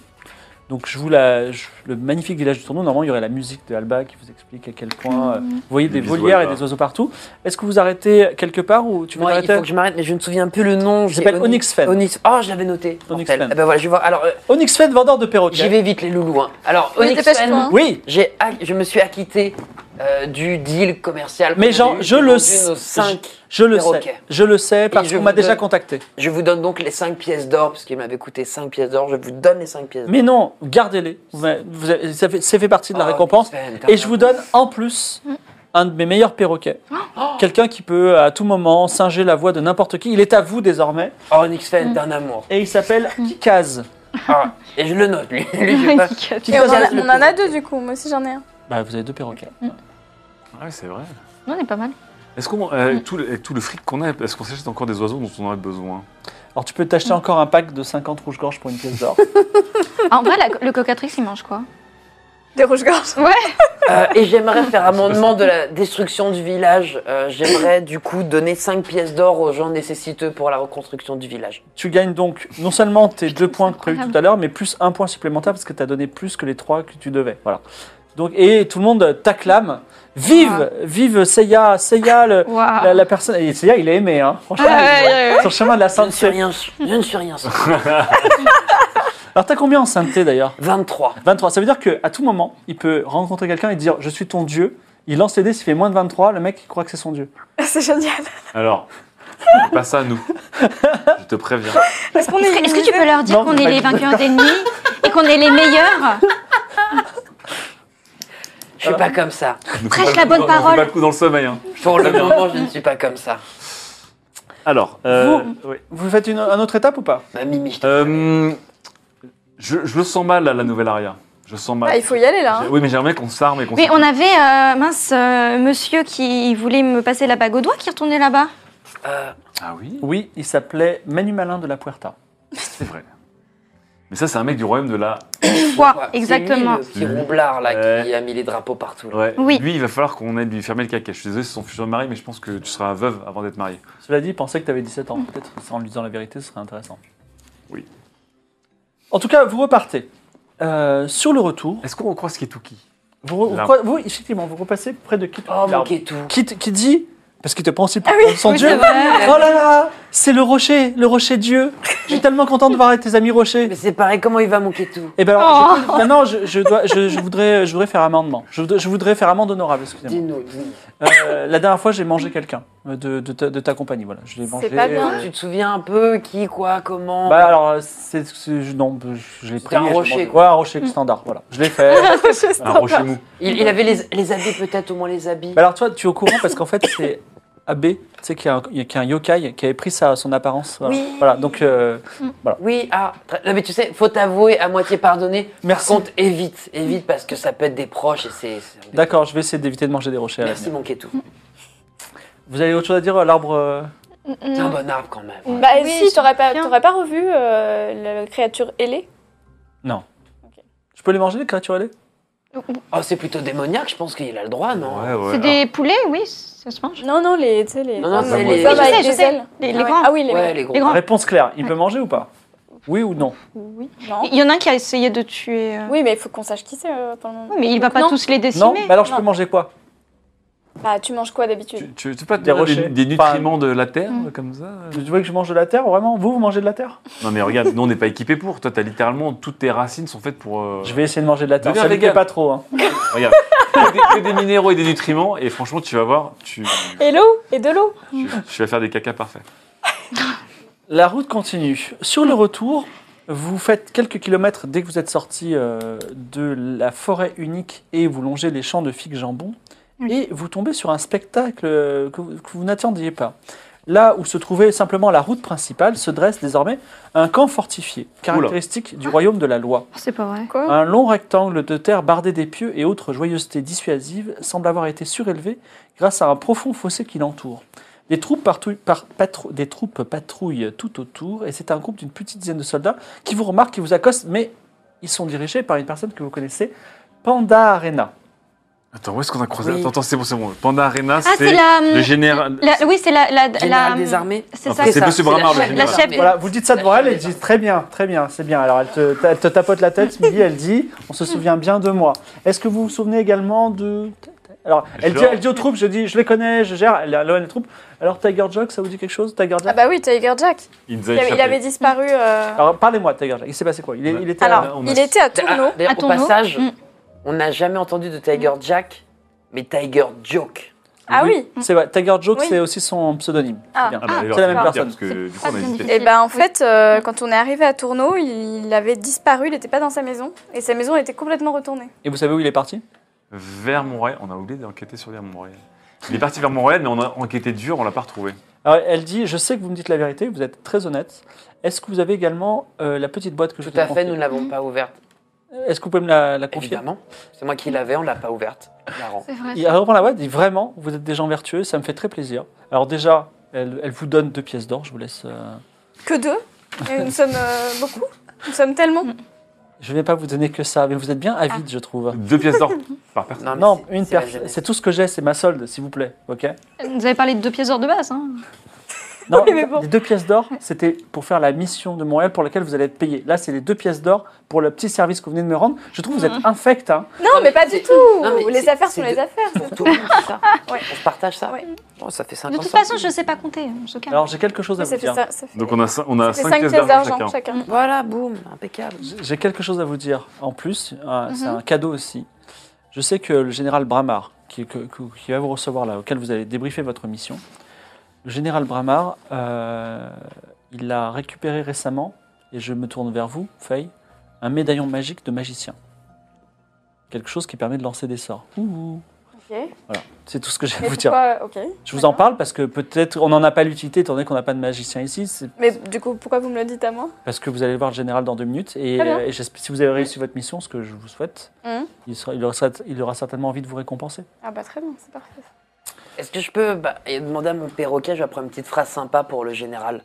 Speaker 2: Donc, je vous la, je- le magnifique village de Tourneau. Normalement, il y aurait la musique de Alba qui vous explique à quel point euh, vous voyez
Speaker 3: Des
Speaker 2: des
Speaker 3: bisous,
Speaker 2: volières et
Speaker 3: Alba.
Speaker 2: des oiseaux partout. Est-ce que vous arrêtez quelque part ou tu veux
Speaker 6: Moi, il
Speaker 2: t'arrêter
Speaker 6: faut que je m'arrête, mais je ne me souviens plus le nom.
Speaker 2: s'appelle Onyx Fen.
Speaker 6: Onyx. Oh, je l'avais noté.
Speaker 2: Onyx
Speaker 6: Mortel.
Speaker 2: Fen.
Speaker 6: Eh ben voilà, je vais voir. Alors, euh,
Speaker 2: Onyx Fen, vendeur de perroquets.
Speaker 6: j'y vais vite, les loulous. hein. Alors,
Speaker 5: Oui,
Speaker 6: Onyx
Speaker 5: dépêche-toi,
Speaker 6: Fen,
Speaker 5: hein.
Speaker 2: Oui,
Speaker 6: j'ai ac- je me suis acquitté euh, du deal commercial. qu'on
Speaker 2: Mais
Speaker 6: a
Speaker 2: Jean,
Speaker 6: eu.
Speaker 2: je
Speaker 6: J'ai
Speaker 2: le
Speaker 6: vendu
Speaker 2: sais.
Speaker 6: nos cinq.
Speaker 2: Je le
Speaker 6: Perroquet.
Speaker 2: sais. Je le sais parce
Speaker 6: je
Speaker 2: qu'on
Speaker 6: vous
Speaker 2: m'a déjà
Speaker 6: donne-
Speaker 2: contacté.
Speaker 6: Je vous donne donc les 5 pièces d'or, parce qu'il m'avait coûté 5 pièces d'or. Je vous donne les 5 pièces d'or.
Speaker 2: Mais non, gardez-les. Vous avez- vous avez- ça fait- C'est fait partie de la
Speaker 6: Oh,
Speaker 2: récompense.
Speaker 6: Fen, t'as
Speaker 2: Et je vous
Speaker 6: raison.
Speaker 2: donne en plus un de mes meilleurs perroquets.
Speaker 6: Oh.
Speaker 2: Quelqu'un qui peut à tout moment singer la voix de n'importe qui. Il est à vous désormais.
Speaker 6: Oh, Onyx Fen, t'es un amour.
Speaker 2: Et il s'appelle Kikaz.
Speaker 6: Ah, et je le note, lui. Lui, je sais pas.
Speaker 5: Et on, en
Speaker 2: Kikaz,
Speaker 5: a,
Speaker 2: le-
Speaker 5: on en a deux du coup, moi aussi j'en ai un.
Speaker 2: Bah, vous avez deux perroquets.
Speaker 3: Ah, ouais, c'est vrai.
Speaker 7: Non, on est pas mal.
Speaker 3: Est-ce qu'on. euh, tout, le, tout le fric qu'on a, est-ce qu'on s'achète encore des oiseaux dont on aurait besoin
Speaker 2: Alors, tu peux t'acheter encore un pack de 50 rouges-gorges pour une pièce d'or.
Speaker 7: Ah, en vrai, la- le cocatrix, il mange quoi
Speaker 5: Des rouges-gorges.
Speaker 7: Ouais.
Speaker 6: Euh, et j'aimerais faire amendement de la destruction du village. Euh, j'aimerais du coup donner 5 pièces d'or aux gens nécessiteux pour la reconstruction du village.
Speaker 2: tu gagnes donc non seulement tes deux points que prévus
Speaker 7: incroyable.
Speaker 2: tout à l'heure, mais plus un point supplémentaire parce que tu as donné plus que les trois que tu devais. Voilà. Donc, et tout le monde t'acclame. Vive,
Speaker 7: Ah.
Speaker 2: vive Seiya, Seiya, le,
Speaker 7: Waouh.
Speaker 2: La, la personne, et c'est là, il est aimé, hein. Franchement,
Speaker 7: Ah, ouais,
Speaker 2: il-
Speaker 7: ouais, ouais.
Speaker 2: sur le chemin de la
Speaker 6: Je ne suis
Speaker 2: sainteté.
Speaker 6: rien. su- Je ne suis rien. su-
Speaker 2: Alors, t'as combien en sainteté d'ailleurs
Speaker 6: 23.
Speaker 2: 23. Ça veut dire qu'à tout moment, il peut rencontrer quelqu'un et dire Je suis ton Dieu. Il lance les dés, s'il fait moins de 23, le mec il croit que c'est son Dieu.
Speaker 5: C'est génial.
Speaker 3: Alors, pas ça, nous. Je te préviens.
Speaker 5: Est-ce qu'on
Speaker 7: Est-ce que tu peux leur dire
Speaker 2: Non,
Speaker 7: qu'on
Speaker 2: c'est
Speaker 7: est
Speaker 2: pas
Speaker 7: les
Speaker 2: du tout.
Speaker 7: vainqueurs d'ennemis et qu'on est les meilleurs
Speaker 6: Je suis pas comme ça.
Speaker 3: Nous
Speaker 7: Prêche
Speaker 3: fais pas
Speaker 7: la
Speaker 3: le-
Speaker 7: bonne
Speaker 3: nous fais
Speaker 7: parole.
Speaker 3: pas le coup dans le sommeil. hein.
Speaker 6: Pour le moment, je ne suis pas comme ça.
Speaker 3: Alors, euh,
Speaker 2: Vous, vous faites une, une autre étape ou pas
Speaker 6: Ma mimi. je te-
Speaker 3: euh, je, je le sens mal, là, la nouvelle aria. Je sens mal.
Speaker 5: Bah, il faut y aller là. hein.
Speaker 3: Oui, mais j'aimerais qu'on s'arme et qu'on
Speaker 7: Mais
Speaker 3: se-
Speaker 7: on avait, euh, mince, euh, monsieur qui voulait me passer la bague au doigt qui retournait là-bas.
Speaker 6: Euh,
Speaker 3: Ah oui,
Speaker 2: Oui, il s'appelait Manu Malin de la Puerta.
Speaker 3: c'est vrai. Mais ça, c'est un mec du royaume de la.
Speaker 7: Quoi,
Speaker 6: c'est
Speaker 7: exactement.
Speaker 6: lui, le petit roublard là qui
Speaker 3: Ouais.
Speaker 6: a mis les drapeaux partout. là.
Speaker 3: Ouais.
Speaker 7: Oui.
Speaker 3: Lui, il va falloir qu'on aide lui fermer le caca. Je suis désolé, c'est son futur mari, mais je pense que tu seras veuve avant d'être mariée.
Speaker 2: Cela dit, il pensait que tu avais 17 ans. Peut-être en lui disant la vérité, ce serait intéressant.
Speaker 3: Oui.
Speaker 2: En tout cas, vous repartez. Euh, sur le retour,
Speaker 3: Est-ce qu'on recroise Ketuki
Speaker 2: vous, re- vous,
Speaker 3: Là.
Speaker 2: cro- vous, effectivement, vous repassez près de Kit.
Speaker 6: Oh mon
Speaker 2: Larbe.
Speaker 6: Ketou.
Speaker 2: Kit qui dit, parce qu'il te prend aussi pour
Speaker 7: Ah oui,
Speaker 2: son
Speaker 7: oui,
Speaker 2: dieu.
Speaker 7: c'est vrai.
Speaker 2: Oh là là, c'est le rocher, le rocher dieu. Je suis tellement content de voir tes amis rochers.
Speaker 6: Mais c'est pareil, comment il va mon Ketou
Speaker 2: Et ben alors, j'ai- maintenant, je, je dois, je, je voudrais, je voudrais faire amendement. Je, voudrais- je voudrais faire amende honorable, excusez-moi.
Speaker 6: Dis-nous, dis-nous.
Speaker 2: Euh, la dernière fois, j'ai mangé quelqu'un euh, de, de, ta, de ta compagnie, voilà. Je l'ai mangé.
Speaker 5: C'est pas bien.
Speaker 2: euh,
Speaker 6: Tu te souviens un peu qui, quoi, comment
Speaker 2: Bah alors, c'est, c'est- je- non, je je l'ai pris.
Speaker 6: C'était Euh, un
Speaker 2: et je
Speaker 6: rocher,
Speaker 2: demandais-
Speaker 6: quoi.
Speaker 2: Ouais, un rocher standard, voilà. Je l'ai fait.
Speaker 3: Un rocher mou.
Speaker 6: il, il avait les, les habits peut-être, au moins les habits.
Speaker 2: Bah alors toi, tu es au courant parce qu'en fait, c'est AB, tu sais, qui est un, qui est un yokai qui avait pris sa, son apparence. Voilà.
Speaker 6: Oui.
Speaker 2: Voilà, donc euh,
Speaker 6: Oui, ah, très- non, mais tu sais, faut t'avouer, à moitié pardonner.
Speaker 2: Merci.
Speaker 6: Par contre, évite, évite parce que ça peut être des proches et c'est. c'est-
Speaker 2: d'accord, je vais essayer d'éviter de manger des rochers. à
Speaker 6: Merci
Speaker 2: l'avenir.
Speaker 6: mon Ketou.
Speaker 2: Vous avez autre chose à dire, euh, l'arbre euh,
Speaker 6: C'est un bon arbre quand même.
Speaker 5: Bah
Speaker 7: Mm, Oui,
Speaker 5: si,
Speaker 7: je
Speaker 5: t'aurais pas,
Speaker 7: bien.
Speaker 5: t'aurais pas revu euh, la créature ailée
Speaker 2: Je peux les manger, les créatures ailées
Speaker 6: Oh, c'est plutôt démoniaque, je pense qu'il a le droit, non
Speaker 3: Ouais, ouais.
Speaker 7: C'est des poulets, oui, ça se mange.
Speaker 5: Non, non, les, tu sais, les...
Speaker 6: Non, non,
Speaker 5: les
Speaker 6: c'est
Speaker 5: hommes
Speaker 6: les-
Speaker 5: avec
Speaker 7: sais,
Speaker 6: Je
Speaker 5: bah, des
Speaker 7: je sais.
Speaker 5: ailes.
Speaker 7: Les, les
Speaker 5: Ah ouais.
Speaker 7: grands.
Speaker 5: Ah oui, les
Speaker 6: Ouais, les gros.
Speaker 7: Les grands.
Speaker 2: Réponse claire, il peut manger ou pas Oui ou non
Speaker 7: Oui.
Speaker 5: Non.
Speaker 7: Il y en a un qui a essayé de tuer. euh,
Speaker 5: Oui, mais il faut qu'on sache qui c'est euh, pour le moment.
Speaker 7: oui, mais il va pas
Speaker 5: Non.
Speaker 7: tous les
Speaker 2: Non
Speaker 7: décimer.
Speaker 2: Mais alors, je peux
Speaker 5: Non.
Speaker 2: manger quoi
Speaker 5: Bah, tu manges quoi d'habitude
Speaker 3: Tu, tu, tu peux pas te
Speaker 2: Des
Speaker 3: donner
Speaker 2: rochers.
Speaker 3: des, des
Speaker 2: Enfin-
Speaker 3: nutriments de la terre
Speaker 7: Mm.
Speaker 3: euh, comme ça euh
Speaker 2: Tu veux que je mange de la terre, vraiment Vous, vous mangez de la terre
Speaker 3: Non, mais regarde, nous on n'est pas équipés pour. Toi, t'as littéralement toutes tes racines sont faites pour. euh,
Speaker 2: Je vais essayer de manger de la terre.
Speaker 3: Deviens
Speaker 2: Ça me plaît
Speaker 3: vegan.
Speaker 2: pas trop. hein.
Speaker 3: Regarde, que des, que des minéraux et des nutriments, et franchement, tu vas voir, tu,
Speaker 5: Et l'eau Et de l'eau
Speaker 3: tu, tu vas faire des cacas parfaits.
Speaker 2: La route continue. Sur le retour, vous faites quelques kilomètres dès que vous êtes sorti euh, de la forêt unique et vous longez les champs de figues jambon. Et vous tombez sur un spectacle euh, que vous, que vous n'attendiez pas. Là où se trouvait simplement la route principale, se dresse désormais un camp fortifié, caractéristique du royaume de la loi.
Speaker 7: C'est pas vrai.
Speaker 2: Un long rectangle de terre bardé d'épieux et autres joyeusetés dissuasives semble avoir été surélevé grâce à un profond fossé qui l'entoure. Des troupes, partou- par- patrou- des troupes patrouillent tout autour et c'est un groupe d'une petite dizaine de soldats qui vous remarquent, qui vous accostent, mais ils sont dirigés par une personne que vous connaissez, Panda Arena.
Speaker 3: Attends, où est-ce qu'on a croisé
Speaker 6: Oui.
Speaker 3: Attends, attends, c'est bon, c'est bon. Panda Arena,
Speaker 7: Ah,
Speaker 3: c'est
Speaker 7: c'est la.
Speaker 3: le général.
Speaker 7: la- Oui, c'est la. la, la-
Speaker 6: Général des armées
Speaker 7: C'est
Speaker 3: Enfin,
Speaker 7: ça.
Speaker 3: c'est Monsieur Bramard, le
Speaker 7: général. La chef des-
Speaker 2: Voilà, vous dites ça devant
Speaker 6: La
Speaker 2: elle et
Speaker 6: chaîne
Speaker 2: elle
Speaker 6: des
Speaker 2: dit très bien, très bien, c'est bien. Alors elle te, ta- elle te tapote la tête ce midi, elle dit on se souvient bien de moi. Est-ce que vous vous souvenez également de. Alors elle dit,
Speaker 3: Genre.
Speaker 2: elle dit aux troupes, je dis je les connais, je gère, elle elle les troupes. Alors Tiger Jock, ça vous dit quelque chose Tiger Jock
Speaker 5: Ah bah oui, Tiger Jack.
Speaker 3: Il nous a
Speaker 5: Il avait, il
Speaker 3: échappé.
Speaker 5: avait disparu... euh,
Speaker 2: Alors parlez-moi de Tiger Jack, il s'est passé quoi il, est- il était.
Speaker 5: Alors,
Speaker 3: on a-
Speaker 5: il était à Tourneau.
Speaker 6: Ah, d'ailleurs, Au
Speaker 7: Attends, non.
Speaker 6: passage,
Speaker 7: Mm.
Speaker 6: on n'a jamais entendu de Tiger Jack, mais Tiger Joke.
Speaker 5: Ah oui
Speaker 2: C'est vrai, Tiger Jock,
Speaker 5: Oui.
Speaker 2: c'est aussi son pseudonyme. C'est
Speaker 5: Ah.
Speaker 2: bien.
Speaker 3: Ah, bah, alors,
Speaker 2: c'est la même
Speaker 3: faut le dire,
Speaker 2: personne.
Speaker 3: Parce que du coup,
Speaker 7: Ah,
Speaker 3: on a
Speaker 7: bien
Speaker 3: hésité.
Speaker 7: dit.
Speaker 5: Et ben en
Speaker 7: Oui.
Speaker 5: fait, euh, quand on est arrivé à Tourneau, il, il avait disparu, il n'était pas dans sa maison. Et sa maison était complètement retournée.
Speaker 2: Et vous savez où il est parti
Speaker 3: Vers Montréal, on a oublié d'enquêter sur vers Montréal. Il est parti vers Montréal, mais on a enquêté dur, on l'a pas retrouvé.
Speaker 2: Alors elle dit je sais que vous me dites la vérité, vous êtes très honnête. Est-ce que vous avez également euh, la petite boîte que je
Speaker 6: Tout
Speaker 2: vous ai
Speaker 6: à fait,
Speaker 2: confiée
Speaker 6: nous ne l'avons pas ouverte.
Speaker 2: Est-ce que vous pouvez me la, la confier
Speaker 6: Évidemment. C'est moi qui l'avais, on l'a pas ouverte. Marrant.
Speaker 7: C'est vrai.
Speaker 2: Il reprend la boîte, il dit vraiment, vous êtes des gens vertueux, ça me fait très plaisir. Alors déjà, elle, elle vous donne deux pièces d'or, je vous laisse. euh,
Speaker 5: Que deux Et nous sommes euh, beaucoup Nous sommes tellement
Speaker 2: Je ne vais pas vous donner que ça, mais vous êtes bien avide,
Speaker 5: Ah.
Speaker 2: je trouve.
Speaker 3: Deux pièces d'or par personne.
Speaker 6: Non, mais
Speaker 2: Non,
Speaker 6: c'est-
Speaker 2: une
Speaker 6: c'est la
Speaker 2: pièce,
Speaker 6: jeunesse.
Speaker 2: c'est tout ce que j'ai, c'est ma solde, s'il vous plaît, ok
Speaker 7: Vous avez parlé de deux pièces d'or de base. Hein.
Speaker 2: Non,
Speaker 5: Oui, mais bon.
Speaker 2: les deux pièces d'or, c'était pour faire la mission de Montréal pour laquelle vous allez être payé. Là, c'est les deux pièces d'or pour le petit service que vous venez de me rendre. Je trouve que vous êtes
Speaker 5: Mmh.
Speaker 2: infect, hein.
Speaker 5: Non, mais pas du
Speaker 6: c'est-
Speaker 5: tout
Speaker 6: non, mais
Speaker 5: Les
Speaker 6: c'est-
Speaker 5: affaires
Speaker 6: c'est
Speaker 5: sont les
Speaker 6: de-
Speaker 5: affaires.
Speaker 6: Pour tout le monde, c'est ça
Speaker 5: Ouais.
Speaker 6: On se partage ça
Speaker 5: Ouais.
Speaker 6: Bon, ça fait 50
Speaker 7: De toute
Speaker 6: centimes.
Speaker 7: façon, je sais pas compter. hein, On se calme.
Speaker 2: Alors, j'ai quelque chose à
Speaker 5: Oui,
Speaker 2: vous
Speaker 5: ça fait
Speaker 2: dire.
Speaker 5: ça. ça fait-
Speaker 3: Donc on a, cin- on a
Speaker 5: c'est
Speaker 3: cinq,
Speaker 5: cinq pièces d'argent
Speaker 3: chacun.
Speaker 5: chacun.
Speaker 6: Voilà, boum, impeccable.
Speaker 2: J'ai quelque chose à vous dire en plus, un- c'est un cadeau aussi. Je sais que le général Bramard, qui, que- que- qui va vous recevoir là, auquel vous allez débriefer votre mission, le général Bramard, euh, il a récupéré récemment, et je me tourne vers vous, Faye, un médaillon magique de magicien. Quelque chose qui permet de lancer des sorts. Ouh.
Speaker 5: Ok.
Speaker 2: C'est tout ce que j'ai à
Speaker 5: Mais
Speaker 2: vous dire.
Speaker 5: pourquoi- ok.
Speaker 2: Je vous en parle parce que peut-être on n'en a pas l'utilité étant donné qu'on n'a pas de magicien ici. C'est
Speaker 5: Mais du coup, pourquoi vous me le dites à moi
Speaker 2: parce que vous allez voir le général dans deux minutes. Et, euh,
Speaker 5: Très bien.
Speaker 2: et j'espère- si vous avez réussi votre mission, ce que je vous souhaite,
Speaker 6: Hum.
Speaker 5: Mhm.
Speaker 2: il, sera- il aura, il aura certainement envie de vous récompenser.
Speaker 5: Ah bah très bien, c'est parfait.
Speaker 6: Est-ce que je peux bah, et demander à mon perroquet, je vais prendre une petite phrase sympa pour le général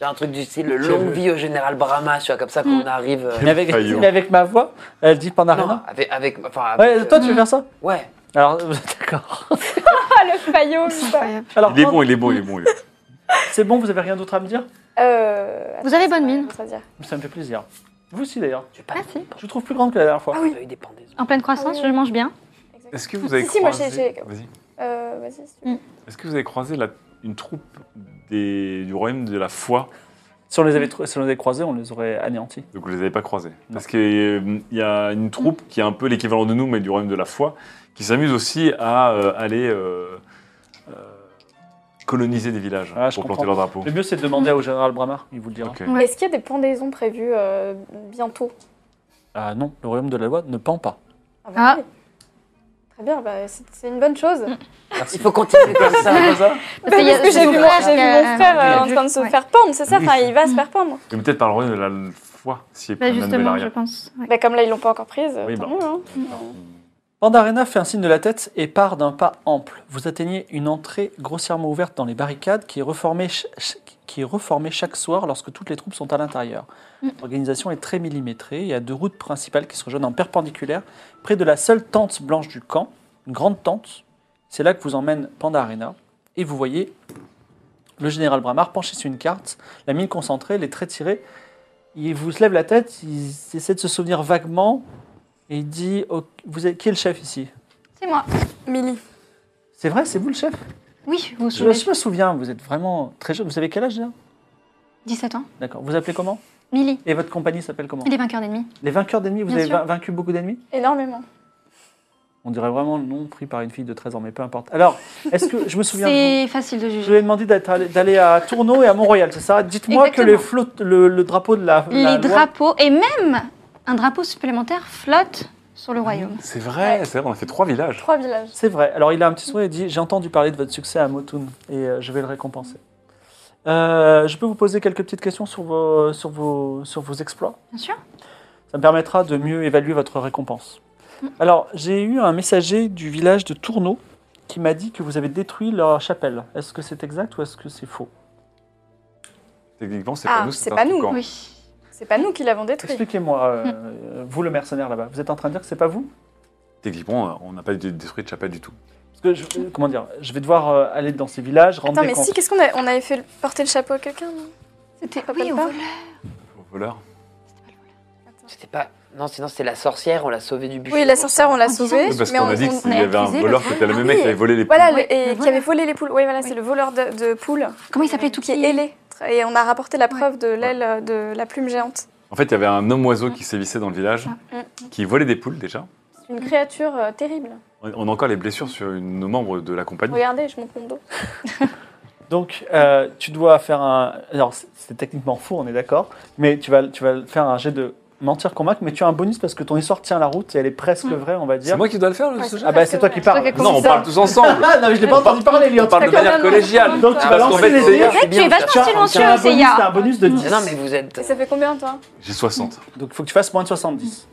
Speaker 6: J'ai un truc du style longue vie au général Brahma, tu vois, comme ça
Speaker 2: Mm.
Speaker 6: qu'on arrive. euh,
Speaker 2: Mais avec,
Speaker 3: faillot.
Speaker 2: mais avec ma voix, elle dit
Speaker 6: non,
Speaker 2: Pandarena.
Speaker 6: avec. avec, enfin,
Speaker 2: Ouais,
Speaker 6: avec,
Speaker 2: toi,
Speaker 6: euh,
Speaker 2: tu veux faire ça
Speaker 6: ouais.
Speaker 2: Alors, euh, d'accord.
Speaker 5: Ah le faillot putain.
Speaker 7: Incroyable.
Speaker 2: Alors,
Speaker 3: Il est bon, il est bon, il est bon. il est bon.
Speaker 2: c'est bon, vous avez rien d'autre à me dire
Speaker 5: Euh,
Speaker 7: Vous avez bonne mine.
Speaker 5: attends, ça veut dire.
Speaker 2: Ça me fait plaisir. Vous aussi, d'ailleurs.
Speaker 6: Tu pas
Speaker 7: Merci.
Speaker 2: Je vous trouve plus grande que la dernière fois.
Speaker 6: Ah oui, des pendaisons.
Speaker 7: En pleine croissance, je mange bien.
Speaker 3: Est-ce que vous avez
Speaker 5: Si, si, moi,
Speaker 3: croisé-
Speaker 5: j'ai- j'ai-
Speaker 3: Vas-y.
Speaker 5: Euh, vas-y, si tu veux.
Speaker 3: Est-ce que vous avez croisé la- une troupe des- du royaume de la foi
Speaker 2: Si on les avait, trou- si on les avait croisés, on les aurait anéantis.
Speaker 3: Donc vous les avez pas croisés. Parce qu'il y a une troupe qui est un peu l'équivalent de nous, mais du royaume de la foi, qui s'amuse aussi à euh, aller euh, euh, coloniser des villages
Speaker 2: Ah, je
Speaker 3: pour
Speaker 2: comprends.
Speaker 3: planter leur drapeau.
Speaker 2: Le mieux, c'est de demander au général Bramar, il vous le dira.
Speaker 3: Ok.
Speaker 7: Ouais.
Speaker 5: Est-ce qu'il y a des pendaisons prévues euh, bientôt
Speaker 2: Ah non, le royaume de la loi ne pend pas.
Speaker 5: Ah, bah,
Speaker 7: Ah.
Speaker 5: oui. Très bien, bah, c'est c'est une bonne chose.
Speaker 6: Il faut continuer comme ça.
Speaker 5: Bah, parce que j'ai vu, mon- j'ai vu mon frère euh, en train de se
Speaker 7: Ouais.
Speaker 5: faire pendre, c'est ça
Speaker 3: Oui,
Speaker 5: Enfin,
Speaker 3: c'est-
Speaker 5: il va se faire pendre.
Speaker 3: Mais peut-être par le royaume de la foi, si
Speaker 7: Bah, justement, je pense. ouais.
Speaker 5: Bah, comme là, ils l'ont pas encore prise,
Speaker 3: Oui,
Speaker 5: tant
Speaker 3: bah.
Speaker 5: mieux. hein.
Speaker 2: Pandarena fait un signe de la tête et part d'un pas ample. Vous atteignez une entrée grossièrement ouverte dans les barricades qui est reformée, ch- ch- qui est reformée chaque soir lorsque toutes les troupes sont à l'intérieur. L'organisation est très millimétrée. Il y a deux routes principales qui se rejoignent en perpendiculaire près de la seule tente blanche du camp, une grande tente. C'est là que vous emmène Pandarena. Et vous voyez le général Bramar penché sur une carte, la mine concentrée, les traits tirés. Il vous lève la tête, il essaie de se souvenir vaguement et il dit Ok, vous êtes, Qui est le chef ici
Speaker 7: C'est moi.
Speaker 5: Millie.
Speaker 2: C'est vrai, c'est vous le chef
Speaker 7: Oui, vous
Speaker 2: je, me-
Speaker 7: vous souvenez.
Speaker 2: je me souviens, vous êtes vraiment très jeune. Vous avez quel âge déjà
Speaker 7: 17 ans.
Speaker 2: D'accord. Vous appelez comment
Speaker 7: Millie,
Speaker 2: Et votre compagnie s'appelle comment
Speaker 7: il est vainqueur d'ennemis.
Speaker 2: Les vainqueurs d'ennemis, vous
Speaker 7: Bien
Speaker 2: avez
Speaker 7: sûr.
Speaker 2: vain- vaincu beaucoup d'ennemis
Speaker 5: Énormément.
Speaker 2: On dirait vraiment le nom pris par une fille de 13 ans, mais peu importe. Alors, est-ce que je me souviens de vous
Speaker 7: C'est facile de
Speaker 2: Je
Speaker 7: juger.
Speaker 2: lui ai demandé d'être allé- d'aller à Tourneau et à Mont-Royal, c'est ça Dites-moi que les flottes- le, le drapeau de la. la
Speaker 7: Les
Speaker 2: loi-
Speaker 7: drapeaux, et même un drapeau supplémentaire flotte sur le royaume.
Speaker 3: C'est vrai, c'est vrai, on a fait trois villages.
Speaker 5: Trois villages.
Speaker 2: C'est vrai. Alors, il a un petit sourire et dit J'ai entendu parler de votre succès à Motoun et euh, je vais le récompenser. Euh, je peux vous poser quelques petites questions sur vos, sur vos, sur vos exploits
Speaker 7: Bien sûr.
Speaker 2: Ça me permettra de mieux évaluer votre récompense.
Speaker 5: Mm.
Speaker 2: Alors, j'ai eu un messager du village de Tourneau qui m'a dit que vous avez détruit leur chapelle. Est-ce que c'est exact ou est-ce que c'est faux
Speaker 3: Techniquement, c'est
Speaker 5: Ah,
Speaker 3: pas nous,
Speaker 5: c'est
Speaker 3: un
Speaker 5: pas
Speaker 3: truc
Speaker 5: nous,
Speaker 3: en-
Speaker 7: Oui.
Speaker 5: C'est pas nous qui l'avons détruit. Mm.
Speaker 2: Expliquez-moi, euh, vous le mercenaire là-bas, vous êtes en train de dire que c'est pas vous
Speaker 3: Techniquement, euh, on n'a pas dé- détruit de chapelle du tout.
Speaker 2: Parce que je, euh, comment dire, je vais devoir euh, aller dans ces villages, rendre
Speaker 5: Attends,
Speaker 2: des
Speaker 5: mais
Speaker 2: comptes.
Speaker 5: si, qu'est-ce qu'on a- on avait fait porter le chapeau à quelqu'un non
Speaker 7: C'était
Speaker 5: Ça
Speaker 7: oui,
Speaker 5: s'appelle
Speaker 7: au
Speaker 5: pas
Speaker 7: vol.
Speaker 3: Au voleur.
Speaker 6: C'était pas. Non, sinon c'était la sorcière, on l'a sauvée du bûcher.
Speaker 5: Oui, la sorcière, on l'a
Speaker 7: Ah, disons.
Speaker 5: sauvée.
Speaker 3: Oui, parce
Speaker 5: mais
Speaker 3: qu'on
Speaker 5: on-
Speaker 3: a dit
Speaker 5: on-
Speaker 3: qu'il y
Speaker 7: a
Speaker 3: avait un
Speaker 7: accusé le
Speaker 3: voleur qui était le
Speaker 5: voleur.
Speaker 3: même mec qui avait volé les
Speaker 5: Voilà, le-
Speaker 7: Oui,
Speaker 5: et
Speaker 7: le
Speaker 5: qui avait
Speaker 7: voleur.
Speaker 5: volé les poules. Oui, voilà,
Speaker 7: Oui.
Speaker 5: c'est le voleur de, de poules
Speaker 7: Comment il s'appelait tout
Speaker 5: qui est ailé. Et on a rapporté la preuve de l'aile euh, de la plume géante.
Speaker 3: En fait, il y avait un homme oiseau qui sévissait dans le village,
Speaker 5: Ah.
Speaker 3: qui volait des poules déjà.
Speaker 5: C'est une créature euh, terrible.
Speaker 3: On on a encore les blessures sur une- nos membres de la compagnie.
Speaker 5: Regardez, je monte mon dos.
Speaker 2: Donc, euh, tu dois faire un. Alors, c'est- c'est techniquement faux, on est d'accord, mais tu vas, tu vas faire un jet de mentir convaincre, mais tu as un bonus parce que ton histoire tient la route et elle est presque vraie, on va dire.
Speaker 3: C'est moi qui dois le faire, le- ce jeu
Speaker 2: Ah bah c'est toi qui
Speaker 5: parles.
Speaker 2: parles.
Speaker 7: qui
Speaker 3: Non, on parle tous ensemble.
Speaker 2: Ah non, mais je l'ai pas entendu parler, lui. en
Speaker 3: On parle de
Speaker 2: tout cas.
Speaker 3: manière collégiale.
Speaker 2: Donc, tu
Speaker 6: Ah,
Speaker 2: vas
Speaker 6: parce
Speaker 3: qu'en
Speaker 2: lancer
Speaker 3: fait,
Speaker 2: les dés.
Speaker 6: c'est-
Speaker 7: Mec, tu es vachement
Speaker 2: Tu as- tu as un bonus,
Speaker 7: silencieux,
Speaker 2: t'as un
Speaker 7: Seiya.
Speaker 2: bonus de 10.
Speaker 6: Non, mais vous êtes.
Speaker 5: Et ça fait combien, toi
Speaker 3: J'ai 60.
Speaker 2: Donc, il faut que tu fasses moins de 70.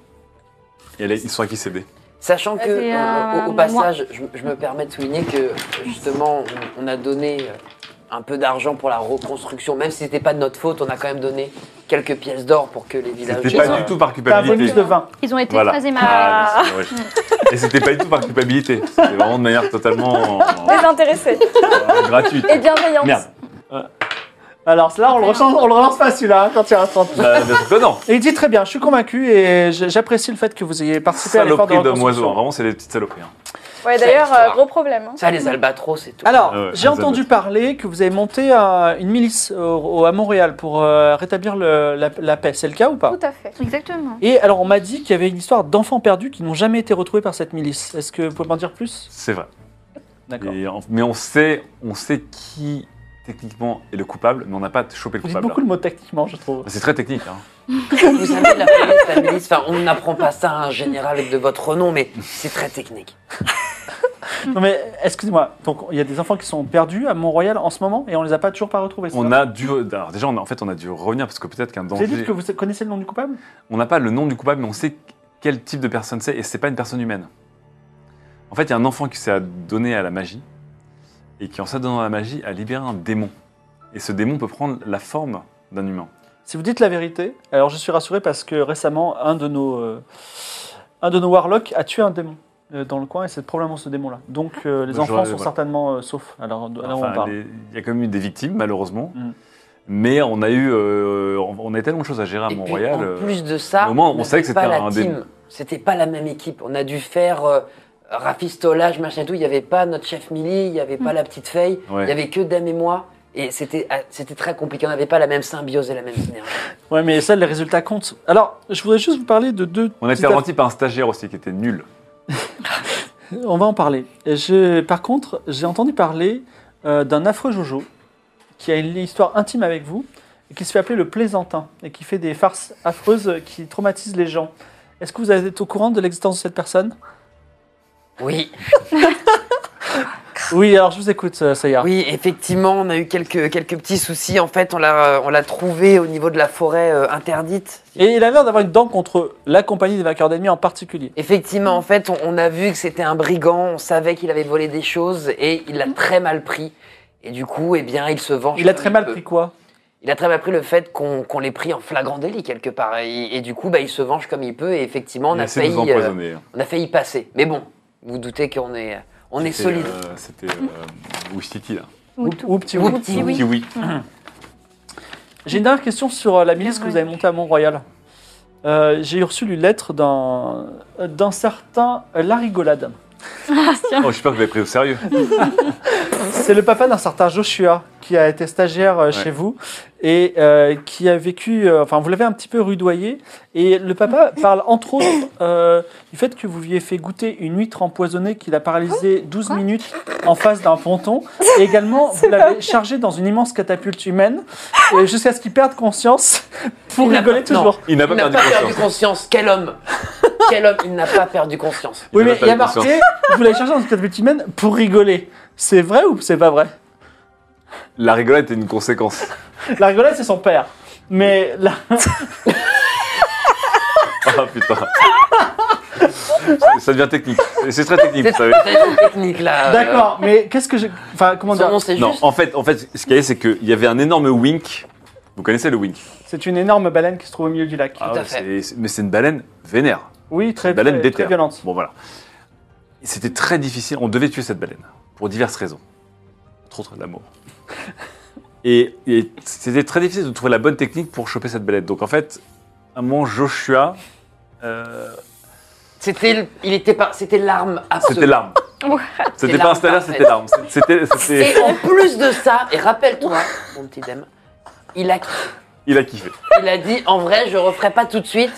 Speaker 3: Et elle est- ils sont à qui céder
Speaker 6: Sachant que,
Speaker 7: C'est,
Speaker 6: euh,
Speaker 7: euh,
Speaker 6: au- au,
Speaker 7: moi.
Speaker 6: passage, je, je me permets de souligner que, justement, on, on a donné euh, un peu d'argent pour la reconstruction. Même si c'était pas de notre faute, on a quand même donné quelques pièces d'or pour que les villages...
Speaker 3: C'était pas du tout par
Speaker 2: T'as un bonus de
Speaker 3: culpabilité.
Speaker 2: 20.
Speaker 7: Ils ont été
Speaker 3: Voilà.
Speaker 7: très aimables.
Speaker 3: Ah, mais c'est vrai. Et c'était pas du tout par culpabilité. C'était vraiment de manière totalement euh,
Speaker 5: Désintéressé
Speaker 3: euh, gratuite.
Speaker 5: et bienveillante.
Speaker 3: Merde.
Speaker 2: Alors, là, on le, relance, on le relance pas celui-là hein, quand il reste 30.
Speaker 3: Bah, bien sûr que non.
Speaker 2: Et il dit très bien, je suis convaincu et j- j'apprécie le fait que vous ayez participé à l'effort de
Speaker 3: Saloperie d'homme
Speaker 2: reconstruction.
Speaker 3: oiseau. hein. Vraiment, c'est des petites saloperies. hein.
Speaker 5: Ouais, d'ailleurs, euh,
Speaker 6: histoire.
Speaker 5: gros problème. hein.
Speaker 6: Ça, les albatros, c'est tout.
Speaker 2: Alors,
Speaker 3: Ah ouais,
Speaker 2: j'ai
Speaker 3: un
Speaker 2: entendu
Speaker 3: Zabot.
Speaker 2: parler que vous avez monté euh, une milice au- au- à Montréal pour euh, rétablir le- la, la paix. C'est le cas ou pas
Speaker 5: Tout à fait.
Speaker 7: Exactement.
Speaker 2: Et alors, on m'a dit qu'il y avait une histoire d'enfants perdus qui n'ont jamais été retrouvés par cette milice. Est-ce que vous pouvez m'en dire plus
Speaker 3: C'est vrai.
Speaker 2: D'accord.
Speaker 3: Et en- mais on sait, on sait qui techniquement est le coupable, mais on n'a pas chopé le
Speaker 2: Vous dites
Speaker 3: coupable.
Speaker 2: beaucoup le mot techniquement, je trouve.
Speaker 3: là. C'est très technique. hein.
Speaker 6: Vous savez, la police, la milice, enfin, on n'apprend pas ça à un général de votre nom, mais c'est très technique.
Speaker 2: Non mais excusez-moi, donc il y a des enfants qui sont perdus à Mont-Royal en ce moment et on les a pas toujours pas retrouvés. c'est
Speaker 3: On
Speaker 2: ça
Speaker 3: a dû. alors déjà, on a- en fait, on a dû revenir parce que peut-être qu'un
Speaker 2: Vous avez
Speaker 3: danger.
Speaker 2: dit que vous connaissez le nom du coupable
Speaker 3: On n'a pas le nom du coupable, mais on sait quel type de personne c'est, et c'est pas une personne humaine. En fait, il y a un enfant qui s'est donné à la magie, et qui, en s'adonnant à la magie, a libéré un démon. Et ce démon peut prendre la forme d'un humain.
Speaker 2: Si vous dites la vérité, alors je suis rassuré parce que récemment un de nos euh, un de nos warlocks a tué un démon euh, dans le coin et c'est probablement ce démon là. Donc euh, les
Speaker 3: Bah,
Speaker 2: enfants
Speaker 3: j'aurais-
Speaker 2: sont
Speaker 3: voilà.
Speaker 2: certainement euh, saufs. Alors là où
Speaker 3: Enfin,
Speaker 2: on parle.
Speaker 3: les- il y a quand même eu des victimes, malheureusement.
Speaker 2: Mm.
Speaker 3: Mais on a eu, euh, on on a tellement de choses à gérer à
Speaker 6: Et puis,
Speaker 3: Mont-Royal.
Speaker 6: en
Speaker 3: euh,
Speaker 6: plus de ça,
Speaker 3: au moment où on
Speaker 6: n'avait
Speaker 3: savait que c'était
Speaker 6: pas la
Speaker 3: un
Speaker 6: team.
Speaker 3: démon.
Speaker 6: C'était pas la même équipe. On a dû faire euh, rafistolage, machin et tout. Il n'y avait pas notre chef Milly, il n'y avait pas la petite Faye,
Speaker 3: Ouais.
Speaker 6: il n'y avait que Dame et moi. Et c'était ah, c'était très compliqué. On n'avait pas la même symbiose et la même synergie.
Speaker 2: Ouais mais ça les résultats comptent. Alors je voudrais juste vous parler de deux.
Speaker 3: On a été
Speaker 2: petites
Speaker 3: renti par un stagiaire aussi qui était nul.
Speaker 2: On va en parler. Je- par contre, j'ai entendu parler euh, d'un affreux Jojo qui a une histoire intime avec vous et qui se fait appeler le plaisantin et qui fait des farces affreuses qui traumatisent les gens. Est-ce que vous êtes au courant de l'existence de cette personne
Speaker 6: Oui,
Speaker 2: Oui, alors je vous écoute, euh,
Speaker 3: Ah.
Speaker 2: Sayar.
Speaker 6: oui, effectivement, on a eu quelques, quelques petits soucis. En fait, on l'a euh, on l'a trouvé au niveau de la forêt euh, interdite.
Speaker 2: Et il a l'air d'avoir une dent contre la compagnie des vainqueurs d'ennemis en particulier.
Speaker 6: Effectivement, en fait, on, on a vu que c'était un brigand, on savait qu'il avait volé des choses et il l'a très mal pris. Et du coup, eh bien, il se venge.
Speaker 2: Il a
Speaker 6: comme
Speaker 2: très mal
Speaker 6: peut.
Speaker 2: pris quoi
Speaker 6: Il a très mal pris le fait qu'on qu'on l'ait pris en flagrant délit quelque part. Et, et du coup, bah, il se venge comme il peut. Et effectivement, on
Speaker 3: il
Speaker 6: a,
Speaker 3: a essayé
Speaker 6: failli,
Speaker 3: de nous
Speaker 6: euh,
Speaker 3: empoisonner.
Speaker 6: on a failli passer. Mais bon, vous doutez qu'on est, on est
Speaker 3: C'était,
Speaker 6: solide.
Speaker 3: euh, C'était euh, Oustiki, là.
Speaker 2: Ou ou petit
Speaker 6: Ou
Speaker 2: ou.
Speaker 6: petit, oui.
Speaker 3: Qui, oui.
Speaker 2: J'ai une dernière question sur euh, la milice que vous avez montée à Mont-Royal. Euh, j'ai reçu une lettre d'un euh, d'un certain euh, Larigolade.
Speaker 3: Oh, j'espère que vous avez pris au sérieux.
Speaker 2: C'est le papa d'un certain Joshua qui a été stagiaire euh, chez vous et euh, qui a vécu, euh, enfin vous l'avez un petit peu rudoyé. Et le papa parle entre autres euh, du fait que vous lui avez fait goûter une huître empoisonnée qu'il a paralysé 12 minutes en face d'un ponton. Et également, vous l'avez chargé dans une immense catapulte humaine euh, jusqu'à ce qu'il perde conscience pour
Speaker 6: Il n'a
Speaker 2: rigoler
Speaker 6: pas- non.
Speaker 2: toujours.
Speaker 3: Il n'a pas
Speaker 6: Il n'a
Speaker 3: perdu
Speaker 6: pas perdu
Speaker 3: conscience.
Speaker 6: conscience. Quel homme Quel homme Il n'a pas perdu conscience.
Speaker 2: Oui,
Speaker 3: Il n'a
Speaker 2: mais
Speaker 3: pas
Speaker 2: il y a
Speaker 3: eu conscience.
Speaker 2: marqué, vous l'avez chargé dans une catapulte humaine pour rigoler. C'est vrai ou c'est pas vrai
Speaker 3: La rigolade était une conséquence.
Speaker 2: La rigolade, c'est son père. Mais la,
Speaker 3: Ah putain. ça devient technique. C'est- C'est très technique,
Speaker 6: C'est
Speaker 3: vous savez.
Speaker 6: c'est une technique là. euh,
Speaker 2: D'accord, mais qu'est-ce que j'ai. Enfin, comment
Speaker 6: Son
Speaker 2: dire
Speaker 6: nom, c'est
Speaker 3: Non,
Speaker 6: juste.
Speaker 3: en fait, en fait, ce qu'il y avait, c'est qu'il y avait un énorme wink. Vous connaissez le wink
Speaker 2: C'est une énorme baleine qui se trouve au milieu du lac.
Speaker 6: à
Speaker 3: Ah, ouais,
Speaker 6: fait.
Speaker 3: c'est- Mais c'est une baleine vénère.
Speaker 2: Oui, très,
Speaker 3: Une baleine
Speaker 2: très,
Speaker 3: d'éther.
Speaker 2: très violente.
Speaker 3: Bon, voilà. Et C'était très difficile. On devait tuer cette baleine. Pour diverses raisons. Entre autres, l'amour. Et, et c'était très difficile de trouver la bonne technique pour choper cette baleine. Donc, en fait, à un moment, Joshua. euh,
Speaker 6: C'était, le- il était pas, c'était l'arme absolue.
Speaker 3: c'était l'arme. C'était pas un
Speaker 6: l'arme
Speaker 3: stagiaire,
Speaker 6: parfaite.
Speaker 3: c'était l'arme. C'était. c'était-
Speaker 6: Et en plus de ça, et rappelle-toi, mon petit Dem, il a,
Speaker 3: Il a kiffé.
Speaker 6: il a dit en vrai, je referai pas tout de suite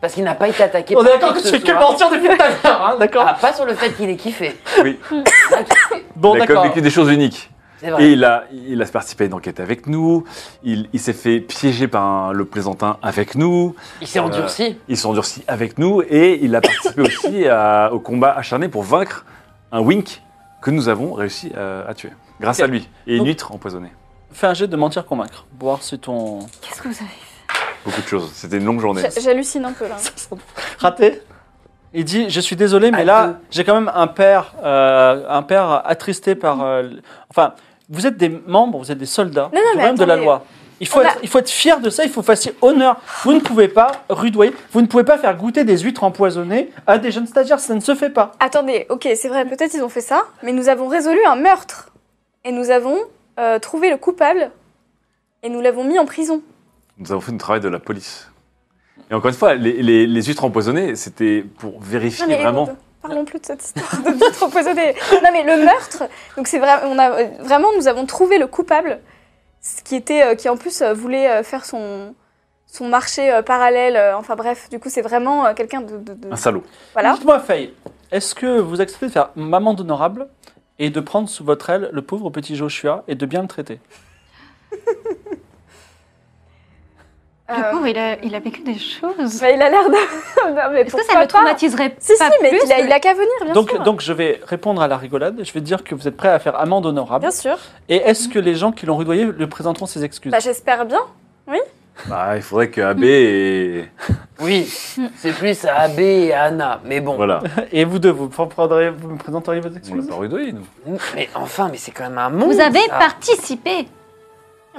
Speaker 6: parce qu'il n'a pas été attaqué.
Speaker 2: On
Speaker 6: par
Speaker 2: est d'accord
Speaker 6: qui
Speaker 2: que tu
Speaker 6: ce
Speaker 2: fais que
Speaker 6: soit.
Speaker 2: mentir depuis tout à l'heure, hein, d'accord
Speaker 6: Ah, pas sur le fait qu'il ait kiffé.
Speaker 3: Oui.
Speaker 6: Il a kiffé,
Speaker 2: Bon,
Speaker 3: il a quand
Speaker 2: d'accord.
Speaker 3: même vécu des choses uniques.
Speaker 6: C'est vrai.
Speaker 3: Et il a, il a participé à une enquête avec nous. Il, il s'est fait piéger par un- le plaisantin avec nous.
Speaker 6: il s'est endurci.
Speaker 3: Il s'est endurci avec nous. Et il a participé aussi à- au combat acharné pour vaincre un Wink que nous avons réussi euh, à, à tuer. Grâce
Speaker 2: Ok.
Speaker 3: à lui. Et une
Speaker 2: Donc-
Speaker 3: huître empoisonnée.
Speaker 2: Fais un jet de mentir convaincre. Voir si ton.
Speaker 5: Qu'est-ce que vous avez
Speaker 3: Beaucoup de choses. C'était une longue journée.
Speaker 5: J'- J'hallucine un peu là.
Speaker 2: Raté Il dit Je suis désolé, mais
Speaker 6: Ah,
Speaker 2: là,
Speaker 6: deux.
Speaker 2: j'ai quand même un père, euh, un père attristé par. euh, l- enfin, vous êtes des membres, vous êtes des soldats,
Speaker 5: Non, non,
Speaker 2: du
Speaker 5: mais
Speaker 2: même de la
Speaker 5: attendez.
Speaker 2: loi. Il faut,
Speaker 5: On a-
Speaker 2: être, il faut être fier de ça, il faut faire honneur. Vous ne pouvez pas rudoyer, vous ne pouvez pas faire goûter des huîtres empoisonnées à des jeunes stagiaires, ça ne se fait pas.
Speaker 5: Attendez, ok, c'est vrai, peut-être ils ont fait ça, mais nous avons résolu un meurtre. Et nous avons euh, trouvé le coupable. Et nous l'avons mis en prison.
Speaker 3: Nous avons fait le travail de la police. Et encore une fois, les, les- les huîtres empoisonnées, c'était pour vérifier
Speaker 5: Non, mais
Speaker 3: vraiment.
Speaker 5: Edward, Parlons plus de cette histoire de vitre empoisonnée. Non mais le meurtre, donc c'est vrai, on a euh, vraiment nous avons trouvé le coupable, ce qui était, euh, qui en plus euh, voulait euh, faire son son marché euh, parallèle. euh, enfin bref, du coup c'est vraiment euh,
Speaker 2: Ah,
Speaker 5: quelqu'un de, de- de-
Speaker 3: Un salaud.
Speaker 5: voilà.
Speaker 2: Dites-moi, Faye, est-ce que vous acceptez de faire maman d'honorable et de prendre sous votre aile le pauvre petit Joshua et de bien le traiter.
Speaker 7: Le
Speaker 5: Euh,
Speaker 7: pauvre, il a, il a vécu des choses.
Speaker 5: bah, il a l'air de. non, mais
Speaker 7: Est-ce que
Speaker 5: pourquoi
Speaker 7: ça le
Speaker 5: pas
Speaker 7: traumatiserait
Speaker 5: Si, si,
Speaker 7: pas
Speaker 5: mais
Speaker 7: plus
Speaker 5: il a,
Speaker 7: que-
Speaker 5: il a qu'à venir, bien
Speaker 2: Donc,
Speaker 5: sûr.
Speaker 2: donc je vais répondre à la rigolade. Je vais dire que vous êtes prêt à faire amende honorable.
Speaker 5: Bien sûr.
Speaker 2: Et est-ce que les gens qui l'ont rudoyé lui présenteront ses excuses
Speaker 5: Bah, j'espère bien.
Speaker 3: Bah, il faudrait que AB et.
Speaker 6: Oui, c'est plus à AB et à Anna, mais bon.
Speaker 3: Voilà.
Speaker 2: Et vous deux, vous, prendrez- vous me présenteriez vos
Speaker 3: On l'a
Speaker 2: excuses
Speaker 3: pas rudoyé, nous.
Speaker 6: Mais enfin, mais c'est quand même un monde.
Speaker 7: Vous avez
Speaker 5: Ah.
Speaker 6: ça.
Speaker 7: participé.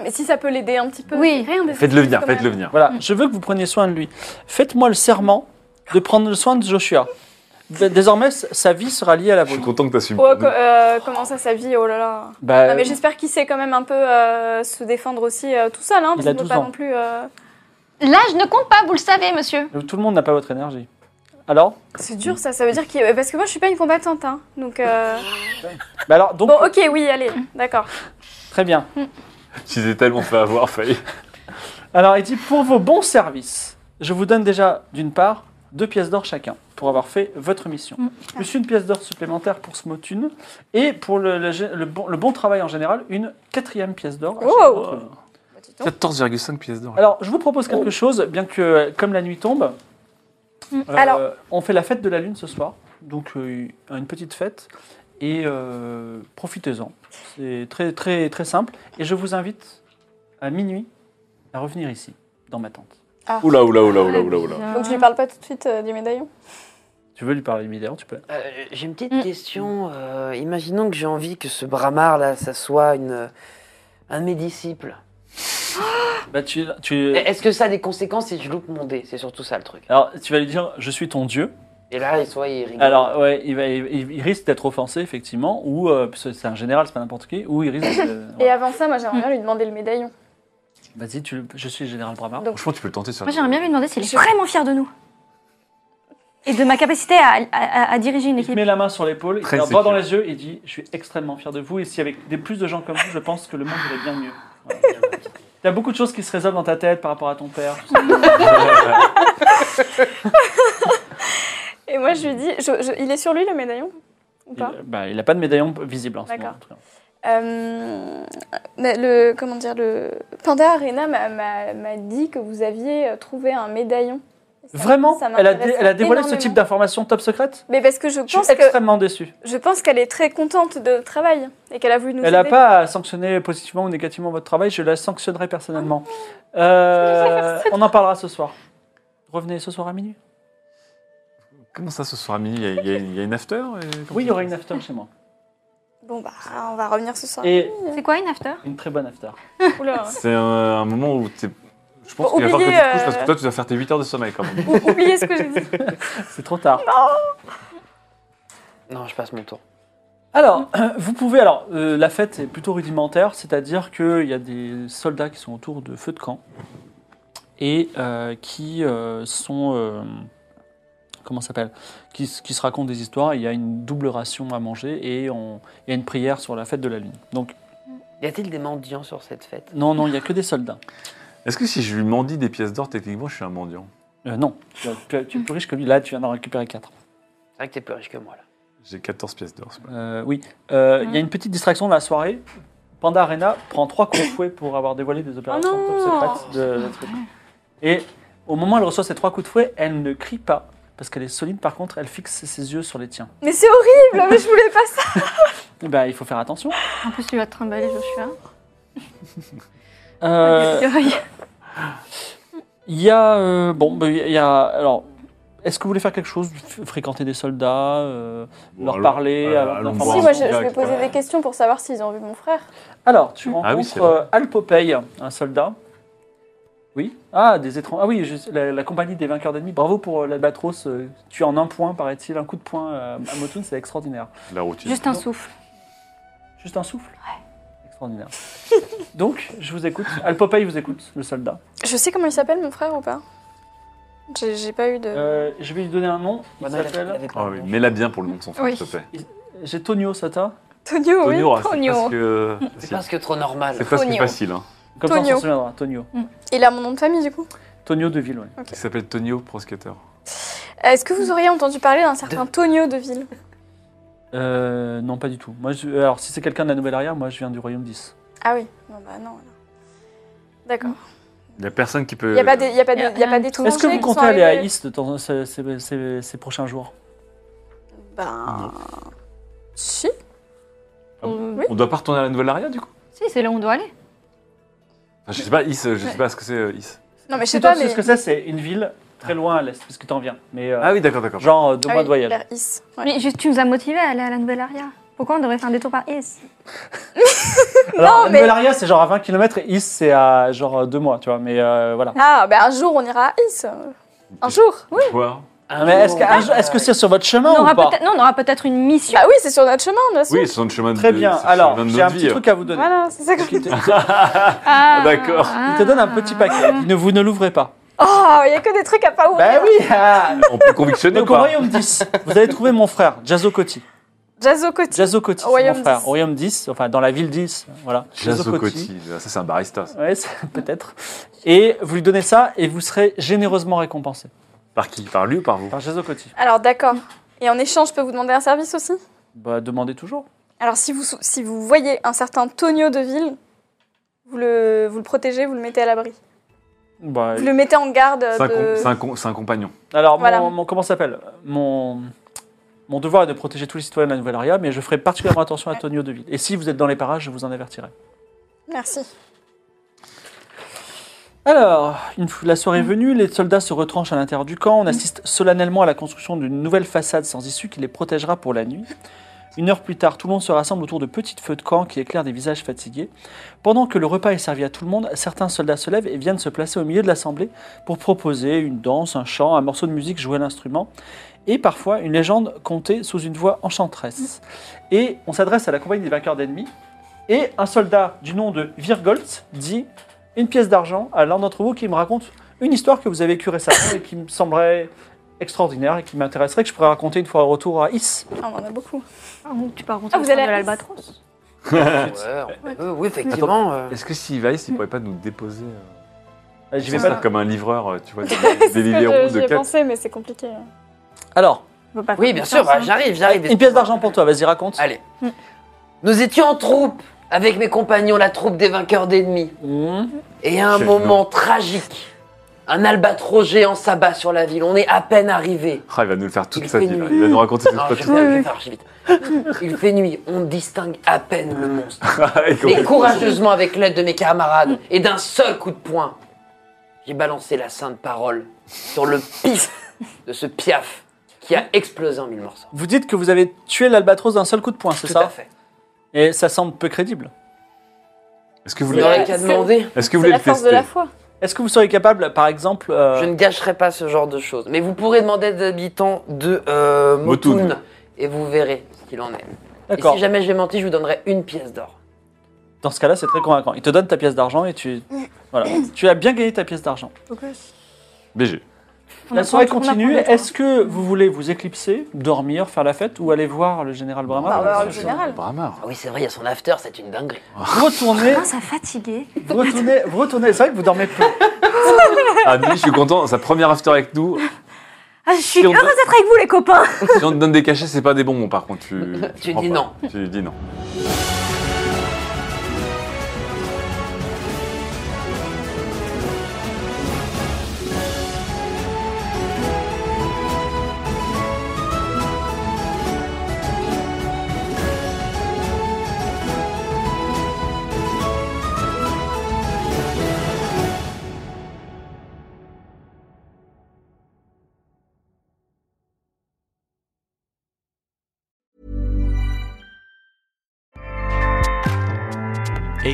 Speaker 5: Mais si ça peut l'aider un petit peu.
Speaker 7: Oui.
Speaker 5: rien des
Speaker 3: Faites-le
Speaker 5: excuses,
Speaker 3: venir,
Speaker 5: quand
Speaker 3: faites-le
Speaker 5: même.
Speaker 3: venir.
Speaker 2: Voilà, je veux que vous preniez soin de lui. Faites-moi le serment de prendre le soin de Joshua. D- Désormais, s- sa vie sera liée à
Speaker 7: Ah,
Speaker 2: la
Speaker 3: Je suis
Speaker 2: vôtre.
Speaker 3: content que t'assumes.
Speaker 5: Oh, co- euh, comment ça, sa vie Oh là là.
Speaker 2: Bah,
Speaker 5: Non, mais j'espère qu'il sait quand même un peu euh, se défendre aussi euh, tout seul, hein,
Speaker 2: Il
Speaker 5: parce
Speaker 2: a
Speaker 5: qu'on peut
Speaker 2: 12
Speaker 5: pas
Speaker 2: ans.
Speaker 5: non plus. euh,
Speaker 7: L'âge ne compte pas, vous le savez, monsieur.
Speaker 2: tout le monde n'a pas votre énergie. Alors
Speaker 5: C'est dur ça, ça veut dire qu'il. euh, Parce que moi je suis pas une combattante, hein. Donc. euh,
Speaker 2: Bah alors, donc,
Speaker 5: Bon, ok, oui, allez, d'accord.
Speaker 2: très bien.
Speaker 3: Tu t'es tellement fait avoir, failli.
Speaker 2: Alors, il dit pour vos bons services, je vous donne déjà, d'une part, deux pièces d'or chacun pour avoir fait votre mission. Plus une pièce d'or supplémentaire pour ce mot thune, et pour le, le- le bon, le bon travail en général, une quatrième pièce d'or. à
Speaker 5: Wow.
Speaker 2: chacun d'entre vous.
Speaker 3: 14,5 pièces d'or.
Speaker 2: Alors, je vous propose quelque chose, bien que euh, comme la nuit tombe, euh,
Speaker 5: Alors-
Speaker 2: on fait la fête de la lune ce soir, donc euh, une petite fête, et euh, profitez-en. C'est très très très simple, et je vous invite à minuit à revenir ici, dans ma tente.
Speaker 3: Oula, oula, oula, oula, oula, oula.
Speaker 5: Donc je lui parle pas tout de suite euh, du médaillon.
Speaker 2: Tu veux lui parler d'ailleurs, tu peux.
Speaker 6: Euh, j'ai une petite
Speaker 7: Mm.
Speaker 6: question. euh, imaginons que j'ai envie que ce bramard là, ça soit une, un de mes disciples.
Speaker 2: Bah, tu, tu,
Speaker 5: Eh,
Speaker 6: Est-ce que ça a des conséquences si je loupe mon dé C'est surtout ça le truc.
Speaker 2: alors, tu vas lui dire Je suis ton dieu.
Speaker 6: Et là, il soit il rigole.
Speaker 2: Alors, ouais, il, va, il, il risque d'être offensé, effectivement, ou euh, parce que c'est un général, c'est pas n'importe qui, ou il risque de.
Speaker 5: Et euh,
Speaker 2: voilà.
Speaker 5: avant ça, moi j'aimerais bien lui demander le médaillon.
Speaker 2: Vas-y, tu le- je suis le général Bramar.
Speaker 5: Donc-
Speaker 3: Franchement, tu peux le tenter sur
Speaker 7: Moi, j'aimerais bien lui demander s'il est vraiment fier de nous. Et de ma capacité à, à- à- à diriger une
Speaker 2: Il te
Speaker 7: équipe.
Speaker 2: met la main sur l'épaule, il te
Speaker 3: Très
Speaker 2: regarde droit dans
Speaker 3: sécure.
Speaker 2: les yeux et dit Je suis extrêmement fier de vous, et s'il y avait des, plus de gens comme vous, je pense que le monde irait bien mieux. Voilà. T'as beaucoup de choses qui se résolvent dans ta tête par rapport à ton père. tout ça.
Speaker 5: Et moi je lui dis, je- je- il est sur lui le médaillon Ou pas
Speaker 2: Il, bah, il a pas de médaillon visible en ce
Speaker 5: D'accord.
Speaker 2: moment. en tout cas.
Speaker 5: Euh, mais le, comment dire, le Panda Arena m'a- m'a m'a dit que vous aviez euh, trouvé un médaillon. Ça-
Speaker 2: Vraiment
Speaker 5: ça
Speaker 2: elle a, dé-
Speaker 5: m'intéresse
Speaker 2: elle a dévoilé ce
Speaker 5: énormément.
Speaker 2: type d'information top secrète
Speaker 5: Mais parce que je
Speaker 2: Je
Speaker 5: pense
Speaker 2: suis
Speaker 5: que
Speaker 2: extrêmement déçu.
Speaker 5: je pense qu'elle est très contente de notre travail et qu'elle a voulu nous
Speaker 2: Elle n'a
Speaker 5: aider.
Speaker 2: pas à sanctionner positivement ou négativement votre travail, je la sanctionnerai personnellement. Euh, on en parlera ce soir. Revenez ce soir à minuit.
Speaker 3: Comment ça, ce soir à minuit Il y a- il y, a- il y a une after et comment
Speaker 2: Oui, il y
Speaker 3: ça
Speaker 2: aura une after chez moi.
Speaker 5: Bon bah on va revenir ce soir.
Speaker 2: Et
Speaker 7: C'est quoi une after
Speaker 2: une très bonne after.
Speaker 5: Oula.
Speaker 3: C'est un, un moment où t'es. Je pense
Speaker 5: Bon,
Speaker 3: qu'il va falloir que tu
Speaker 5: oubliez,
Speaker 3: te couches parce
Speaker 5: euh,
Speaker 3: que toi, tu dois faire tes 8 heures de sommeil quand même.
Speaker 5: Ou- Oubliez ce que j'ai dit.
Speaker 2: C'est trop tard.
Speaker 6: Non, je passe mon tour.
Speaker 2: Alors, vous pouvez. Alors, euh, la fête est plutôt rudimentaire, c'est-à-dire qu'il y a des soldats qui sont autour de feux de camp et euh, qui euh, sont. euh, comment ça s'appelle qui, s- qui se racontent des histoires. Il y a une double ration à manger et on- il y a une prière sur la fête de la lune. Donc,
Speaker 6: Y a-t-il des mendiants sur cette fête
Speaker 2: Non, non, il n'y a que des soldats.
Speaker 3: Est-ce que si je lui mendie des pièces d'or, techniquement, je suis un mendiant
Speaker 2: Euh, non, tu es plus- tu es plus riche que lui. Là, tu viens d'en récupérer 4.
Speaker 6: C'est vrai que t'es plus riche que moi là.
Speaker 3: J'ai 14 pièces d'or. c'est pas-
Speaker 2: oui, Euh, il y a une petite distraction dans la soirée. Panda Arena prend trois coups de fouet pour avoir dévoilé des opérations
Speaker 5: Oh non
Speaker 2: top secrètes. De, de trucs. Et au moment où elle reçoit ces trois coups de fouet, elle ne crie pas. Parce qu'elle est solide, par contre, elle fixe ses yeux sur les tiens.
Speaker 5: Mais c'est horrible, mais je voulais pas ça.
Speaker 2: Eh ben, il faut faire attention.
Speaker 7: En plus, tu vas trimballer Joshua.
Speaker 2: Euh, Il y a. euh, bon, ben, il y a. Alors, est-ce que vous voulez faire quelque chose F- Fréquenter des soldats euh,
Speaker 3: Bon,
Speaker 2: Leur
Speaker 3: allons-
Speaker 2: parler,
Speaker 3: euh,
Speaker 2: avoir
Speaker 3: allons
Speaker 2: des
Speaker 3: boire
Speaker 2: informations.
Speaker 5: Si,
Speaker 3: un
Speaker 5: moi je, je
Speaker 3: verre,
Speaker 5: vais
Speaker 3: etc.
Speaker 5: poser des questions pour savoir s'ils ont vu mon frère.
Speaker 2: Alors, tu
Speaker 3: Ah oui,
Speaker 2: rencontres
Speaker 3: c'est vrai.
Speaker 2: euh, Al Popeye, un soldat. Oui. Ah, des étrangers. Ah oui, je- la, la compagnie des vainqueurs d'ennemis. Bravo pour euh, l'Albatros. euh, tué en un point, paraît-il. Un coup de poing euh, à Motun, c'est extraordinaire.
Speaker 3: La routine.
Speaker 7: Juste un souffle.
Speaker 2: Juste un souffle Extraordinaire. Donc, je vous écoute. Al Popeye vous écoute, le soldat.
Speaker 5: Je sais comment il s'appelle mon frère ou pas J'ai j'ai pas eu de.
Speaker 2: Euh, je vais lui donner un nom. Il
Speaker 6: Ça, Bah il avait- il
Speaker 2: s'appelle...
Speaker 6: avait pas
Speaker 3: Ah
Speaker 6: un
Speaker 3: oui,
Speaker 6: nom.
Speaker 3: mets-la bien pour le nom de son frère,
Speaker 7: Oui.
Speaker 3: s'il te plaît.
Speaker 2: J'ai Tonio Sata.
Speaker 5: Tonio, oui.
Speaker 3: Tonio, ah, c'est
Speaker 7: Tonio.
Speaker 3: presque, euh,
Speaker 6: C'est
Speaker 3: facile.
Speaker 6: presque trop normal.
Speaker 3: C'est presque
Speaker 7: Tonio.
Speaker 3: facile. Hein.
Speaker 2: Comme ça, on
Speaker 5: Tonio.
Speaker 2: s'en souviendra. Tonio.
Speaker 5: Il a mon nom de famille du coup.
Speaker 2: Tonio de Ville, ouais.
Speaker 3: Il s'appelle Tonio Proscator.
Speaker 5: Est-ce que vous auriez entendu parler d'un certain Tonio de Ville
Speaker 2: Euh, non, pas du tout. Moi, je- alors, si c'est quelqu'un de la nouvelle arrière, moi, je viens du royaume 10.
Speaker 5: Ah oui, non, bah non. alors. D'accord.
Speaker 3: Il n'y a personne qui peut.
Speaker 5: Il n'y a pas des, il y a pas de,
Speaker 7: y a
Speaker 5: il y a pas
Speaker 7: rien.
Speaker 5: des tout
Speaker 2: Euh, Est-ce que vous
Speaker 5: qui sont
Speaker 2: comptez aller à
Speaker 5: arrivés
Speaker 2: East dans ces, ces- ces- ces prochains jours Hmm.
Speaker 5: Ben. Si.
Speaker 7: On-
Speaker 5: Oui.
Speaker 3: On doit pas retourner à la nouvelle aria du coup
Speaker 7: Si, c'est là où on doit aller.
Speaker 3: Enfin, Je sais pas, Is, je sais pas ce que c'est euh, Is.
Speaker 5: Non, mais je sais
Speaker 2: Plutôt,
Speaker 5: pas,
Speaker 2: tu sais
Speaker 5: mais.
Speaker 2: ce que c'est, c'est une ville très loin à l'est, puisque t'en viens. Mais euh,
Speaker 3: Ah oui, d'accord, d'accord.
Speaker 2: genre euh, deux
Speaker 5: Ah
Speaker 2: mois
Speaker 5: oui,
Speaker 2: de voyage.
Speaker 5: vers Is. Ouais.
Speaker 7: Mais juste, tu nous as motivés à aller à la nouvelle aria. Pourquoi on devrait faire un détour par Is
Speaker 2: Alors, la
Speaker 5: mais-
Speaker 2: nouvelle arrière, c'est genre à 20 km et East, c'est à genre euh, deux mois, tu vois. Mais euh, voilà.
Speaker 5: Ah, ben un jour on ira à Is. Un jour.
Speaker 3: Oui. Voir.
Speaker 2: Ah, mais est-ce que un jour- est-ce que c'est sur votre chemin
Speaker 7: on
Speaker 2: ou
Speaker 7: aura
Speaker 2: pas
Speaker 7: peut-être- Non, on aura peut-être une mission.
Speaker 5: Bah oui, c'est sur notre chemin, de toute façon.
Speaker 3: Oui, c'est dans le chemin de
Speaker 2: Très bien.
Speaker 3: c'est sur le
Speaker 2: Alors,
Speaker 3: chemin de
Speaker 2: j'ai
Speaker 3: notre
Speaker 2: un petit
Speaker 3: vie. hein.
Speaker 2: truc à vous donner.
Speaker 5: Voilà, c'est ça que je
Speaker 2: Il te,
Speaker 7: Ah,
Speaker 3: d'accord.
Speaker 2: il te donne un
Speaker 5: Ah.
Speaker 2: petit paquet. Il ne- Vous ne l'ouvrez pas.
Speaker 5: Oh, il y a que des trucs à pas ouvrir.
Speaker 2: Ben oui ah.
Speaker 3: On peut convictionner ou
Speaker 2: Donc au
Speaker 3: pas
Speaker 2: royaume 10, vous allez trouver mon frère, Jazo Coty.
Speaker 5: Jazz au côté.
Speaker 2: Jazo Coty,
Speaker 5: Au
Speaker 2: c'est mon
Speaker 5: royaume
Speaker 2: frère.
Speaker 5: 10.
Speaker 2: Au royaume 10, enfin dans la ville 10, voilà. Jazo Coty.
Speaker 3: Jazokoti, Ah, ça c'est un barista. ça.
Speaker 2: Ouais, c'est- peut-être. Et vous lui donnez ça et vous serez généreusement récompensé
Speaker 3: Par qui Par lui ou par vous
Speaker 2: par Jazo Coty.
Speaker 5: Alors d'accord. Et en échange, je peux vous demander un service aussi
Speaker 2: Bah demandez toujours.
Speaker 5: Alors si vous, si vous voyez un certain Tonio de ville, vous le, vous le protégez, vous le mettez à l'abri.
Speaker 2: Bah,
Speaker 5: Vous le mettez en garde
Speaker 3: C'est un, com-
Speaker 5: Euh, de...
Speaker 3: c'est un com- c'est un compagnon.
Speaker 2: alors
Speaker 5: Voilà.
Speaker 2: mon, mon- comment ça s'appelle Mon mon devoir est de protéger tous les citoyens de la Nouvelle-Aria, mais je ferai particulièrement attention à Tonio de Ville. Et si vous êtes dans les parages, je vous en avertirai.
Speaker 5: Merci.
Speaker 2: Alors, une fois la
Speaker 5: Mm.
Speaker 2: soirée venue, les soldats se retranchent à l'intérieur du camp. On assiste solennellement à la construction d'une nouvelle façade sans issue qui les protégera pour la nuit. Une heure plus tard, tout le monde se rassemble autour de petits feux de camp qui éclairent des visages fatigués. Pendant que le repas est servi à tout le monde, certains soldats se lèvent et viennent se placer au milieu de l'assemblée pour proposer une danse, un chant, un morceau de musique joué à l'instrument et parfois une légende contée sous une voix enchanteresse. Et on s'adresse à la compagnie des vainqueurs d'ennemis et un soldat du nom de Virgolt dit une pièce d'argent à l'un d'entre vous qui me raconte une histoire que vous avez vécue récemment et qui me semblerait extraordinaire et qui m'intéresserait que je pourrais raconter une fois au retour à Is.
Speaker 5: Ah, on en a beaucoup.
Speaker 7: Ah, Tu peux rencontrer
Speaker 5: Ah, vous allez
Speaker 7: de
Speaker 5: à Is
Speaker 7: l'albatros.
Speaker 6: Ouais, on peut- oui, effectivement. euh,
Speaker 3: Est-ce que s'il va, Is, il pourrait pas nous déposer euh,
Speaker 2: Euh, J'y vais
Speaker 3: ça,
Speaker 2: pas.
Speaker 3: comme un livreur, euh, tu vois, des,
Speaker 5: C'est
Speaker 3: des
Speaker 5: ce que
Speaker 3: libéraux
Speaker 5: je-
Speaker 3: de
Speaker 5: j'y ai
Speaker 3: quatre.
Speaker 5: pensé, mais c'est compliqué.
Speaker 2: Alors,
Speaker 7: On peut pas
Speaker 6: Oui,
Speaker 7: faire
Speaker 6: bien
Speaker 7: confiance,
Speaker 6: sûr, bah,
Speaker 7: hein.
Speaker 6: j'arrive, j'arrive.
Speaker 2: une pièce Mm. d'argent pour toi, vas-y raconte.
Speaker 6: Allez. Nous étions en troupe avec mes compagnons, la troupe des vainqueurs d'ennemis.
Speaker 2: Mmh.
Speaker 6: Et à un
Speaker 3: Quel
Speaker 6: moment tragique, un albatros géant s'abat sur la ville. On est à peine arrivé.
Speaker 3: Ah, il va nous le faire toute
Speaker 6: Il
Speaker 3: sa
Speaker 6: fait
Speaker 3: vie. là.
Speaker 6: nuit.
Speaker 3: Il va nous raconter cette
Speaker 6: Non, je vais
Speaker 3: histoire.
Speaker 6: faire, je vais faire, je vais vite. Il fait nuit, on distingue à peine le monstre. Mais courageusement, avec l'aide de mes camarades et d'un seul coup de poing, j'ai balancé la sainte parole sur le pif de ce piaf qui a explosé en mille morceaux.
Speaker 2: Vous dites que vous avez tué l'albatros d'un seul coup de poing, c'est
Speaker 6: Tout
Speaker 2: ça
Speaker 6: à fait.
Speaker 2: Et ça semble peu crédible.
Speaker 3: Est-ce que vous
Speaker 6: Vous
Speaker 3: voulez,
Speaker 5: C'est
Speaker 6: n'aurez
Speaker 5: vrai,
Speaker 6: qu'à
Speaker 5: c'est-
Speaker 6: demander.
Speaker 3: est-ce que
Speaker 5: C'est
Speaker 3: vous voulez
Speaker 5: la
Speaker 3: le
Speaker 5: force de la
Speaker 3: tester
Speaker 5: foi.
Speaker 2: Est-ce que vous seriez capable, par exemple, euh,
Speaker 6: Je ne gâcherai pas ce genre de choses. Mais vous pourrez demander aux habitants de euh,
Speaker 3: Motun.
Speaker 6: Motun et vous verrez ce qu'il en est. Et
Speaker 2: d'accord.
Speaker 6: si jamais j'ai menti, je vous donnerai une pièce d'or.
Speaker 2: Dans ce cas-là, c'est très convaincant. Il te donne ta pièce d'argent et tu, voilà, tu as bien gagné ta pièce d'argent.
Speaker 3: BG.
Speaker 7: On
Speaker 2: La
Speaker 7: apprend-
Speaker 2: soirée
Speaker 7: on apprend
Speaker 2: continue.
Speaker 7: des trucs.
Speaker 2: Est-ce que vous voulez vous éclipser, dormir, faire la fête ou aller voir le général
Speaker 5: Bah, on
Speaker 2: Bramar
Speaker 5: va voir le général.
Speaker 3: Bramar.
Speaker 6: Ah oui, c'est vrai, il y a son after, c'est une dinguerie.
Speaker 2: Vous retournez,
Speaker 7: Mince, ça fatigué.
Speaker 2: vous retournez, vous retournez. C'est vrai que vous dormez peu.
Speaker 3: Ah, Billy, je suis content. Sa première after avec nous.
Speaker 7: Ah, je suis
Speaker 3: Si on
Speaker 7: heureuse
Speaker 3: peut-
Speaker 7: d'être avec vous, les copains.
Speaker 3: Si on te donne des cachets, c'est pas des bonbons, par contre. Tu,
Speaker 6: Tu
Speaker 3: prends
Speaker 6: dis
Speaker 3: pas.
Speaker 6: non.
Speaker 3: Tu dis non.